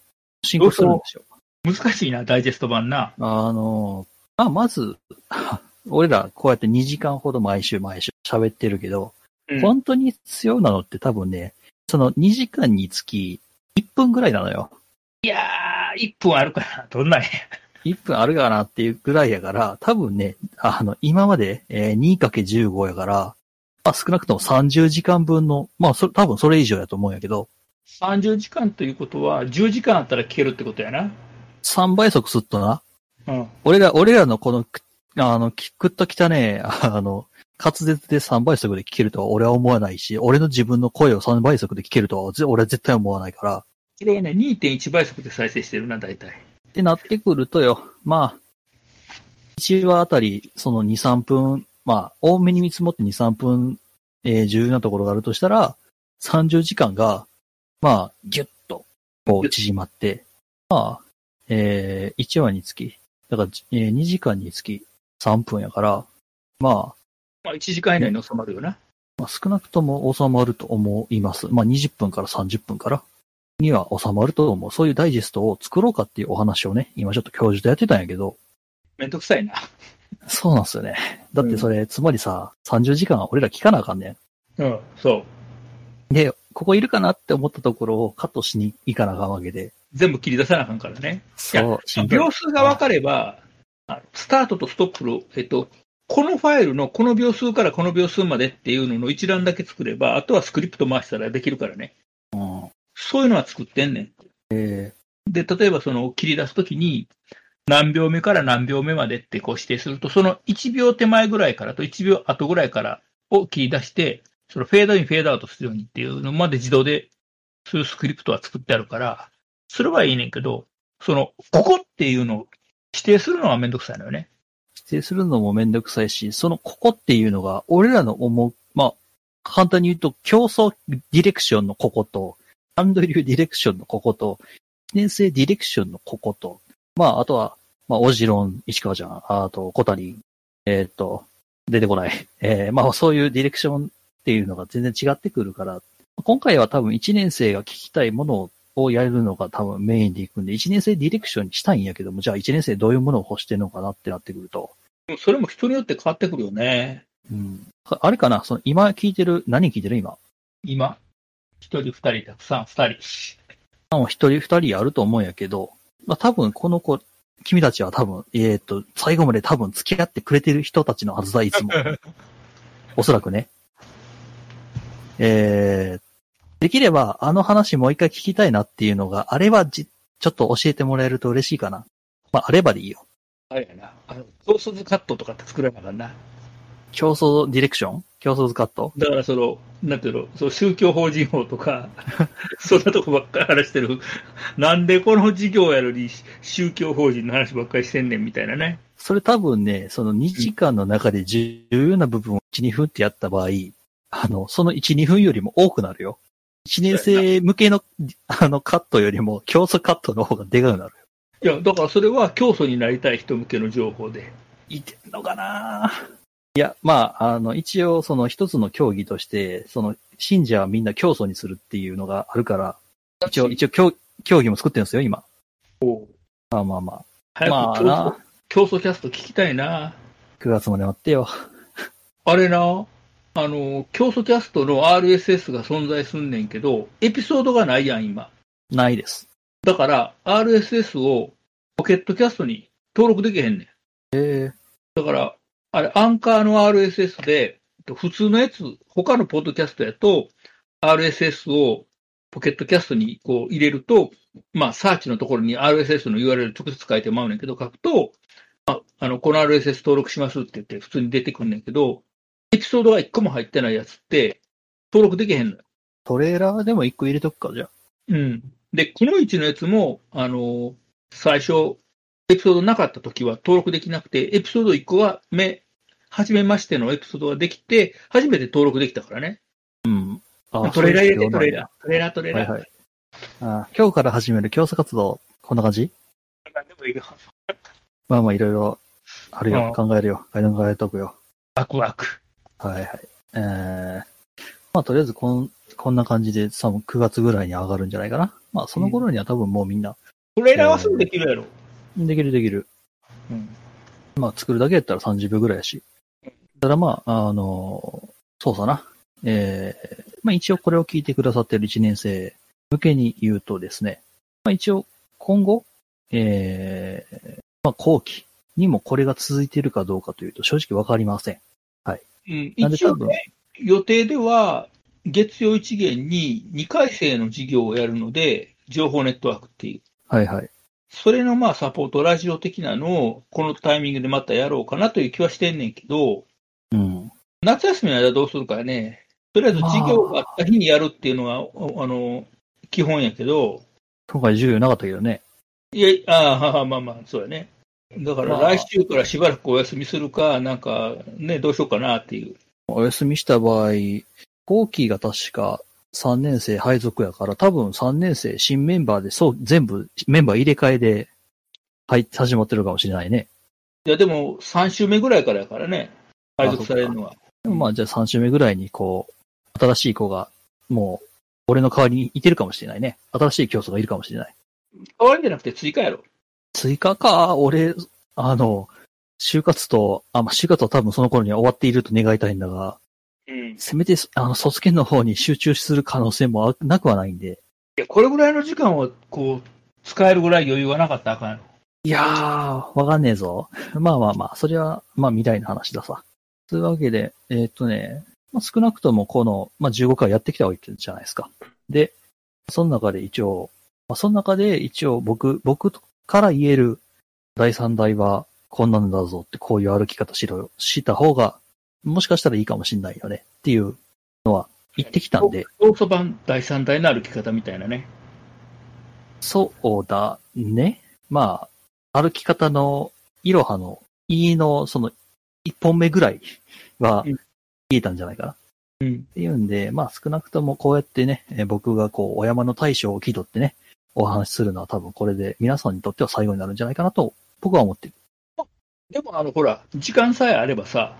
Speaker 3: 進行するんでしょうか
Speaker 2: 難しいな、ダイジェスト版な。
Speaker 3: あの、まあ、まず、 [laughs] 俺らこうやって2時間ほど毎週毎週喋ってるけど、
Speaker 2: うん
Speaker 3: 本当に必要なのって多分ね、その2時間につき1分ぐらいなのよ。
Speaker 2: いやー、1分あるかな。どんなんや。
Speaker 3: 1分あるかなっていうぐらいやから、多分ね、あの、今までえー 2×15 やから、まあ少なくとも30時間分の、まあそれ、多分それ以上やと思うんやけど、
Speaker 2: 30時間ということは、10時間あったら聞けるってことやな。
Speaker 3: 3倍速すっとな、
Speaker 2: うん。
Speaker 3: 俺ら、俺らのこのく、あの、きくっときたね、あの、滑舌で3倍速で聞けるとは俺は思わないし、俺の自分の声を3倍速で聞けるとはぜ俺は絶対思わないから、
Speaker 2: 綺麗ね、2.1倍速で再生してるな、大体。
Speaker 3: ってなってくるとよ、まあ、1話あたり、その2、3分、まあ、多めに見積もって2、3分、えー重要なところがあるとしたら、30時間が、まあ、ぎゅっと、こう、縮まって、まあ、えー、1話につき、だから、えー2時間につき3分やから、まあ、
Speaker 2: まあ、1時間以内に収まるよな。
Speaker 3: まあ、少なくとも収まると思います。まあ、20分から30分からには収まると思う。そういうダイジェストを作ろうかっていうお話をね、今ちょっと教授とやってたんやけど、
Speaker 2: めんどくさいな。
Speaker 3: そうなんですよね。だってそれ、つまりさ、30時間俺ら聞かなあかんね
Speaker 2: うん、そ
Speaker 3: ん。で、ここいるかなって思ったところをカットしに行かなあかんわけで。
Speaker 2: う。全部切り出さなあかんからね。い
Speaker 3: そう、しんどい
Speaker 2: 秒数が分かれば、あのスタートとストップの、えっと、このファイルのこの秒数からこの秒数までっていうのの一覧だけ作れば、あとはスクリプト回したらできるからね。
Speaker 3: うん
Speaker 2: そういうのは作ってんねん。
Speaker 3: え
Speaker 2: で、例えばその切り出すときに、何秒目から何秒目までってこう指定すると、その1秒手前ぐらいからと1秒後ぐらいからを切り出して、そのフェードイン、フェードアウトするようにっていうのまで自動で、そういうスクリプトは作ってあるから、それはいいねんけど、その、ここっていうのを指定するのはめんどくさいのよね。
Speaker 3: 否定するのもめんどくさいし、そのここっていうのが、俺らの思う、まあ、簡単に言うと、競争ディレクションのここと、ハンド流ディレクションのここと、記念性ディレクションのここと、まあ、あとは、まあ、オジロン、石川ちゃん、あと、小谷、えーっと、出てこない。 [laughs] えーまあ、そういうディレクションっていうのが全然違ってくるから、今回は多分1年生が聞きたいものをやるのが多分メインでいくんで、1年生ディレクションにしたいんやけども、じゃあ1年生どういうものを欲してるのかなってなってくると、
Speaker 2: でもそれも人によって変わってくるよね。
Speaker 3: うんあれかなその今聞いてる、何聞いてる今。
Speaker 2: 今。一人、二人、たくさん、二人。
Speaker 3: まあ一人二人やると思うんやけど、まあ多分この子、君たちは多分、えーっと、最後まで多分付き合ってくれてる人たちのはずだ、いつも。おそらくね。えー、できればあの話もう一回聞きたいなっていうのがあればじ、ちょっと教えてもらえると嬉しいかな。まああればでいいよ。
Speaker 2: あれやな。あの、高卒カットとかって作らなあかんな。
Speaker 3: 競争ディレクション競争図カット
Speaker 2: だからその、なんていうの、その宗教法人法とか、 [laughs] そんなとこばっかり話してる。なんでこの事業やのに宗教法人の話ばっかりしてんねんみたいなね。
Speaker 3: それ多分ね、その2時間の中で重要な部分を1、2分ってやった場合、あの、その1、2分よりも多くなるよ。1年生向けの、あの、カットよりも、競争カットの方がでかくなるよ。
Speaker 2: いや、だからそれは教祖になりたい人向けの情報で。
Speaker 3: いてんのかないや、まあ、あの、一応、その一つの競技として、その、信者はみんな競争にするっていうのがあるから、一応、一応、競競技も作ってるんですよ、今。まあまあまあ。
Speaker 2: 早
Speaker 3: ま
Speaker 2: く教
Speaker 3: あ
Speaker 2: 祖,、
Speaker 3: な、
Speaker 2: 教祖キャスト聞きたいな。
Speaker 3: 9月まで待ってよ。
Speaker 2: あれな、あの、教祖キャストの RSS が存在すんねんけど、エピソードがないやん、今。
Speaker 3: ないです。
Speaker 2: だから、RSS をポケットキャストに登録できへんねん。
Speaker 3: え
Speaker 2: だから、あれ、アンカーの RSS で、えっと普通のやつ、他のポッドキャストやと、RSS をポケットキャストにこう入れると、まあ、サーチのところに RSS の URL 直接書いてまうねんけど、書くと、ああの、この RSS 登録しますって言って普通に出てくんねんけど、エピソードが一個も入ってないやつって、登録できへんのよ。
Speaker 3: トレーラーでも一個入れとくか、じゃあ。
Speaker 2: うん。で、くのいちのやつも、あの、最初、エピソードなかった時は登録できなくて、エピソード1個は目、初めましてのエピソードができて、初めて登録できたからね。
Speaker 3: うん。あ
Speaker 2: トレーラー入れて、ト
Speaker 3: そうい
Speaker 2: レー
Speaker 3: う必
Speaker 2: ラー。トレーラー、トレー
Speaker 3: 要なん
Speaker 2: ラー。
Speaker 3: やはいはい。あ今日から始める競争活動、こんな感じ
Speaker 2: なんでもいいよ。
Speaker 3: まあまあいろいろある
Speaker 2: う
Speaker 3: よ。
Speaker 2: ん
Speaker 3: 考えるよ。考えとくよ。
Speaker 2: ワクワク。
Speaker 3: はいはい。えー、まあとりあえずこん、こんな感じで、多分9月ぐらいに上がるんじゃないかな。まあその頃には多分もうみんな、
Speaker 2: トレーラーはすぐできるやろ。
Speaker 3: できるできる。
Speaker 2: うん。
Speaker 3: まあ作るだけやったら30秒ぐらいやし。ただまあ、あのーそうさな。えー、まあ一応これを聞いてくださってる1年生向けに言うとですね、まあ一応今後、えー、まあ後期にもこれが続いているかどうかというと正直わかりません。
Speaker 2: うん、
Speaker 3: なんで
Speaker 2: 一応
Speaker 3: 多分
Speaker 2: ね、予定では、月曜一限に2回生の授業をやるので、情報ネットワークっていう。
Speaker 3: はいはい。
Speaker 2: それのまあサポート、ラジオ的なのをこのタイミングでまたやろうかなという気はしてんねんけど、
Speaker 3: うん。
Speaker 2: 夏休みの間どうするかやね、とりあえず授業があった日にやるっていうのは、おあの、基本やけど、
Speaker 3: 今回授業なかったけどね。
Speaker 2: いや、ああ、まあまあ、そうやね。だから
Speaker 3: まあ
Speaker 2: 来週からしばらくお休みするか、なんかね、どうしようかなっていう。
Speaker 3: お休みした場合、後期が確か3年生配属やから、多分3年生新メンバーで、そう、全部メンバー入れ替えで、はい、始まってるかもしれないね。
Speaker 2: いや、でも3週目ぐらいからやからね、配属されるのは。
Speaker 3: でもまあじゃあ3週目ぐらいにこう、新しい子が、もう、俺の代わりにいてるかもしれないね。新しい教祖がいるかもしれない。
Speaker 2: 変わりじゃなくて追加やろ。
Speaker 3: 追加か、俺、あの、就活と、あ、まあ、就活は多分その頃には終わっていると願いたいんだが、
Speaker 2: うん。い
Speaker 3: せめて、あの、卒検の方に集中する可能性もあなくはないんで。
Speaker 2: や、これぐらいの時間をこう、使えるぐらい余裕がなかったらあかんやろ。
Speaker 3: いやー、わかんねえぞ。 [laughs] まあまあまあ、それは、まあ未来の話ださ。というわけで、えーっとね、まあ、少なくともこの、まあ15回やってきたわけじゃないですか。で、その中で一応、まあ、その中で一応僕、僕から言える第三代はこんなんだぞってこういう歩き方しろよ、した方が、もしかしたらいいかもしんないよねっていうのは言ってきたんで、
Speaker 2: ローソ版第3代の歩き方みたいなね。
Speaker 3: そうだね。まあ、歩き方の、いろはの、いの、その、一本目ぐらいは
Speaker 2: うん、
Speaker 3: 言えたんじゃないかな。っ
Speaker 2: うん。
Speaker 3: ていうんで、まあ少なくともこうやってね、えー僕がこう、お山の大将を気取ってね、お話しするのは多分これで皆さんにとっては最後になるんじゃないかなと、僕は思ってる。
Speaker 2: でも、あの、ほら、時間さえあればさ、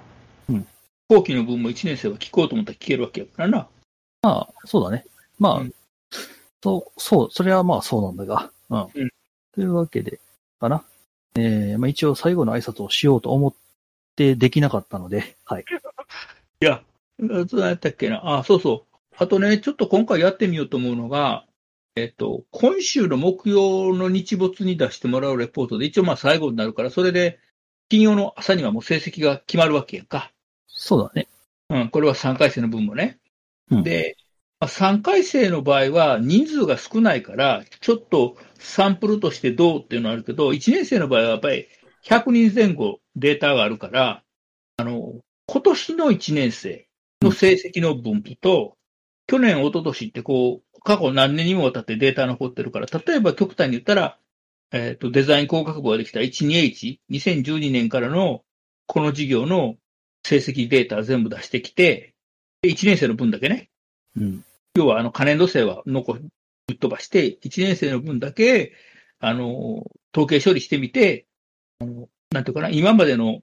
Speaker 3: うん
Speaker 2: 後期の分も1年生は聞こうと思ったら聞けるわけやからな。
Speaker 3: まあ、そうだね。まあ、
Speaker 2: うん
Speaker 3: そう、そう、それはまあそうなんだが、うん。
Speaker 2: うん
Speaker 3: というわけで、かな。えー、まあ一応最後の挨拶をしようと思ってできなかったので、はい。
Speaker 2: いや、どうやったっけな。あ、そうそう。あとね、ちょっと今回やってみようと思うのが、えっと、今週の木曜の日没に出してもらうレポートで、一応まあ最後になるから、それで、金曜の朝にはもう成績が決まるわけやんか。
Speaker 3: そうだね。
Speaker 2: うん、これは3回生の分もね。
Speaker 3: うん
Speaker 2: で、まあ、3回生の場合は人数が少ないから、ちょっとサンプルとしてどうっていうのはあるけど、1年生の場合はやっぱり100人前後データがあるから、あの、今年の1年生の成績の分布と、去年、一昨年ってこう、過去何年にもわたってデータ残ってるから、例えば極端に言ったら、えっ、と、デザイン工学部ができた 12H、2012年からのこの授業の成績データ全部出してきて、で1年生の分だけね、
Speaker 3: うん。
Speaker 2: 要はあの可燃度生は残ぶっ飛ばして、1年生の分だけ、あの、統計処理してみて、あのなんていうかな、今までの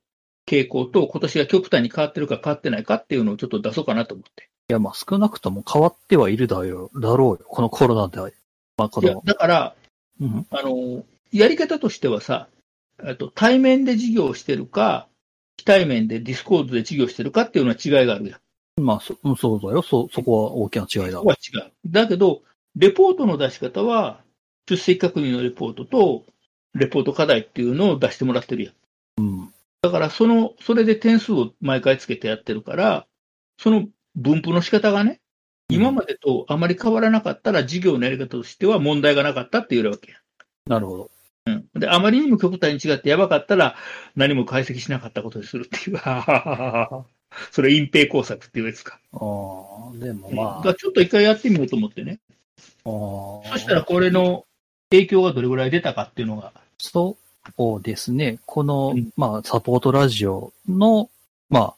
Speaker 2: 傾向と今年が極端に変わってるか変わってないかっていうのをちょっと出そうかなと思って。
Speaker 3: いや、まあ少なくとも変わってはいるだろうだろうよ。このコロナで。まあこ
Speaker 2: いや
Speaker 3: の、
Speaker 2: だから、
Speaker 3: うん。
Speaker 2: あの、やり方としてはさ、えっと対面で授業をしてるか、非対面でディスコードで授業してるかっていうのは違いがあるやん
Speaker 3: まあそうんそうだよ。そ、そこは大きな違いだ
Speaker 2: そこ。は違う。だけど、レポートの出し方は、出席確認のレポートと、レポート課題っていうのを出してもらってるやん。
Speaker 3: うん。
Speaker 2: だから、その、それで点数を毎回つけてやってるから、その分布の仕方がね、今までとあまり変わらなかったら、授業のやり方としては問題がなかったって言えるわけや。
Speaker 3: なるほど。
Speaker 2: うん。で、あまりにも極端に違ってやばかったら、何も解析しなかったことにするっていう。 [laughs] ははははそれ隠蔽工作っていうやつか。
Speaker 3: ああ、でも
Speaker 2: うんだ
Speaker 3: ま
Speaker 2: か
Speaker 3: あ、あ
Speaker 2: らちょっと一回やってみようと思ってね。
Speaker 3: ー
Speaker 2: そしたらこれの影響がどれぐらい出たかっていうのが、
Speaker 3: そうですね。この、
Speaker 2: うん
Speaker 3: まあ、サポートラジオの、まあ、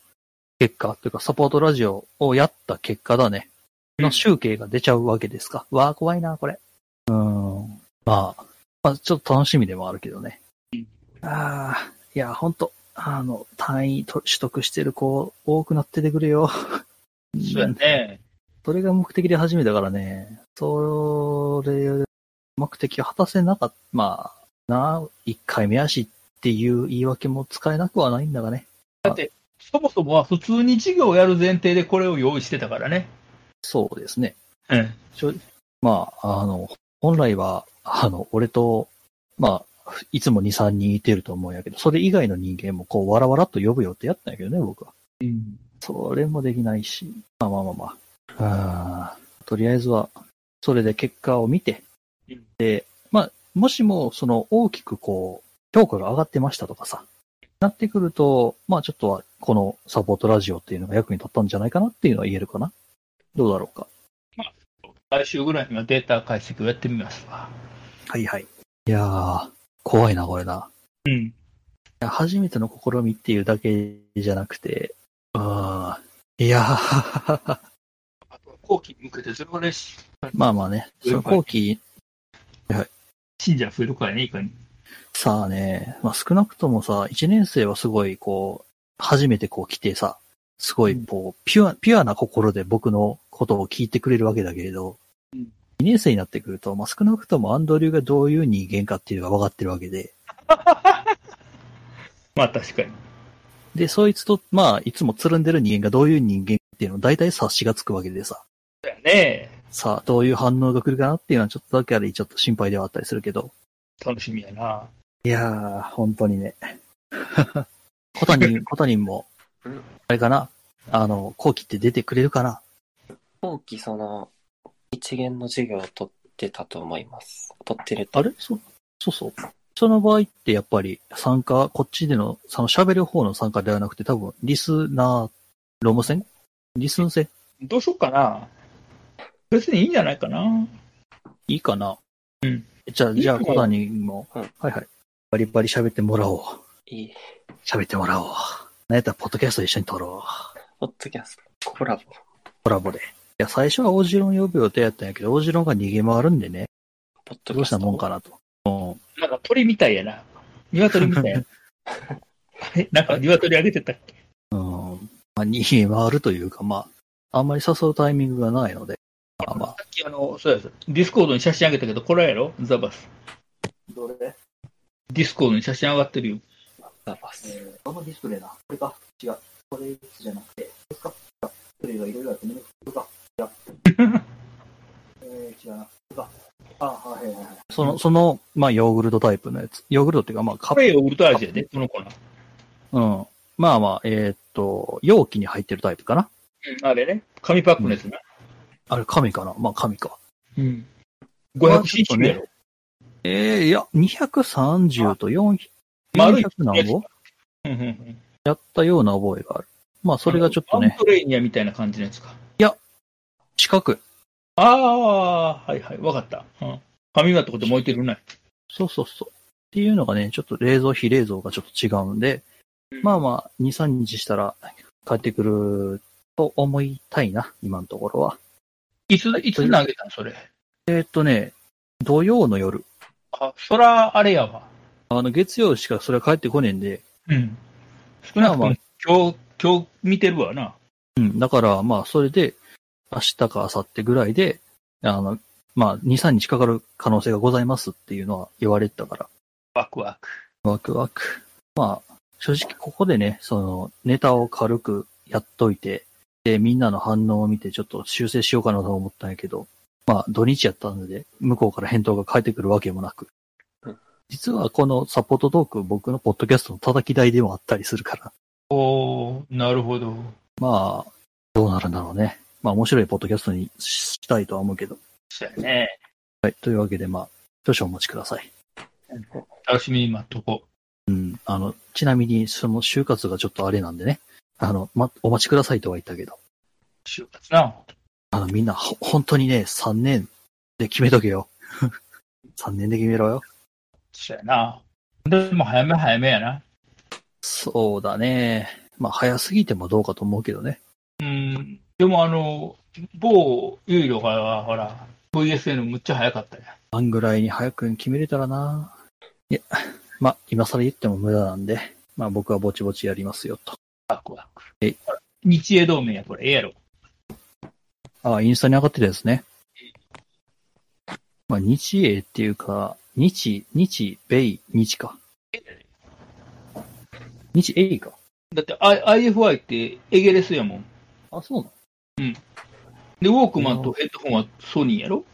Speaker 3: 結果というか、サポートラジオをやった結果だね。
Speaker 2: う
Speaker 3: の
Speaker 2: ん
Speaker 3: 集計が出ちゃうわけですか。わあ、怖いな、これ。うーん。まあ、まあ、ちょっと楽しみでもあるけどね。ああ、いや、ほんと、あの、単位と取得してる子、多くなっててくれよ。
Speaker 2: そうやね、
Speaker 3: それが目的で始めたからね、それ、目的を果たせなかった、まあ、なあ、一回目やしっていう言い訳も使えなくはないんだがね。
Speaker 2: そもそもは普通に授業をやる前提でこれを用意してたからね。
Speaker 3: そうですね。
Speaker 2: うん。
Speaker 3: ちょまあ、あの、本来は、あの、俺と、まあ、いつも2、3人いてると思うんやけど、それ以外の人間もこう、わらわらっと呼ぶよってやったんやけどね、僕は。それもできないし、まあまあまあまあ。あーとりあえずは、それで結果を見て
Speaker 2: うん、
Speaker 3: で、まあ、もしも、その大きくこう、評価が上がってましたとかさ、なってくると、まあちょっとは、このサポートラジオっていうのが役に立ったんじゃないかなっていうのは言えるかな。どうだろうか。
Speaker 2: 来週ぐらいにはデータ解析をやってみますわ。
Speaker 3: はいはい。いやー、怖いな、これな。
Speaker 2: うん。
Speaker 3: いや初めての試みっていうだけじゃなくて、あー、いやー、 [laughs]
Speaker 2: あとは後期に向けてゼロレシ
Speaker 3: まあまあね、その後期
Speaker 2: 信者増えるからね、いかに。
Speaker 3: さあね、まあ、少なくともさ、一年生はすごい、こう、初めてこう来てさ、すごい、こう、ピュア、ピュアな心で僕のことを聞いてくれるわけだけれど、
Speaker 2: うん
Speaker 3: 二年生になってくると、まあ、少なくともアンドリューがどういう人間かっていうのが分かってるわけで、
Speaker 2: まあ確かに。
Speaker 3: で、そいつと、まあ、いつもつるんでる人間がどういう人間っていうのを大体察しがつくわけでさ、
Speaker 2: だよね。
Speaker 3: さあ、どういう反応が来るかなっていうのはちょっとだけあり、ちょっと心配ではあったりするけど、
Speaker 2: 楽しみやな。
Speaker 3: いやー、本
Speaker 2: [laughs]
Speaker 3: 当にね。コタニン、コタニンも、あれかなあの、後期って出てくれるかな
Speaker 5: 後期その、一元の授業を取ってたと思います。取ってると。
Speaker 3: あれそ、そうそう。その場合ってやっぱり参加、こっちでの、その喋る方の参加ではなくて多分、リスナー、ロム戦リスン戦
Speaker 2: どうしようかな。別にいいんじゃないかな。
Speaker 3: いいかな
Speaker 2: うん。
Speaker 3: じゃあ、じゃあ、
Speaker 2: いい
Speaker 3: コ
Speaker 2: よ
Speaker 3: タニンも、
Speaker 5: うん
Speaker 3: はいはい。バリバリ喋ってもらおう。
Speaker 5: いい。
Speaker 3: 喋ってもらおう。なんやったら、ポッドキャスト一緒に撮ろう。
Speaker 5: ポッドキャスト、コラボ。
Speaker 3: コラボで。いや、最初はオージロン呼ぶ予定やったんやけど、オージロンが逃げ回るんでね。
Speaker 5: ポッドキ
Speaker 3: ど
Speaker 5: ャ
Speaker 3: うし
Speaker 5: スト。
Speaker 3: たもんかなと。うん。
Speaker 2: なんか鳥みたいやな。 [laughs] 鶏みた [laughs] いや。あれなんか鶏あげてたっけ
Speaker 3: うん。まあ、逃げ回るというか、まあ、あんまり誘うタイミングがないので。まあまあ。
Speaker 2: さっきあの、そうやそうディスコードに写真あげたけど、これやろザバス。
Speaker 3: どれ
Speaker 2: ディスコードに写真上がってるよ。
Speaker 5: ザバス。
Speaker 3: このディスプレイな。これか。違う。
Speaker 7: これじゃなくて、スカップレイがいろいろあって、メルカ、いや、えー、違うな、スカ、あ、はいはいはい。
Speaker 3: その、その、まあ、ヨーグルトタイプのやつ。ヨーグルトっていうか、まあ、カ
Speaker 2: カ
Speaker 3: ップ。
Speaker 2: レーを売ると味やで、この粉。
Speaker 3: うん。まあまあ、えーっと、容器に入ってるタイプかな。
Speaker 2: あれね。紙パックのやつな。
Speaker 3: あれ、紙かなまあ、紙か。
Speaker 2: うん。
Speaker 3: まあ
Speaker 2: 500cc やろ。
Speaker 3: ええいや、230と400、
Speaker 2: 丸い
Speaker 3: 400何本
Speaker 2: うんうんうん
Speaker 3: やったような覚えがある。まあ、それがちょっと
Speaker 2: ワン
Speaker 3: ね、
Speaker 2: トレーニアみたいな感じのやつか。
Speaker 3: 近く。
Speaker 2: ああ、はいはい、わかった。うん。紙がってこと燃えてるない。
Speaker 3: そうそうそう。っていうのがね、ちょっと冷蔵、非冷蔵がちょっと違うんで、まあまあ、2、3日したら帰ってくると思いたいな、今のところは。
Speaker 2: いつ、いつ投げたのそれ。
Speaker 3: えーっとね、土曜の夜。
Speaker 2: あ、そら、あれやわ。
Speaker 3: あの、月曜しかそれは帰ってこねえんで、
Speaker 2: うん。少なくと
Speaker 3: まあ
Speaker 2: も
Speaker 3: ま
Speaker 2: 今日、今日見てるわな。
Speaker 3: うん、だから、まあ、それで、明日か明後日ぐらいで、あの、まあ、2、3日かかる可能性がございますっていうのは言われてたから、
Speaker 2: ワクワク。
Speaker 3: ワクワク。まあ、正直ここでね、その、ネタを軽くやっといて、で、みんなの反応を見てちょっと修正しようかなと思ったんやけど、まあ、土日やったので、向こうから返答が返ってくるわけもなく
Speaker 5: うん。
Speaker 3: 実はこのサポートトーク、僕のポッドキャストの叩き台でもあったりするから、
Speaker 2: おー、なるほど。
Speaker 3: まあ、どうなるんだろうね。まあ、面白いポッドキャストにしたいとは思うけど。
Speaker 2: そうやね。
Speaker 3: はい。というわけで、まあ、少々お待ちください。
Speaker 2: 楽しみに待っとこ
Speaker 3: うん。あの、ちなみに、その、就活がちょっとあれなんでね。あの、ま、お待ちくださいとは言ったけど。
Speaker 2: う。就活な。
Speaker 3: あの、みんな、ほ、本当にね、3年で決めとけよ。3年で決めろよ。
Speaker 2: そうやな。でも早め早めやな。
Speaker 3: そうだね。まあ、早すぎてもどうかと思うけどね。
Speaker 2: うん。でもあの、某有料が、ほら、VSN むっちゃ早かったやん。
Speaker 3: あんぐらいに早く決めれたらな。いや、まあ、今更言っても無駄なんで、まあ、僕はぼちぼちやりますよと。
Speaker 2: ワクワク。
Speaker 3: え
Speaker 2: ほら日英同盟や、これ、ええやろ。
Speaker 3: あインスタに上がってたやつね。まあ、日英っていうか、日、日、米、日か。日英か。
Speaker 2: だって、I- IFI ってエゲレスやもん。
Speaker 3: あ、そうなの
Speaker 2: で、ウォークマンとヘッドホンはソニーやろ。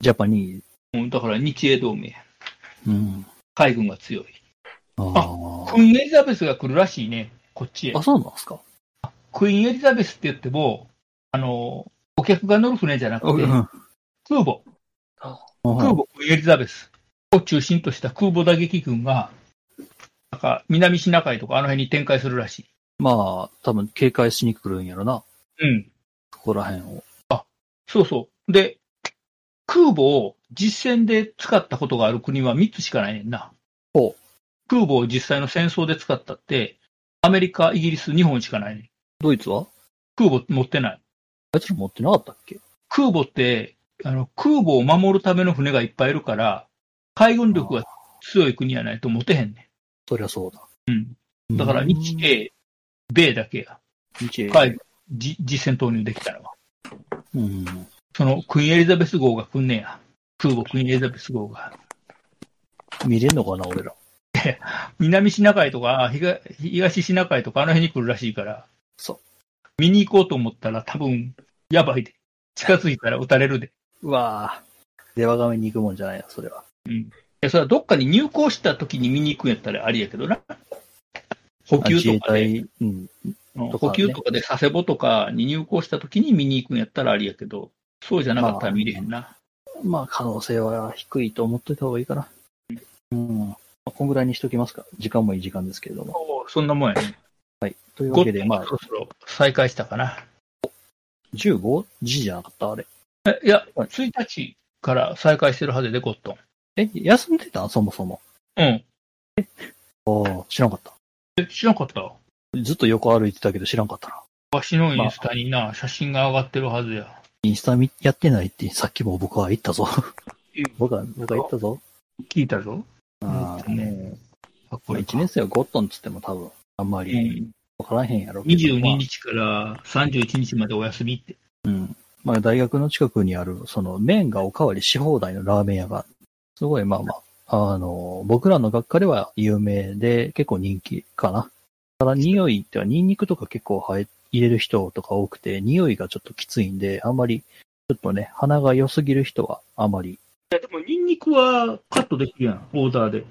Speaker 3: ジャパニ
Speaker 2: う
Speaker 3: ー
Speaker 2: ん、だから日英同盟や。
Speaker 3: ズ。うん。
Speaker 2: 海軍が強い。
Speaker 3: あ
Speaker 2: ク
Speaker 3: ー
Speaker 2: イーンエリザベスが来るらしいね、こっちへ
Speaker 3: あ、。そうなんすか。
Speaker 2: クイーンエリザベスって言っても、あの、お客が乗る船じゃなく
Speaker 3: う
Speaker 2: て、
Speaker 3: ん。
Speaker 2: 空母、空母クイーンエリザベスを中心とした空母打撃群が、なんか南シナ海とかあの辺に展開するらし
Speaker 3: まあ、多分警戒しに来るんやろな。
Speaker 2: い。うん。
Speaker 3: ここら辺を。
Speaker 2: そうそう。で、空母を実戦で使ったことがある国は3つしかないねんな。
Speaker 3: ほう
Speaker 2: 空母を実際の戦争で使ったって、アメリカ、イギリス、日本しかないねん。
Speaker 3: ドイツは
Speaker 2: 空母持ってない。
Speaker 3: あいつら持ってなかったっけ
Speaker 2: 空母って、あの空母を守るための船がいっぱいいるから、海軍力が強い国やないと持てへんね
Speaker 3: そりゃそうだ。
Speaker 2: うん。だから
Speaker 3: うん
Speaker 2: 日、英、米だけや。
Speaker 3: 日英。
Speaker 2: 海軍、じ実戦投入できたのは。
Speaker 3: うん。
Speaker 2: そのクイーンエリザベス号が来んねや。空母クイーンエリザベス号が。
Speaker 3: 見れんのかな、俺ら。
Speaker 2: 南シナ海とか東東シナ海とかあの辺に来るらしいから、
Speaker 3: そう
Speaker 2: 見に行こうと思ったら多分やばいで。近づいたら撃たれるで。
Speaker 3: うわぁ。電話画面に行くもんじゃないな、それは。
Speaker 2: いやそれはどっかに入港した時に見に行くんやったらありやけどな。補
Speaker 3: あ
Speaker 2: 給
Speaker 3: 自衛
Speaker 2: とかで、
Speaker 3: 隊、うん。
Speaker 2: うん
Speaker 3: とかね
Speaker 2: 補給とかで佐世保とかに入港した時に見に行くんやったらありやけど、そうじゃなかったら見れへんな。
Speaker 3: まあ、可能性は低いと思っといた方がいいかな。うん。まあ、こんぐらいにしときますか。時間もいい時間ですけれども。
Speaker 2: おうそんなもんやね。
Speaker 3: はい。という
Speaker 2: ゴ
Speaker 3: わ
Speaker 2: ッ
Speaker 3: けで、
Speaker 2: ド
Speaker 3: ま
Speaker 2: も
Speaker 3: あ
Speaker 2: そ、ろそろ再開したかな。
Speaker 3: 15時じゃなかったあれ。
Speaker 2: えいや、
Speaker 3: はい
Speaker 2: 1日から再開してるはずで、ゴットン。
Speaker 3: え、休んでたそもそも。
Speaker 2: うん。
Speaker 3: ああ、知らんかった。
Speaker 2: え知らなかった
Speaker 3: ずっと横歩いてたけど知らんかったな。
Speaker 2: わしのインスタにな、写真が上がってるはずや。
Speaker 3: インスタ見やってないってさっきも僕は言ったぞ
Speaker 2: え。
Speaker 3: 僕は、僕は言ったぞ。
Speaker 2: 聞いたぞ。
Speaker 3: ああ、も
Speaker 2: あ、
Speaker 3: う、
Speaker 2: これ
Speaker 3: 1
Speaker 2: か。
Speaker 3: 年生はゴットンっつっても多分、あんま
Speaker 2: う
Speaker 3: り
Speaker 2: ん
Speaker 3: わからへんやろうけど。
Speaker 2: 22日から31日までお休みって。
Speaker 3: うん。まあ、大学の近くにある、その、麺がおかわりし放題のラーメン屋が、すごい、まあまあ、あの、僕らの学科では有名で、結構人気かな。ただ匂いっては、ニンニクとか結構入入れる人とか多くて、匂いがちょっときついんで、あんまり、ちょっとね、鼻が良すぎる人は、あまり、
Speaker 2: や、でもニンニクはカットできるやん、オーダーで。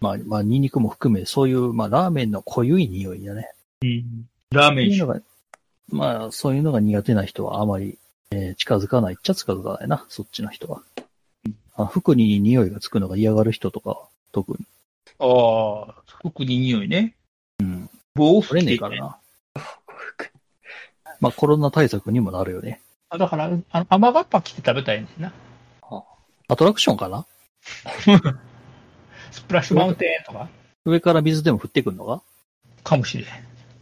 Speaker 3: まあ、まあ、ニンニクも含め、そういう、まあ、ラーメンの濃ゆい匂いだね。
Speaker 2: ラーメ
Speaker 3: っ
Speaker 2: ン
Speaker 3: ていう
Speaker 2: 酒
Speaker 3: のが、まあ、そういうのが苦手な人はあまり、えー近づかないっちゃ近づかないな、そっちの人は。あ服に匂いがつくのが嫌がる人とかは、特に。
Speaker 2: ああ、特に匂いね。
Speaker 3: うん。
Speaker 2: 防腐
Speaker 3: 取れねえからな。まあ、コロナ対策にもなるよね。
Speaker 2: あだから、あの甘がっぱ着て食べたいねんな。
Speaker 3: アトラクションかな
Speaker 2: スプラッシュマウンテンとか、
Speaker 3: 上から水でも降ってくるのが
Speaker 2: かもしれん。え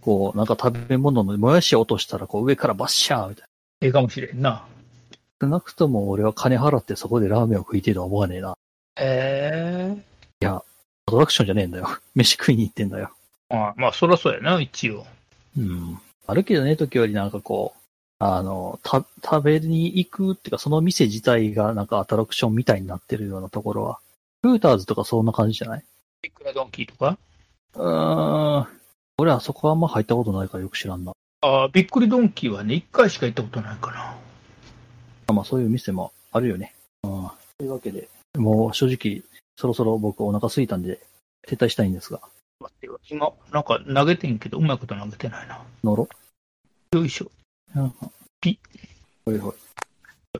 Speaker 3: こう、なんか食べ物のもやし落としたら、こう上からバッシャーみたいな。
Speaker 2: えかもしれんな。
Speaker 3: 少なくとも俺は金払ってそこでラーメンを食いてるとは思わねえな。
Speaker 2: ええ
Speaker 3: アトラクションじゃねえんだよ。 [laughs] 飯食いに行ってんだよ。
Speaker 2: ああまあ、そらそうやな、一応。
Speaker 3: うん。歩きじゃねえ時よりなんかこう、あの、た、食べに行くっていうか、その店自体がなんかアトラクションみたいになってるようなところは。フーターズとかそんな感じじゃない
Speaker 2: ビッグなドンキーとか。
Speaker 3: うーん。俺はそこはあんま入ったことないからよく知らんな。
Speaker 2: ああ、びっくりドンキーはね、一回しか行ったことないかな。
Speaker 3: まあそういう店もあるよね。うん。というわけで、もう正直、そろそろ僕お腹空いたんで、撤退したいんですが、
Speaker 2: 待ってよ。今、なんか投げてんけど、うまいこと投げてないな。
Speaker 3: 乗ろ
Speaker 2: よいしょ。
Speaker 3: う。うん。
Speaker 2: ピ
Speaker 3: ほいほい。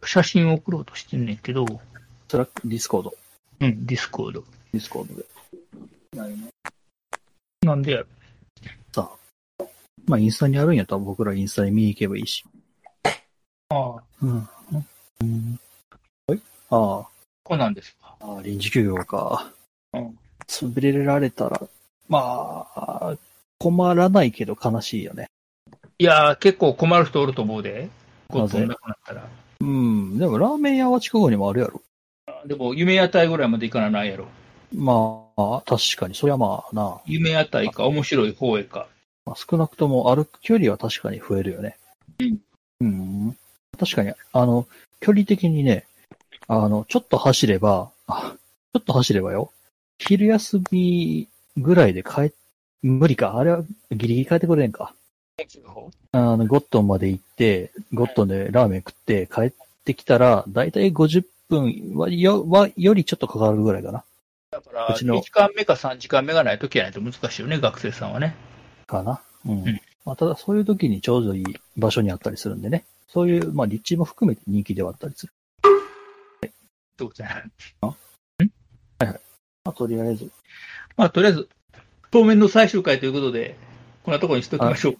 Speaker 2: 写真を送ろうとしてんねんけど、
Speaker 3: スラック、ディスコード。
Speaker 2: うん、ディスコード。
Speaker 3: ディスコードで。
Speaker 7: ないね。
Speaker 2: なんでやる
Speaker 3: まあインスタにあるんやったら僕らインスタに見に行けばいいし。
Speaker 2: ああ、
Speaker 3: うん。うん。はいあ
Speaker 2: こうなんですか。
Speaker 3: あ、ああ臨時休業か。
Speaker 2: うん。
Speaker 3: 潰れられたら、まあ、困らないけど悲しいよね。
Speaker 2: いやー、結構困る人おると思うで。こ
Speaker 3: な
Speaker 2: う
Speaker 3: ぜ
Speaker 2: 飛んなくなったら。
Speaker 3: うん。でもラーメン屋は近くにもあるやろ。
Speaker 2: でも、夢屋台ぐらいまで行かなないやろ。
Speaker 3: まあ、確かに、そりゃまあな、
Speaker 2: 夢屋台か、面白い方へか。
Speaker 3: まあ、少なくとも歩く距離は確かに増えるよね。うん。確かに、あの、距離的にね、あの、ちょっと走れば、あちょっと走ればよ、昼休みぐらいで帰っ、無理か、あれはギリギリ帰ってこれへんか。あの、ゴットンまで行って、ゴットンでラーメン食って帰ってきたら、だいたい50分はよはよりちょっとかかるぐらいかな。
Speaker 2: だから、
Speaker 3: うちの
Speaker 2: 2時間目か3時間目がないときやないと難しいよね、学生さんはね。
Speaker 3: かな。うん。
Speaker 2: ん
Speaker 3: まあ、ただそういう時にちょうどいい場所にあったりするんでね。そういう、まあ、立地も含めて人気ではあったりする。
Speaker 2: そうじゃない。
Speaker 3: まあ、とりあえず。
Speaker 2: まあ、とりあえず、当面の最終回ということで、こんなところにしときましょう。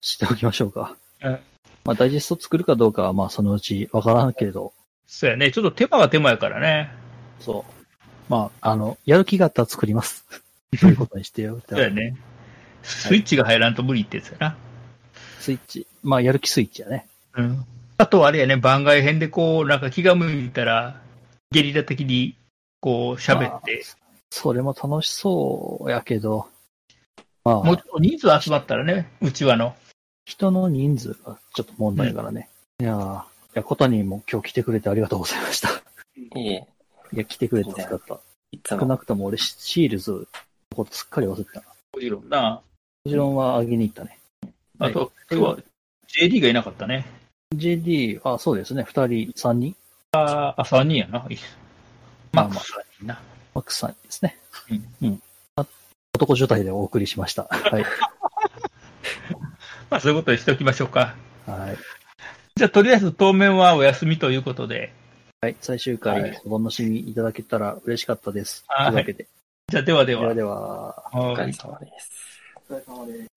Speaker 3: しておきましょうか。
Speaker 2: うん
Speaker 3: まあ、ダイジェスト作るかどうかは、まあ、そのうちわからんけど、
Speaker 2: そうやね。ちょっと手間が手間やからね。
Speaker 3: そう。まあ、あの、やる気があったら作
Speaker 2: [laughs]
Speaker 3: ります。ということにしてよ。
Speaker 2: そうやね。スイッチが入らんと無理ってやつやな。
Speaker 3: スイッチ。まあ、やる気スイッチやね。
Speaker 2: うん。あと、あれやね、番外編でこう、なんか気が向いたら、ゲリラ的に、こう、喋って、
Speaker 3: それも楽しそうやけど、ま
Speaker 2: もうちょ、
Speaker 3: あ
Speaker 2: っと人数集まったらね、うちわの。
Speaker 3: 人の人数がちょっと問題やからね。いやーいや、小谷も今日来てくれてありがとうございました。
Speaker 5: いえ、
Speaker 3: いや、来てくれて助かった。
Speaker 5: いつ
Speaker 3: 少
Speaker 5: も。
Speaker 3: なくとも俺、シシールズのことすっかり忘れてたな。
Speaker 2: もちろんな。
Speaker 3: もちろんは上げに行ったね。
Speaker 2: あと、今日は JD がいなかったね。
Speaker 3: JD、あ、そうですね。二人、三人
Speaker 2: ああ、3人やな。マックス3人な。
Speaker 3: マックスさんですね。
Speaker 2: うん。
Speaker 3: うん。あ男女体でお送りしま
Speaker 2: [laughs]
Speaker 3: した。はい。
Speaker 2: まあ、そういうことにしておきましょうか。
Speaker 3: はい。
Speaker 2: じゃあ、とりあえず当面はお休みということで。
Speaker 3: はい。最終
Speaker 2: は
Speaker 3: 回
Speaker 2: い、
Speaker 3: お楽しみいただけたら嬉しかったです。
Speaker 2: はい
Speaker 3: というわけで。
Speaker 2: じゃあ、ではで
Speaker 3: では
Speaker 2: は。
Speaker 3: では。
Speaker 5: お
Speaker 2: は
Speaker 5: 疲
Speaker 2: い
Speaker 5: れ様です。
Speaker 7: お疲れ様です。